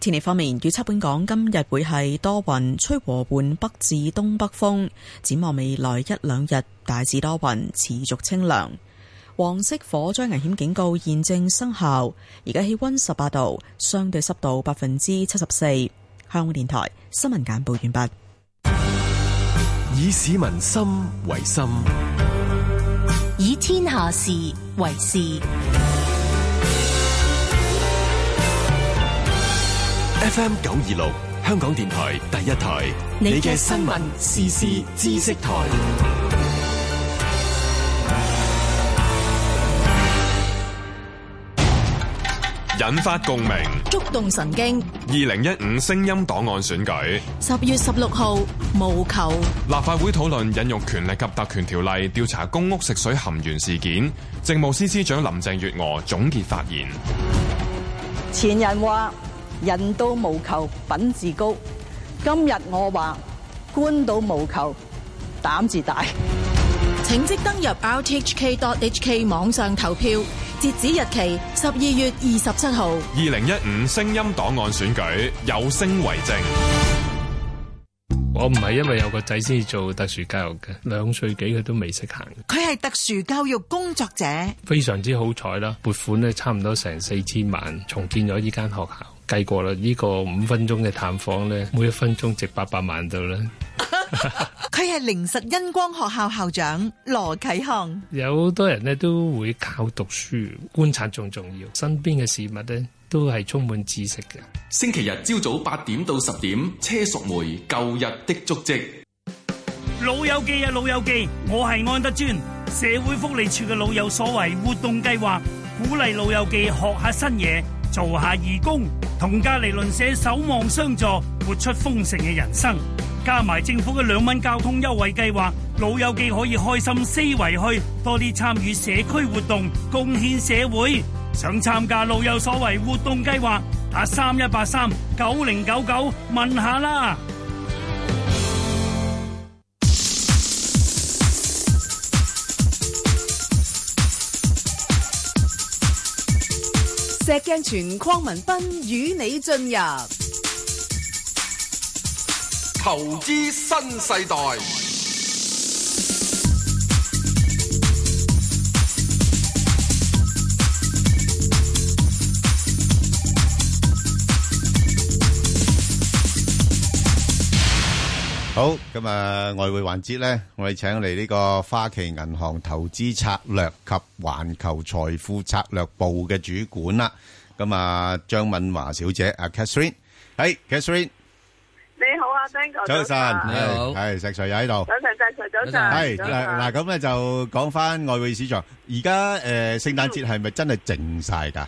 Speaker 7: 天氣方面，預測本港今日會係多雲，吹和緩北至東北風。展望未來一兩日，大致多雲，持續清涼。黃色火災危險警告現正生效。而家氣温十八度，相對濕度百分之七十四。香港電台新聞簡報完畢。
Speaker 8: 以市民心為心，
Speaker 13: 以天下事為事。
Speaker 8: FM 九二六香港電台第一台，你嘅新聞時事知識台，
Speaker 12: 引發共鳴。
Speaker 26: 觸動神經。
Speaker 12: 二零一五聲音檔案選舉，
Speaker 26: 十月十六號，無求。
Speaker 12: 立法會討論引用權力及特權條例調查公屋食水含鉛事件，政務司司長林鄭月娥總結發言。
Speaker 14: 前人話人到無求品自高，今日我話官到無求膽自大。
Speaker 26: 請即登入 rthk.hk 網上投票，截止日期十二月二十七號。
Speaker 12: 二零一五聲音檔案選舉，有聲為證。
Speaker 17: 我唔係因為有個仔先至做特殊教育嘅，兩歲幾佢都未識行，
Speaker 19: 佢係特殊教育工作者。
Speaker 17: 非常之好彩啦！撥款咧差唔多成四千萬，重建咗呢間學校。計過啦，呢個五分鐘嘅探訪咧，每一分鐘值八百萬度啦。
Speaker 19: 佢係靈實恩光學校校長羅啟航。
Speaker 17: 有好多人咧都會靠讀書，觀察仲重要，身邊嘅事物咧都係充滿知識嘅。
Speaker 21: 星期日朝早八點到十點，車淑梅舊日的足跡。
Speaker 22: 老友記啊，老友記，我係安德尊，社會福利署嘅老友所為活動計劃，鼓勵老友記學下新嘢，做下義工，同隔離鄰舍守望相助，活出豐盛嘅人生。加埋政府嘅兩蚊交通優惠計劃，老友記可以開心四圍去，多啲參與社區活動，貢獻社會。想參加老有所為活動計劃，打三一八三九零九九問下啦。
Speaker 15: 石鏡泉鄺民彬與你進入
Speaker 16: 投資新世代，
Speaker 1: 好，咁啊，外匯環節咧，我哋請嚟呢個花旗銀行投資策略及環球財富策略部嘅主管啦。咁啊，張敏華小姐，阿 Catherine，係 Catherine，
Speaker 5: 你好啊，Ben 哥，
Speaker 1: 早晨，
Speaker 5: 早
Speaker 1: 係係石 Sir 又喺度，
Speaker 5: 晨，石 Sir，早晨，
Speaker 1: 係
Speaker 5: 早
Speaker 1: 嗱
Speaker 5: 晨
Speaker 1: 嗱，咁咧就講翻外匯市場，而家誒聖誕節係咪真係靜晒㗎？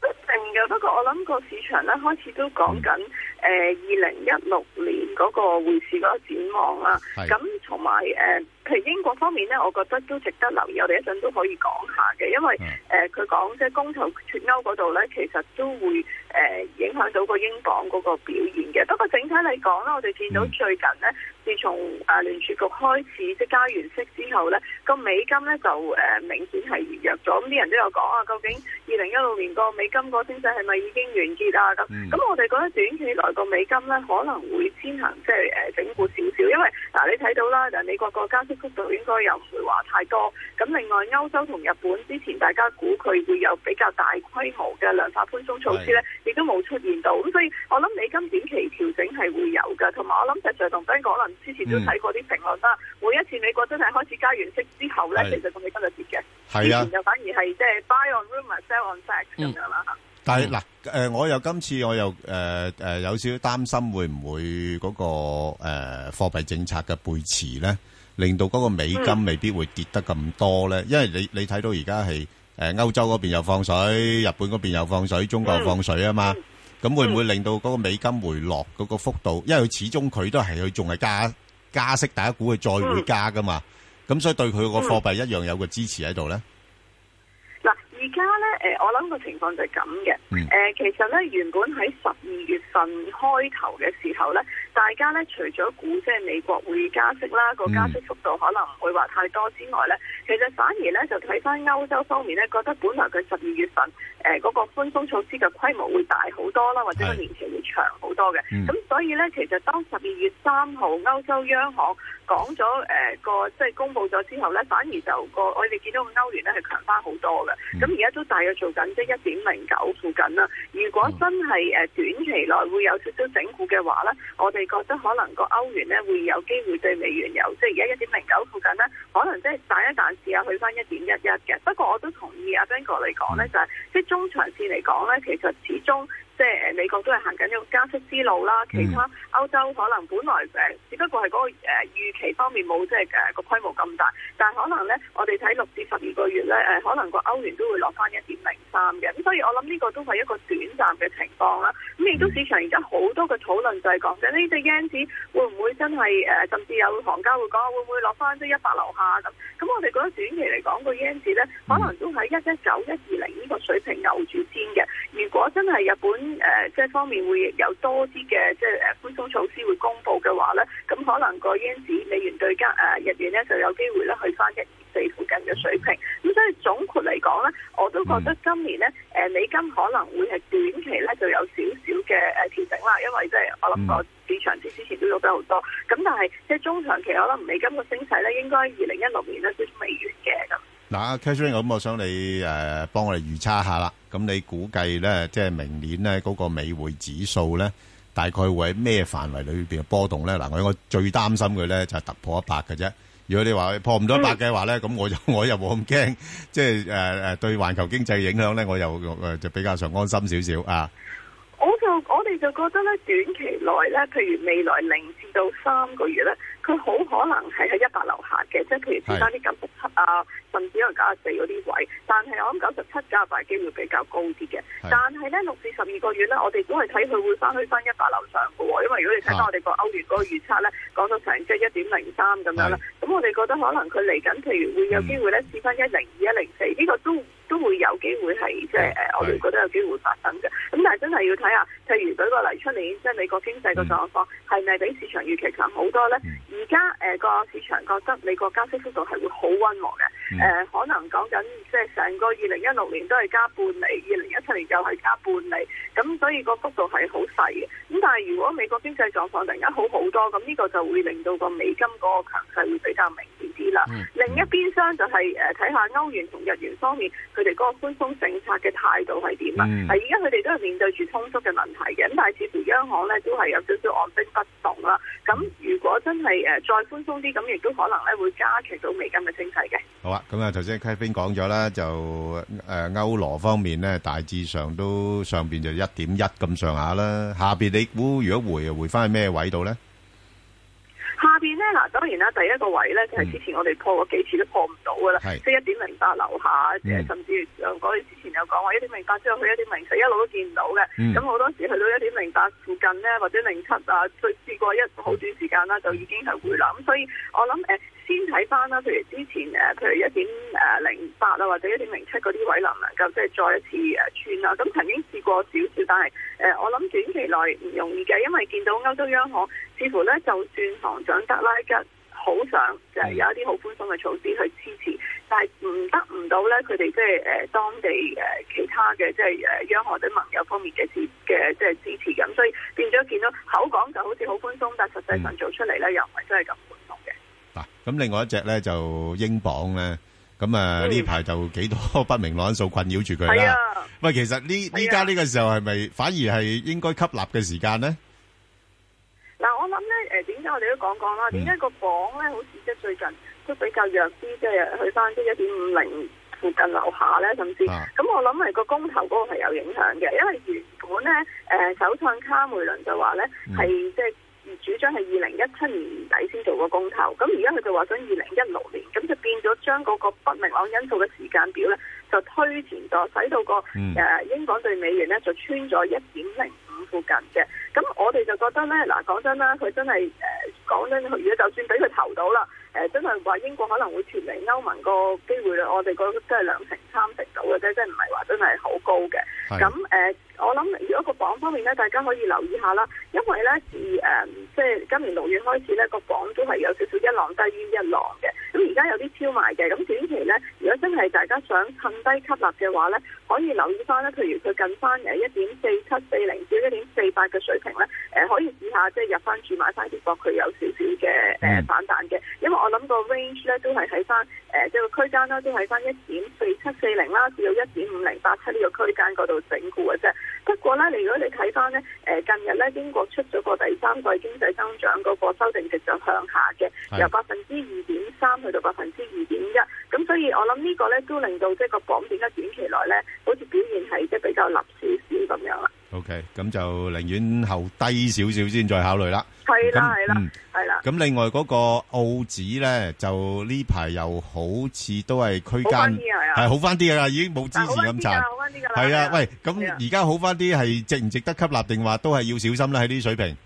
Speaker 5: 都定嘅，不過我諗個市場咧開始都講緊誒二零一六年嗰個匯市嗰個展望啦。
Speaker 28: 係
Speaker 5: 咁同埋誒，譬如英國方面咧，我覺得都值得留意，我哋一陣都可以講下嘅，因為誒佢講即係公投脱歐嗰度咧，其實都會誒、呃影響到個英鎊嗰個表現嘅。不過整體嚟講咧，我哋見到最近咧，自從啊聯儲局開始即係加完息之後咧，個美金咧就誒、呃明顯係弱咗。咁啲人都有講啊，究竟二零一六年個美金個經濟係咪已經完結啊？咁
Speaker 29: 嗯
Speaker 5: 咁、我哋覺得短期內個美金咧可能會先行即係誒呃整固少少，因為嗱、你睇到啦，就美國個加息幅度應該又唔會話太多。咁另外歐洲同日本之前大家估佢會有比較大規模嘅量化寬鬆措施咧，亦都冇出現到。咁所以我諗美金短期調整係會有㗎，同埋我諗石 Sir 同 Ben 講，可能之前
Speaker 1: 嗯
Speaker 5: 都睇過啲評論啦。每一次美國真係開始加完息之後咧，
Speaker 1: 係
Speaker 5: 其實個美金就跌嘅。
Speaker 1: 係啊
Speaker 5: 之前就反而係即係 buy on rumor, sell on fact 咁樣啦嚇。
Speaker 1: 但係嗱，誒我又今次我又誒誒有少少擔心會唔會嗰個誒貨幣政策嘅背馳咧，令到嗰個美金
Speaker 5: 嗯
Speaker 1: 未必會跌得咁多咧，因為你你睇到而家係誒歐洲嗰邊又放水，日本嗰邊又放水，中國又放水啊嘛，咁會唔會令到嗰個美金回落嗰個幅度？因為佢始終佢都係佢仲係加加息，大家估佢再會加噶嘛，咁所以對佢個貨幣一樣有個支持喺度咧。
Speaker 5: 嗱，而家咧，誒，我諗個情況就係咁嘅。誒、其實咧，原本喺十二月份開頭嘅時候咧，大家咧除咗估即係美國會加息啦，個加息幅度可能唔會話太多之外咧，其實反而咧就睇翻歐洲方面咧，覺得本來佢十二月份誒呃嗰、個寬鬆措施嘅規模會大好多啦，或者個年期會長好多嘅。
Speaker 30: 嗯
Speaker 5: 咁、所以咧，其實當十二月三號歐洲央行講咗誒個即係公佈咗之後咧，反而就個我哋見到個歐元咧係強翻好多嘅。咁而家都大約做緊即係一點零九附近啦。如果真係誒短期內會有少少整固嘅話咧，我哋覺得可能個歐元咧會有機會對美元有即係而家一點零九附近咧，可能即係彈一彈試下去翻一點一一嘅。不過我都同意阿 Ben 哥嚟講咧，就係即係中長線嚟講咧，其實始終。即係呃誒美呃國都係行緊一個加息之路啦，其他歐洲可能本來誒只不過係嗰個誒預期方面冇即係誒個規模咁大，但係可能咧，我哋睇六至十二個月咧，呃誒、可能個歐元都會落翻一點零三嘅。咁所以我諗呢個都係一個短暫嘅情況啦。咁亦都市場而家好多嘅討論就係講緊呢隻 yen 紙會唔會真係誒、甚至有行家會講會唔會落翻即一百樓下咁。咁我哋覺得短期嚟講個 yen 紙咧，可能都喺一一九、一二零呢個水平牛住先嘅。如果真係日本誒、即係方面會有多啲嘅即係呃誒寬鬆措施會公布嘅話咧，咁可能個 yen 紙美元對加誒、呃日元咧就有機會咧去翻一二四附近嘅水平。咁所以總括嚟講咧，我都覺得今年咧誒、呃美金可能會係短期咧就有少少嘅誒調整啦，因為即係我諗個。市場之之前都喐得好多，咁但係即係中長期，我諗美金個升勢咧，應該二零一六年咧先未完嘅咁。
Speaker 1: 嗱，Catherine，咁我想你誒幫我哋預測下啦。咁你估計咧，即係明年咧嗰個美匯指數咧，大概會喺咩範圍裏邊波動咧？嗱，我我最擔心佢咧就係突破一百嘅啫。如果你話哎破唔到一百嘅話咧，咁我就我又冇咁驚，即係誒誒對環球經濟影響咧，我又誒就比較上安心少少啊。
Speaker 5: 我就我哋就覺得咧，短期內咧，譬如未來零至到三個月咧，佢好可能係喺一百樓下嘅，即係譬如之間啲九十七啊，甚至可能九十四嗰啲位。但係我諗九十七、九十八機會比較高啲嘅。但係咧，六至十二個月咧，我哋都係睇佢會翻去翻一百樓上嘅喎。因為如果你睇翻我哋個歐元嗰個預測咧，講到成即係一點零三咁樣啦。咁我哋覺得可能佢嚟緊，譬如會有機會咧試翻一零二、一零四，呢個都都會有機會係即係誒，呃我哋覺得有機會發生嘅。咁但係真係要睇下，譬如舉個例，出年即係美國經濟個狀況係咪比市場預期強好多咧？而家誒個市場覺得美國加息幅度係會好温和嘅，誒、可能講緊即係成個二零一六年都係加半厘，二零一七年又係加半厘，咁所以個幅度係好細嘅。咁但係如果美國經濟狀況突然間好好多，咁呢個就會令到個美金嗰個強勢會比較明顯啲啦。另一邊廂就係誒睇下歐元同日元方面，佢哋嗰個寬鬆政策嘅態度係點啦。
Speaker 3: 嗯
Speaker 5: 係而家佢哋都係面對住通縮嘅問題嘅，咁但係似乎央行咧都係有少少按兵不動啦。咁如果真係誒、再寬鬆啲，咁亦都可能咧會加劇到美金嘅升勢嘅。
Speaker 1: 好啊，咁啊，頭先 Kevin 講咗啦，就誒、呃、歐羅方面咧，大致上都上邊就一點一咁上下啦。下邊你估如果回回翻去咩位度咧？
Speaker 5: 下邊咧嗱，當然啦，第一個位咧就係、之前我哋破過幾次都破唔到噶啦，
Speaker 1: 嗯
Speaker 5: 即
Speaker 1: 係
Speaker 5: 係一點零八樓下，
Speaker 1: 嗯
Speaker 5: 誒甚至誒嗰陣之前有講話一點零八之後去一點零四，一路都見唔到嘅。
Speaker 3: 嗯
Speaker 5: 咁好、多時去到一點零八附近咧，或者零七啊，最試過一好短時間啦，就已經係回落。咁所以我諗誒、先睇翻啦，譬如之前誒、譬如一點誒零八啊，或者一點零七嗰啲位能唔能夠即係再一次呃誒穿啦？咁曾經試過少少，但係誒、我諗短期內唔容易嘅，因為見到歐洲央行似乎咧，就算行長德拉吉。好想就係有一啲好寬鬆嘅措施去支持，但係唔得唔到咧，佢哋即係誒當地誒、呃其他嘅即係誒央行或者盟友方面嘅支嘅即係支持咁，所以變咗見到口講就好似好寬鬆，但係實際上做出嚟咧又唔係真係咁寬鬆嘅。
Speaker 1: 咁另外一隻咧就英鎊咧，咁啊呢排就幾多不明朗因素困擾住佢
Speaker 5: 係
Speaker 1: 啦
Speaker 5: 啊。
Speaker 1: 喂，其實呢呢家呢個時候係咪反而係應該吸納嘅時間咧？
Speaker 5: 嗱，我諗咧，誒點解我哋都講講啦？點解個榜咧好似即係最近都比較弱啲，即係去翻即係一點五零附近樓下咧，甚至咁、我諗係個公投嗰個係有影響嘅，因為原本咧誒、首相卡梅倫就話咧係即係。主張係二零一七年底先做個公投，咁而家佢就話想二零一六年，咁就變咗將嗰個不明朗因素嘅時間表咧就推前咗，使到個誒、
Speaker 3: 嗯
Speaker 5: 呃英鎊對美元咧就穿咗一點零五附近嘅。咁我哋就覺得咧，嗱講真啦，佢真係誒講真，佢如果就算俾佢投到啦，誒、真係話英國可能會脱離歐盟個機會率，我哋覺得真係兩成三成到嘅啫，即係唔係話真係好高嘅。
Speaker 3: 係
Speaker 5: 咁誒、呃我諗如果個榜方面咧，大家可以留意下啦，因為咧自誒、即係今年六月開始咧，個榜都係有少少一浪低於一浪嘅。咁而家有啲超賣嘅，咁短期咧，如果真係大家想趁低吸納嘅話咧，可以留意翻咧，譬如佢近翻誒一點四七四零至一點四八嘅水平咧，誒、可以試下即係入翻注買翻啲博，佢有少少嘅誒反彈嘅，因為我諗個 range 咧都係喺翻誒即係個區間啦，都喺翻一點四七四零啦至到一點五零八七呢個區間嗰度整固嘅啫。不過咧，你如果你睇翻咧，誒、近日咧英國出咗個第三季經濟增長嗰個修正值就向下嘅，
Speaker 3: 係
Speaker 5: 由百分之二點三去到百分之二點一，咁所以我諗呢個咧都令到即係個港點解短期內咧好似表現係即係比較立少少咁樣啦。
Speaker 1: 好啊，咁啊，另外一隻呢，就係，呃， OK，咁就寧願後低少少先再考慮啦。
Speaker 5: 係啦
Speaker 1: 咁
Speaker 5: 係啦
Speaker 1: 嗯
Speaker 5: 係啦，
Speaker 1: 咁另外嗰個澳紙咧，就呢排又好似都係區
Speaker 5: 好返
Speaker 1: 間
Speaker 5: 啲係啊
Speaker 1: 係好翻啲噶啦，已經冇之前咁
Speaker 5: 啊
Speaker 1: 殘
Speaker 5: 好返啲㗎啦好返啲㗎啦。
Speaker 1: 係啊，喂，
Speaker 5: 係啊
Speaker 1: 咁而家好翻啲係值唔值得吸納，定話都係要小心啦喺呢啲水平。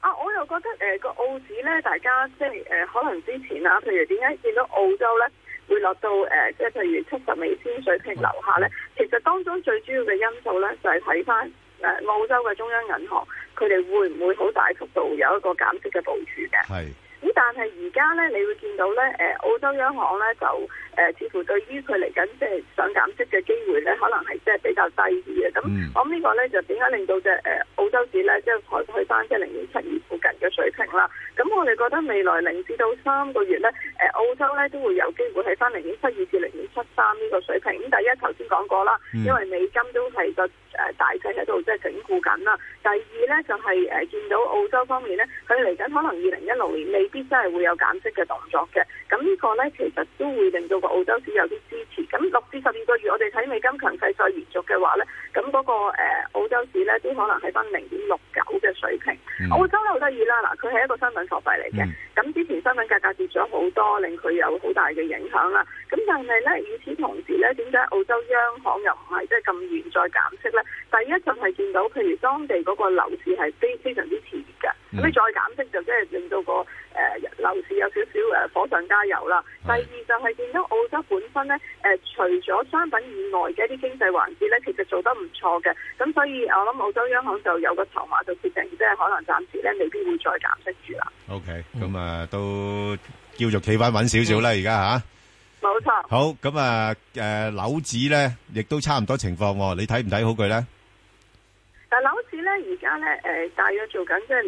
Speaker 5: 啊，我又覺得誒個、澳紙咧，大家即係誒、呃可能之前啊，譬如點解見到澳洲咧會落到誒、呃即係譬如七十美仙水平樓下咧，其實當中最主要嘅因素咧，就係睇翻誒澳洲嘅中央銀行，佢哋會唔會好大幅度有一個減息嘅部署嘅？
Speaker 1: 係。
Speaker 5: 咁但係而家咧，你會見到咧，誒、澳洲央行咧就誒、似乎對於佢嚟緊即係想減息嘅機會咧，可能係即係比較低啲嘅。咁、我諗呢個咧就點解令到只誒、澳洲指咧即係抬去翻即係零點七二附近嘅水平啦。咁我哋覺得未來零至到三個月咧，誒、呃澳洲咧都會有機會喺翻零點七二至零點七三呢個水平。咁第一頭先講過啦，
Speaker 3: 嗯
Speaker 5: 因為美金都係個誒大勢喺度即係整固緊啦。第二咧就係、誒、見到澳洲方面咧，佢嚟緊可能二零一六年未必真係會有減息嘅動作嘅。咁呢個咧其實都會令到個澳洲市有啲支持。咁六至十二個月我哋睇美金強勢再延續嘅話咧，咁嗰、個、誒澳洲市咧都可能喺翻零點六九嘅水平。
Speaker 3: 嗯
Speaker 5: 澳洲咧好得意啦，嗱佢係一個商品貨幣嚟嘅。咁之前商品價格跌咗好多，令佢有好大嘅影響啦。咁但係咧，與此同時咧，點解澳洲央行又唔係即係咁願再減息咧？第一就係見到譬如當地嗰個樓市係非非常之熾熱嘅，咁你再減息就即係令到個誒、呃、樓市有少少誒呃火上加油啦。第二就係見到澳洲本身咧誒、呃除咗商品以外嘅一啲經濟環節咧，其實做得唔錯嘅。咁所以我諗澳洲央行就有個籌碼就決定，即係可能暫時咧未必會再減息住啦。
Speaker 1: OK，咁啊都叫做企翻穩少少啦，而家吓。
Speaker 5: 冇錯。
Speaker 1: 好，咁啊誒樓指咧，亦都差唔多情況喎，你睇唔睇好佢咧？
Speaker 5: 但樓市咧而家咧誒，大約做緊即係誒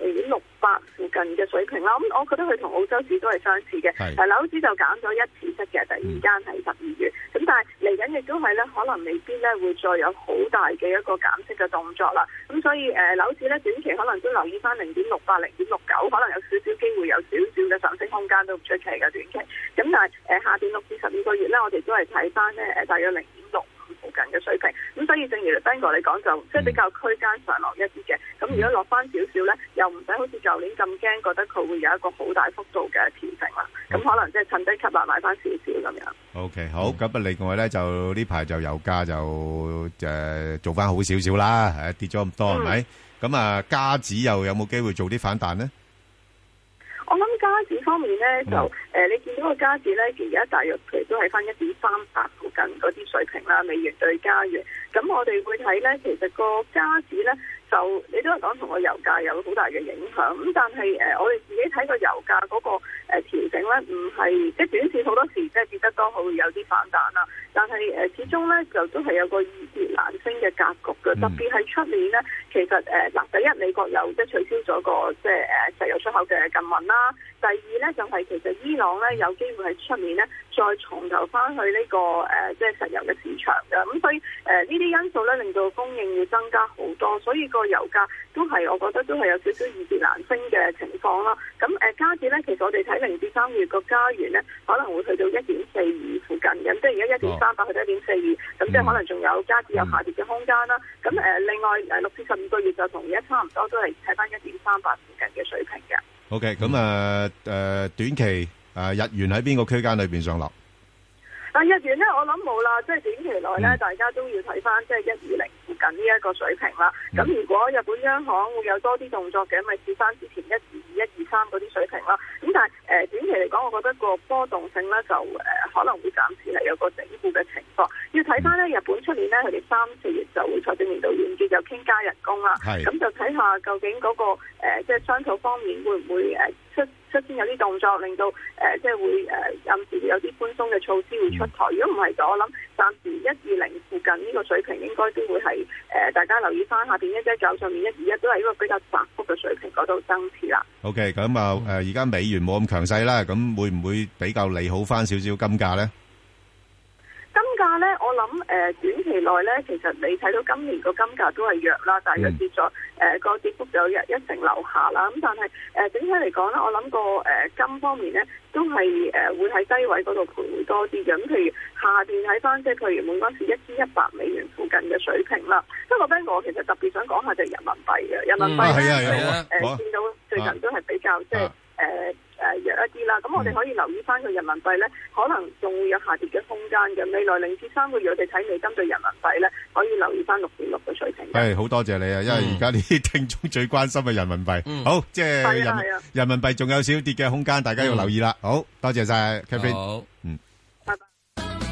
Speaker 5: 零點六八附近嘅水平啦。咁、我覺得佢同澳洲市都係相似嘅。
Speaker 3: 係
Speaker 5: 但樓市就減咗一次息嘅，第二間係十二月。咁但係嚟緊亦都係咧，可能未必咧會再有好大嘅一個減息嘅動作啦。咁所以誒呃樓市咧短期可能都留意翻零點六八、零點六九，可能有少少機會有少少嘅上升空間都唔出奇嘅短期。咁但係誒、呃下邊六至十二個月咧，我哋都係睇翻咧誒大約零點六。附近嘅水平。咁所以正如 Ben 哥你講，就即係比較區間上落一啲嘅。咁如果落翻少少咧，又唔使好似舊年咁驚，覺得佢會有一個好大幅度嘅調整啦。咁可能即係趁低吸納買翻少少咁樣。
Speaker 1: OK，好，咁啊，另外呢，就呢排就油價就，誒，做返好少少啦，誒，跌咗咁多，係咪？咁啊，加紙又有冇機會做啲反彈呢？
Speaker 5: 我諗加指方面咧，就誒、呃你見到個加指咧，而家大約佢都係翻一點三八附近嗰啲水平啦，美元對加元。咁我哋會睇咧，其實個加指咧，就你都係講同個油價有好大嘅影響。咁但係誒、呃我哋自己睇個油價嗰、個誒、呃、調整咧，唔係即係短線好多時即係跌得多，佢會有啲反彈啦。但係誒、呃始終咧就都係有個易跌難升嘅格局嘅，特別係出年咧，其實誒呃嗱、第一美國又即係取消咗個即係誒石油出口嘅禁運啦，第二咧就係、其實伊朗咧有機會喺出年咧再重頭翻去呢、個誒、呃即係石油嘅市場嘅，咁所以誒呢啲因素咧令到供應要增加好多，所以個油價都係我覺得都係有少少易跌難升嘅情況啦。咁誒加指咧，其實我哋睇零至三月個加元咧可能會去到一點四二附近咁，即係而家一點三八去到一點四二，咁即係可能仲有加指有下跌嘅空間啦。咁誒、另外誒六至十五個月就同而家差唔多，都係睇翻一點三八附近嘅水平嘅。
Speaker 1: OK，咁啊，誒，短期，誒，日元喺邊個區間裏邊上落？
Speaker 5: 但日元咧，我諗冇啦，即係短期內咧，大家都要睇翻即係一二零附近呢一個水平啦。咁如果日本央行會有多啲動作嘅，咪試翻之前一二二、一二三嗰啲水平啦。咁但係誒、呃短期嚟講，我覺得個波動性咧就誒、呃可能會暫時係有個整固嘅情況。要睇翻咧，日本出年咧，佢哋三四月就會財政年度完結，就傾加人工啦。
Speaker 3: 係
Speaker 5: 咁就睇下究竟嗰、個、呃、即係商討方面會唔會誒、呃出出先有啲動作，令到誒、呃即係會誒、呃、暗示有啲寬鬆嘅措施會出台。如果唔係就我諗暫時一二零附近呢個水平應該都會係誒、呃大家留意翻下邊一一九，上面一二一都係一個比較窄幅嘅水平嗰度增持啦。
Speaker 1: OK，咁啊，誒，而家美元冇咁強勢啦，咁會唔會比較利好返少少金價呢？
Speaker 5: 金價咧，我諗
Speaker 31: 諗誒、呃短期內咧，其實你睇到今年個金價都係弱啦，大約
Speaker 20: 嗯
Speaker 31: 跌咗誒個跌幅就一一成樓下啦。咁但係誒、呃整體嚟講咧，我諗個誒、呃金方面咧都係誒、呃、會喺低位嗰度徘徊多啲嘅。咁譬如下邊睇翻即係譬如每安士一千一百美元附近嘅水平啦。不過咧，我其實特別想講下就係人民幣嘅，人民幣呃
Speaker 5: 嗯啊係啊
Speaker 31: 咧
Speaker 5: 係啊
Speaker 31: 誒
Speaker 5: 好啊
Speaker 31: 見到最近都係比較即係。誒誒弱一啲啦。咁我哋可以留意翻佢人民幣咧，可能仲會有下跌嘅空間嘅。未來零至三個月，我哋睇美金對人民幣咧，可以留意翻六點六嘅水平。
Speaker 1: 系好多謝你啊，因為而家啲 聽眾最關心嘅人民幣，好即係
Speaker 31: 係啊
Speaker 1: 人
Speaker 31: 係啊
Speaker 1: 人民幣仲有少跌嘅空間，大家要留意啦。好多謝晒 Catherine，
Speaker 2: Ờ,
Speaker 4: 好
Speaker 1: 嗯，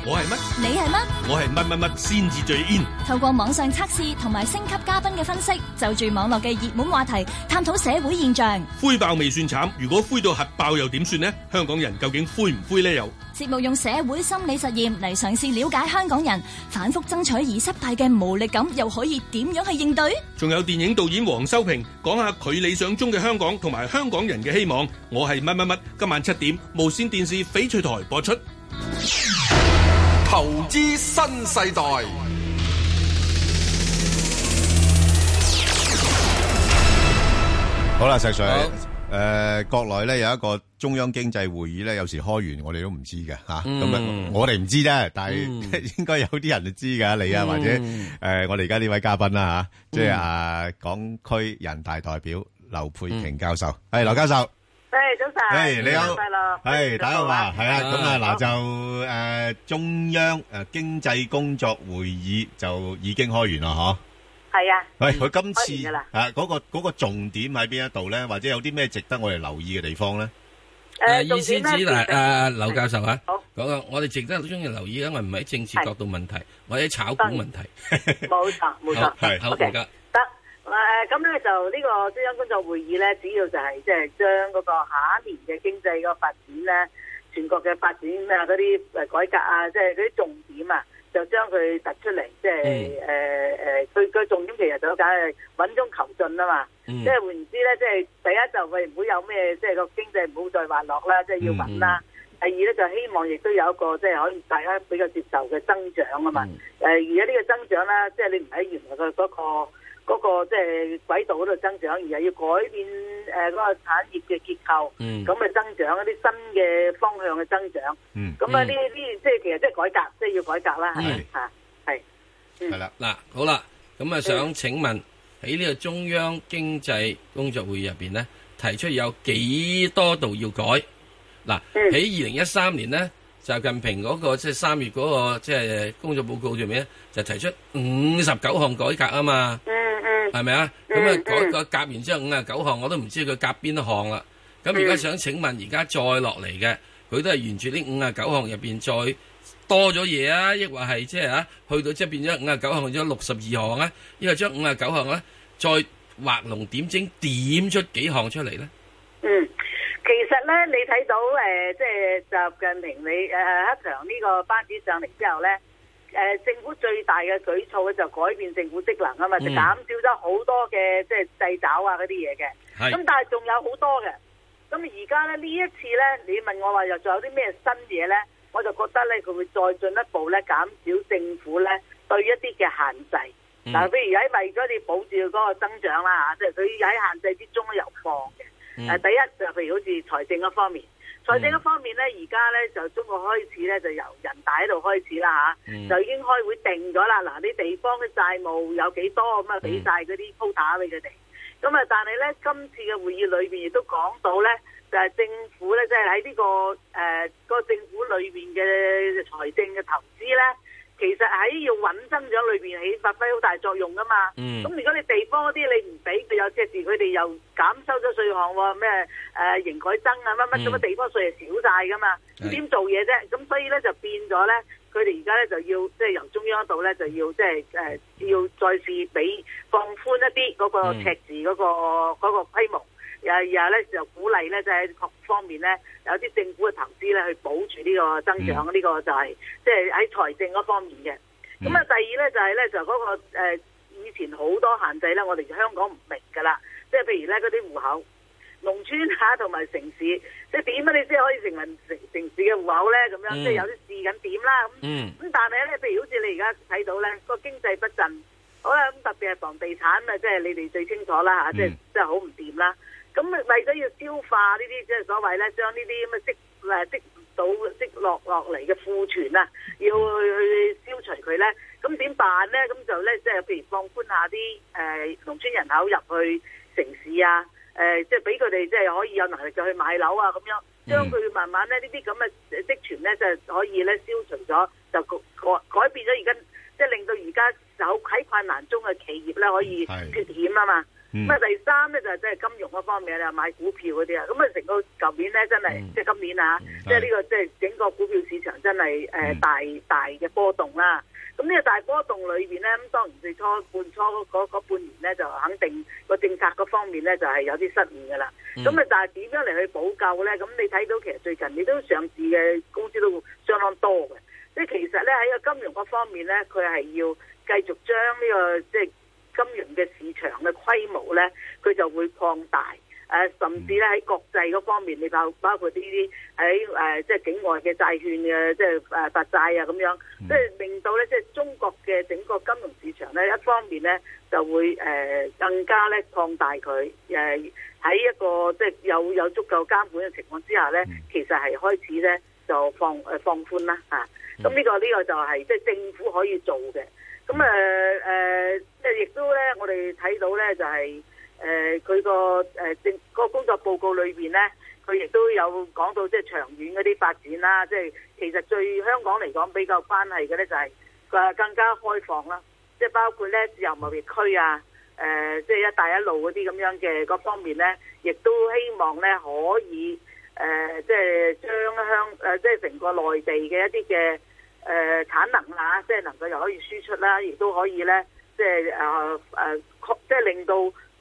Speaker 4: 我係乜？
Speaker 32: 你係乜？
Speaker 4: 我係乜乜乜先至最 in？
Speaker 32: 透過網上測試同埋星級嘉賓嘅分析，就住網絡嘅熱門話題，探討社會現象。
Speaker 4: 灰爆未算慘，如果灰到核爆又點算呢？香港人究竟灰唔灰呢？又
Speaker 32: 節目用社會心理實驗嚟嘗試了解香港人反覆爭取而失敗嘅無力感，又可以點樣去應對？
Speaker 4: 仲有電影導演黃修平講下佢理想中嘅香港同埋香港人嘅希望。我係乜乜乜，今晚七點無線電視翡翠台播出。
Speaker 16: 投資新世代，
Speaker 1: 好啦，石 Sir，
Speaker 16: 好
Speaker 1: 诶，国内咧有一個中央經濟會議咧，有時開完我哋都唔知嘅吓，
Speaker 16: 嗯
Speaker 1: 咁啊我哋唔知啫，但係 應該有啲人就知㗎，你啊
Speaker 16: 嗯
Speaker 1: 或者诶我哋而家呢位嘉賓啦吓，即係
Speaker 16: 嗯
Speaker 1: 啊港區人大代表劉佩瓊教授，
Speaker 16: 嗯
Speaker 1: 係劉教授。
Speaker 31: 誒，早晨，
Speaker 1: 係你好
Speaker 31: 新年快樂，
Speaker 1: 系，大家好啊，系啊，
Speaker 16: 嗯
Speaker 1: 咁
Speaker 31: 好
Speaker 1: 啊嗱就诶中央诶经济工作會議就已經開完啦，
Speaker 31: 係啊，
Speaker 1: 嗬？喂，佢
Speaker 31: 開
Speaker 1: 今次
Speaker 31: 完㗎啦
Speaker 1: 啊嗰個嗰個重點喺邊一度咧，或者有啲咩值得我哋留意嘅地方咧？
Speaker 2: 誒
Speaker 31: 重
Speaker 2: 意思
Speaker 31: 點
Speaker 2: 指
Speaker 31: 呢
Speaker 2: 嗱，
Speaker 31: 其實
Speaker 2: 誒劉教授啊，
Speaker 31: 好
Speaker 2: 嗰個我哋值得中意留意，因為唔係喺政治角度問題，或者炒股問題。
Speaker 31: 冇錯冇錯
Speaker 2: 好，好，
Speaker 31: OK
Speaker 2: 唔該
Speaker 31: 得誒咁咧就呢個中央工作會議咧，主要就係即係將嗰個下一年嘅經濟個發展咧，全國嘅發展啊嗰啲誒改革啊，即係嗰啲重點啊，就將佢突出嚟，即係誒誒，佢佢重點其實就梗係穩中求進啊嘛，
Speaker 6: 嗯
Speaker 31: 即係換言之咧，即係第一就佢唔好有咩，即係個經濟唔好再滑落啦，即係要穩啦。第二咧就希望亦都有一個即係可以大家比較接受嘅增長啊嘛。誒、而家呢個增長啦，即係你唔喺原來嘅嗰、個。嗰、個即係軌道嗰度增長，而係要改變呃誒嗰、個產業嘅結構，
Speaker 6: 嗯
Speaker 31: 咁咪、增長一啲新嘅方向嘅增長。
Speaker 1: 嗯
Speaker 31: 咁
Speaker 2: Ừ.
Speaker 31: 啊呢啲即係其實即係改革，即係要改革啦，係咪
Speaker 2: 嗯
Speaker 31: 嚇？係
Speaker 1: 系啦，
Speaker 2: 嗱，好啦，咁啊，想請問喺呢個中央經濟工作會議入邊咧，提出有幾多度要改？嗱，喺二零一三年咧，習近平嗰、個即係三月嗰、個即係工作報告入面咧，就提出五十九項改革啊嘛。
Speaker 31: 嗯嗯。
Speaker 2: 係咪啊？咁啊，改個夾完之後五啊九項，我都唔知佢夾邊一項啦。咁而家想請問，而家再落嚟嘅，佢都係沿住呢五啊九項入邊再多咗嘢啊，抑或係即係啊，去到即係變咗五啊九項，變咗六十二項啊，因為將五啊九項咧再畫龍點睛，點出幾項出嚟咧？
Speaker 31: 嗯，其實咧，你睇到誒、呃即係習近平你誒、呃、黑強呢個班子上嚟之後咧，誒、政府最大嘅舉措咧就改變政府職能啊嘛，就
Speaker 20: 嗯
Speaker 31: 減少咗好多嘅即係掣肘啊嗰啲嘢嘅。
Speaker 20: 係
Speaker 31: 咁但係仲有好多嘅。咁而家咧呢一次咧，你問我話又仲有啲咩新嘢咧，我就覺得咧佢會再進一步咧減少政府咧對一啲嘅限制。
Speaker 20: 嗯
Speaker 31: 嗱、譬如喺為咗你保住嗰個增長啦嚇，即係佢喺限制之中咧又放嘅。
Speaker 20: 嗯
Speaker 31: 誒、第一就譬如好似財政嗰方面，財政嗰方面咧，而家咧就中國開始咧就由人大喺度開始啦嚇，
Speaker 20: 嗯
Speaker 31: 就已經開會定咗啦。嗱，啲地方嘅債務有幾多咁啊，
Speaker 20: 嗯
Speaker 31: 俾晒嗰啲 quota 俾佢哋。咁啊，但係咧今次嘅會議裏邊亦都講到咧，就係、政府咧，即係喺呢個誒、呃個政府裏邊嘅財政嘅投資咧。其實喺要穩增長裏邊起發揮好大作用噶嘛。
Speaker 20: 嗯
Speaker 31: 咁、如果你地方嗰啲你唔俾佢有隻字，佢哋又減收咗稅項喎，咩誒、呃、營改增啊乜乜咁嘅
Speaker 20: 嗯
Speaker 31: 地方稅係少晒噶嘛，
Speaker 20: 係
Speaker 31: 咁點做嘢啫？咁所以咧就變咗咧，佢哋而家咧就要即係由中央度咧就要即係誒要再試俾放寬一啲嗰個
Speaker 20: 嗯
Speaker 31: 赤字嗰、個嗰、個規模。又又咧就鼓勵咧，就喺各方面咧有啲政府嘅投資咧去保住呢個增
Speaker 6: 嗯
Speaker 31: 長，呢、個就係即係喺財政嗰方面嘅。咁啊，第二咧就係咧就嗰、個、呃、以前好多限制咧，我哋香港唔明噶啦，即係譬如咧嗰啲户口。誒、農村啊同埋城市，即係點啊？你先可以成為城城市嘅戶口咧？咁樣
Speaker 6: 嗯
Speaker 31: 即係有啲試緊點啦。咁
Speaker 6: 嗯
Speaker 31: 咁但係咧，譬如好似你而家睇到咧，個經濟不振，好啦，咁特別係房地產啊，即係你哋最清楚啦啊嚇，即係
Speaker 6: 嗯
Speaker 31: 真係好唔掂啦。咁為咗要消化呢啲即係所謂咧，將呢啲咁嘅積誒積到積落落嚟嘅庫存啊，要去去消除佢咧，咁點辦咧？咁就咧即係譬如放寬下啲誒、呃、農村人口入去城市啊，誒、即係俾佢哋即係可以有能力就去買樓啊咁樣。將佢慢慢咧呢啲咁嘅積存咧，就可以咧消除咗，就改改變咗而家，即係令到而家有喺困難中嘅企業咧可以
Speaker 6: 係
Speaker 31: 脱險啊嘛。
Speaker 6: 嗯
Speaker 31: 咁啊、第三咧就係即係金融嗰方面啦，買股票嗰啲啊，咁啊成個舊年咧真係、
Speaker 6: 嗯
Speaker 31: 即係今年啊，即係呢個即係整個股票市場真係誒、呃
Speaker 6: 嗯
Speaker 31: 大大嘅波動啦。咁呢個大波動裏邊咧，咁當然最初半初嗰嗰嗰半年咧，就肯定個政策嗰方面咧就係有啲失誤噶啦。
Speaker 6: 嗯
Speaker 31: 咁啊、但係點樣嚟去補救咧？咁你睇到其實最近你都上市嘅公司都相當多嘅，即係其實咧喺個金融嗰方面咧，佢係要繼續將呢、個即係。金融嘅市場嘅規模咧，佢就會擴大。誒、甚至咧喺國際嗰方面，你包包括呢啲喺誒即係境外嘅債券嘅即係誒發債啊咁樣，即係令到咧即係中國嘅整個金融市場咧，一方面咧就會誒、呃更加咧擴大佢誒喺一個即係有有足夠監管嘅情況之下咧，其實係開始咧就放誒、呃放寬啦嚇。咁呢、個呢、個就係即係政府可以做嘅。咁誒誒，即係亦都咧，我哋睇到咧就係誒佢個誒政個工作報告裏邊咧，佢亦都有講到即係長遠嗰啲發展啦。即係其實對香港嚟講比較關係嘅咧，就係佢話更加開放啦，即係包括咧自由貿易區啊。誒、即係一帶一路嗰啲咁樣嘅各方面咧，亦都希望咧可以誒、即係將香誒、即係成個內地嘅一啲嘅誒呃產能啦，即係能夠又可以輸出啦，亦都可以咧，即係誒誒，擴即係令到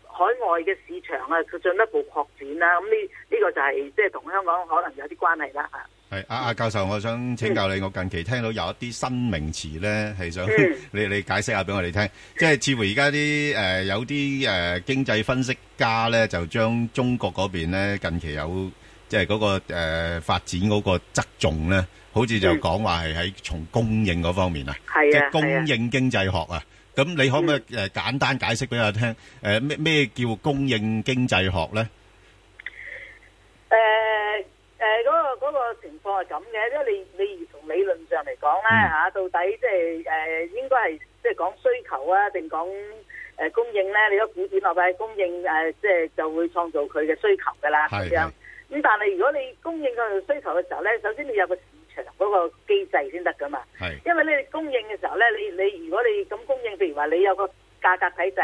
Speaker 31: 海外嘅市場啊，佢進一步擴展啦。咁呢呢個就係即係同香港可能有啲關係啦嚇。
Speaker 1: 係，阿-阿教授，我想請教你，我近期聽到有一啲新名詞呢，係想
Speaker 31: 嗯。
Speaker 1: 你-你解釋下俾我哋聽。即係似乎而家啲，誒，有啲，誒，經濟分析家呢，就將中國嗰邊呢，近期有，即係嗰個，誒，發展嗰個側重呢，好似就講話係喺從供應嗰方面啊，
Speaker 31: 係啊，
Speaker 1: 即係供
Speaker 31: 係啊。
Speaker 1: 應經濟學啊。咁你可唔可以，誒，簡單解釋俾我聽，誒，咩-咩叫供應經濟學呢？
Speaker 31: 誒誒呃嗰個嗰個情況係咁嘅，因為你你如從理論上嚟講
Speaker 6: 嗯
Speaker 31: 咧嚇，到底即係誒應該係即係講需求啊，定講誒供應咧？你個股市落喺啊供應誒，即係就會創造佢嘅需求㗎啦，咁
Speaker 6: 係
Speaker 31: 樣。咁但係如果你供應佢需求嘅時候咧，首先你有個市場嗰個機制先得㗎嘛。
Speaker 6: 係
Speaker 31: 因為咧你供應嘅時候咧，你你如果你咁供應，譬如話你有個價格體制，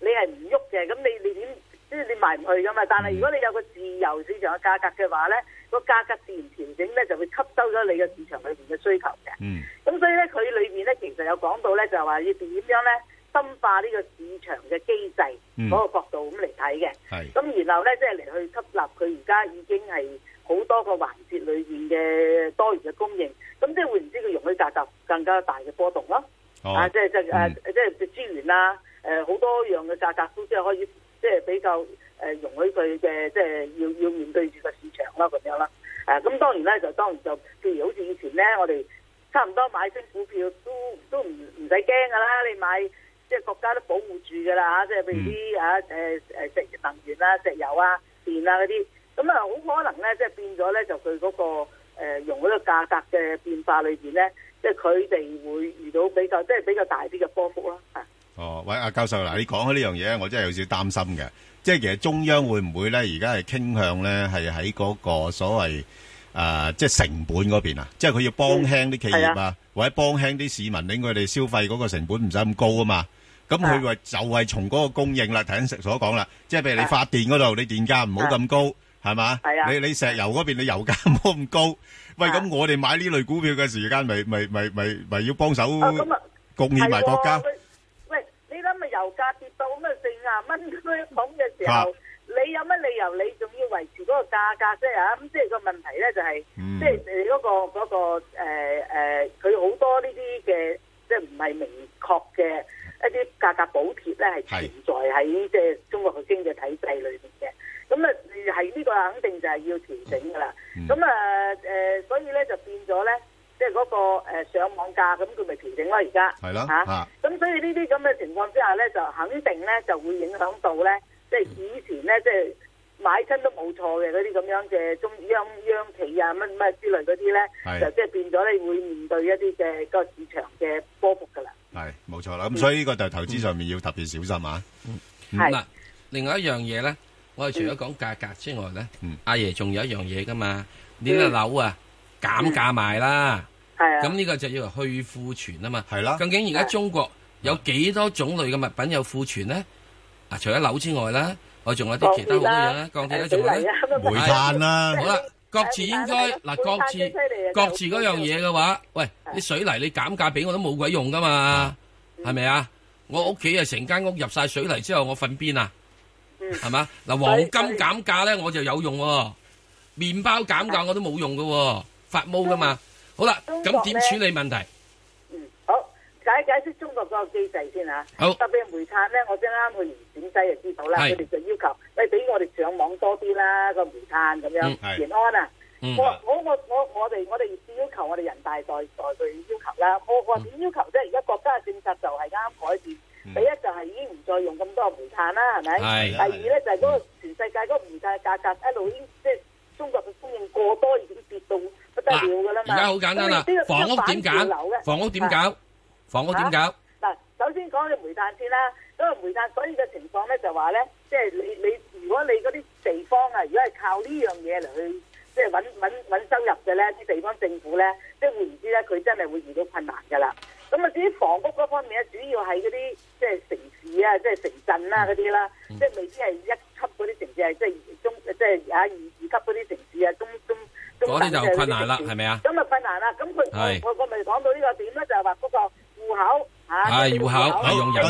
Speaker 31: 你係唔喐嘅，咁你你點即係你賣唔去噶嘛？但係如果你有個自由市場嘅價格嘅話咧，個價格自然調整咧就會吸收咗你嘅市場裏邊嘅需求嘅。
Speaker 1: 嗯。
Speaker 31: 咁所以咧，佢裏面咧其實有講到咧，就係話要點樣咧深化呢個市場嘅機制
Speaker 6: 嗯
Speaker 31: 嗰個角度咁嚟睇嘅。
Speaker 6: 係
Speaker 31: 咁然後咧，即係嚟去吸納佢而家已經係好多個環節裏面嘅多元嘅供應，咁即係換言之，佢容許價格更加大嘅波動咯。
Speaker 6: 哦
Speaker 31: 啊，即係即係誒，即係資源啦，誒好多樣嘅價格都即係可以即係比較誒呃容許佢嘅即係要要面對住個市場啦咁樣啦。誒咁當然咧就當然就譬如好似以前咧，我哋差唔多買升股票都都唔唔使驚噶啦，你買即係國家都保護住噶啦嚇，即係譬如啲啊誒誒石能源啦、石油啊、電啊嗰啲，咁啊好可能咧即係變咗咧就佢嗰、個。誒用嗰個價格嘅變化裏邊咧，即係佢哋會遇到比較即係比較大啲嘅波幅啦。啊
Speaker 1: 哦，喂，阿教授嗱，你講開呢樣嘢咧，我真係有少少擔心嘅。即係其實中央會唔會咧，而家係傾向咧，係喺嗰個所謂誒、呃即係成本嗰邊啊，即係佢要幫輕啲企業
Speaker 12: 係
Speaker 1: 啊
Speaker 12: 啊，
Speaker 1: 或者幫輕啲市民，令佢哋消費嗰個成本唔使咁高啊嘛。咁佢話就係從嗰個供應啦，頭先所講啦，即係譬如你發電嗰度，你電價唔好咁高，係嘛？
Speaker 12: 係啊
Speaker 1: 你你石油嗰邊你油價唔好咁高。喂，咁我哋買呢類股票嘅時間，咪咪咪咪咪要幫手
Speaker 31: 咁啊
Speaker 1: 貢獻埋國家
Speaker 31: 係喎。喂，喂你諗下油價跌到咁啊四廿蚊咁樣講嘅時候
Speaker 1: 啊，
Speaker 31: 你有乜理由你仲要維持嗰個價格啫啊？咁即係個問題咧就係、
Speaker 1: 嗯
Speaker 31: 即係你嗰個嗰、個誒誒佢好多呢啲嘅即係唔係明確嘅一啲價格補貼咧係存在喺即係中國嘅經濟體制裏邊嘅。咁啊喺就係要調整噶啦。咁啊誒，所以咧就變咗咧，即係嗰個誒上網價咁，佢咪調整咯而家。
Speaker 5: 係啦
Speaker 31: 嚇
Speaker 5: 啊
Speaker 31: 咁所以呢啲咁嘅情況之下咧，就肯定咧就會影響到咧，即係以前咧即係買親都冇錯嘅嗰啲咁樣嘅中央央企啊乜乜之類嗰啲咧，
Speaker 1: 係
Speaker 31: 就即係變咗咧會面對一啲嘅個市場嘅波幅㗎啦。
Speaker 1: 係，冇錯啦。咁所以呢個就係投資上面要特別小心啊。
Speaker 2: 嗯嗱，另外一樣嘢咧，我哋除咗講價格之外咧，
Speaker 1: 嗯
Speaker 2: 阿爺仲有一樣嘢噶嘛，呢個樓啊減價賣啦，咁呢個就要去庫存啊嘛，
Speaker 1: 啊係啦。
Speaker 2: 究竟而家中國有幾多種類嘅物品有庫存咧？啊，除咗樓之外啦，我仲有啲其他好多嘢啦，鋼鐵咧仲有咧
Speaker 1: 煤炭啦
Speaker 2: 好啦。各自應該嗱，各自
Speaker 1: 啊
Speaker 2: 各自嗰樣嘢嘅話，喂，啲水泥你減價俾我都冇鬼用噶嘛，
Speaker 1: 嗯
Speaker 2: 係咪啊？我屋企啊，成間屋入晒水泥之後，我瞓邊啊？係嘛？嗱，黃金減價咧，我就有用喎，麵包減價我都冇用嘅喎，發毛噶嘛。
Speaker 31: 嗯
Speaker 2: 好啦，咁點處理問題？
Speaker 31: 好，解解釋中國嗰個機制先嚇。
Speaker 2: 好
Speaker 31: 特別煤炭咧，我啱啱去完陝西就知道啦，
Speaker 2: 係
Speaker 31: 佢哋就要求喂俾我哋上網多啲啦，個煤炭咁樣
Speaker 2: 嗯係
Speaker 31: 延安啊。
Speaker 2: 嗯
Speaker 31: 我我我我我哋我哋要求我哋人大代代去要求啦。我我點要求啫？而家國家嘅政策就係啱改變。第一就係已經唔再用咁多煤炭啦，係咪？
Speaker 5: 係
Speaker 31: 第二咧就係嗰個全世界嗰個煤炭價格一路已經即係中國嘅供應過多已經跌到不得了㗎啦嘛。
Speaker 2: 而家好簡單啦
Speaker 31: 咁你呢，個
Speaker 2: 房屋
Speaker 31: 反
Speaker 2: 點
Speaker 31: 潮流
Speaker 2: 搞？
Speaker 31: 嘅啊
Speaker 2: 房屋點搞？房屋點搞？
Speaker 31: 嗱，首先講你煤炭先啦，因為煤炭所以嘅情況咧就話咧，即係你你如果你嗰啲地方啊，如果係靠呢樣嘢嚟去即係揾揾揾收入嘅咧，啲地方政府咧，即係換言之咧，佢真係會遇到困難㗎啦。咁啊，至於房屋嗰方面咧，主要係嗰啲即係城市啊，即係城鎮
Speaker 2: 嗯
Speaker 31: 啦嗰啲啦，即係未必係一級嗰啲城市，係即係中即係啊二二級嗰啲城市啊，中中中
Speaker 2: 嗰
Speaker 31: 等
Speaker 2: 啲
Speaker 31: 嘅
Speaker 2: 就困
Speaker 31: 嗰啲
Speaker 2: 難啦
Speaker 31: 城市
Speaker 2: 係咪啊
Speaker 31: 咁啊困難啦，咁佢
Speaker 2: 係
Speaker 31: 我我我咪講到呢個點咧，就係話嗰個戶口嚇。
Speaker 2: 係戶口係用人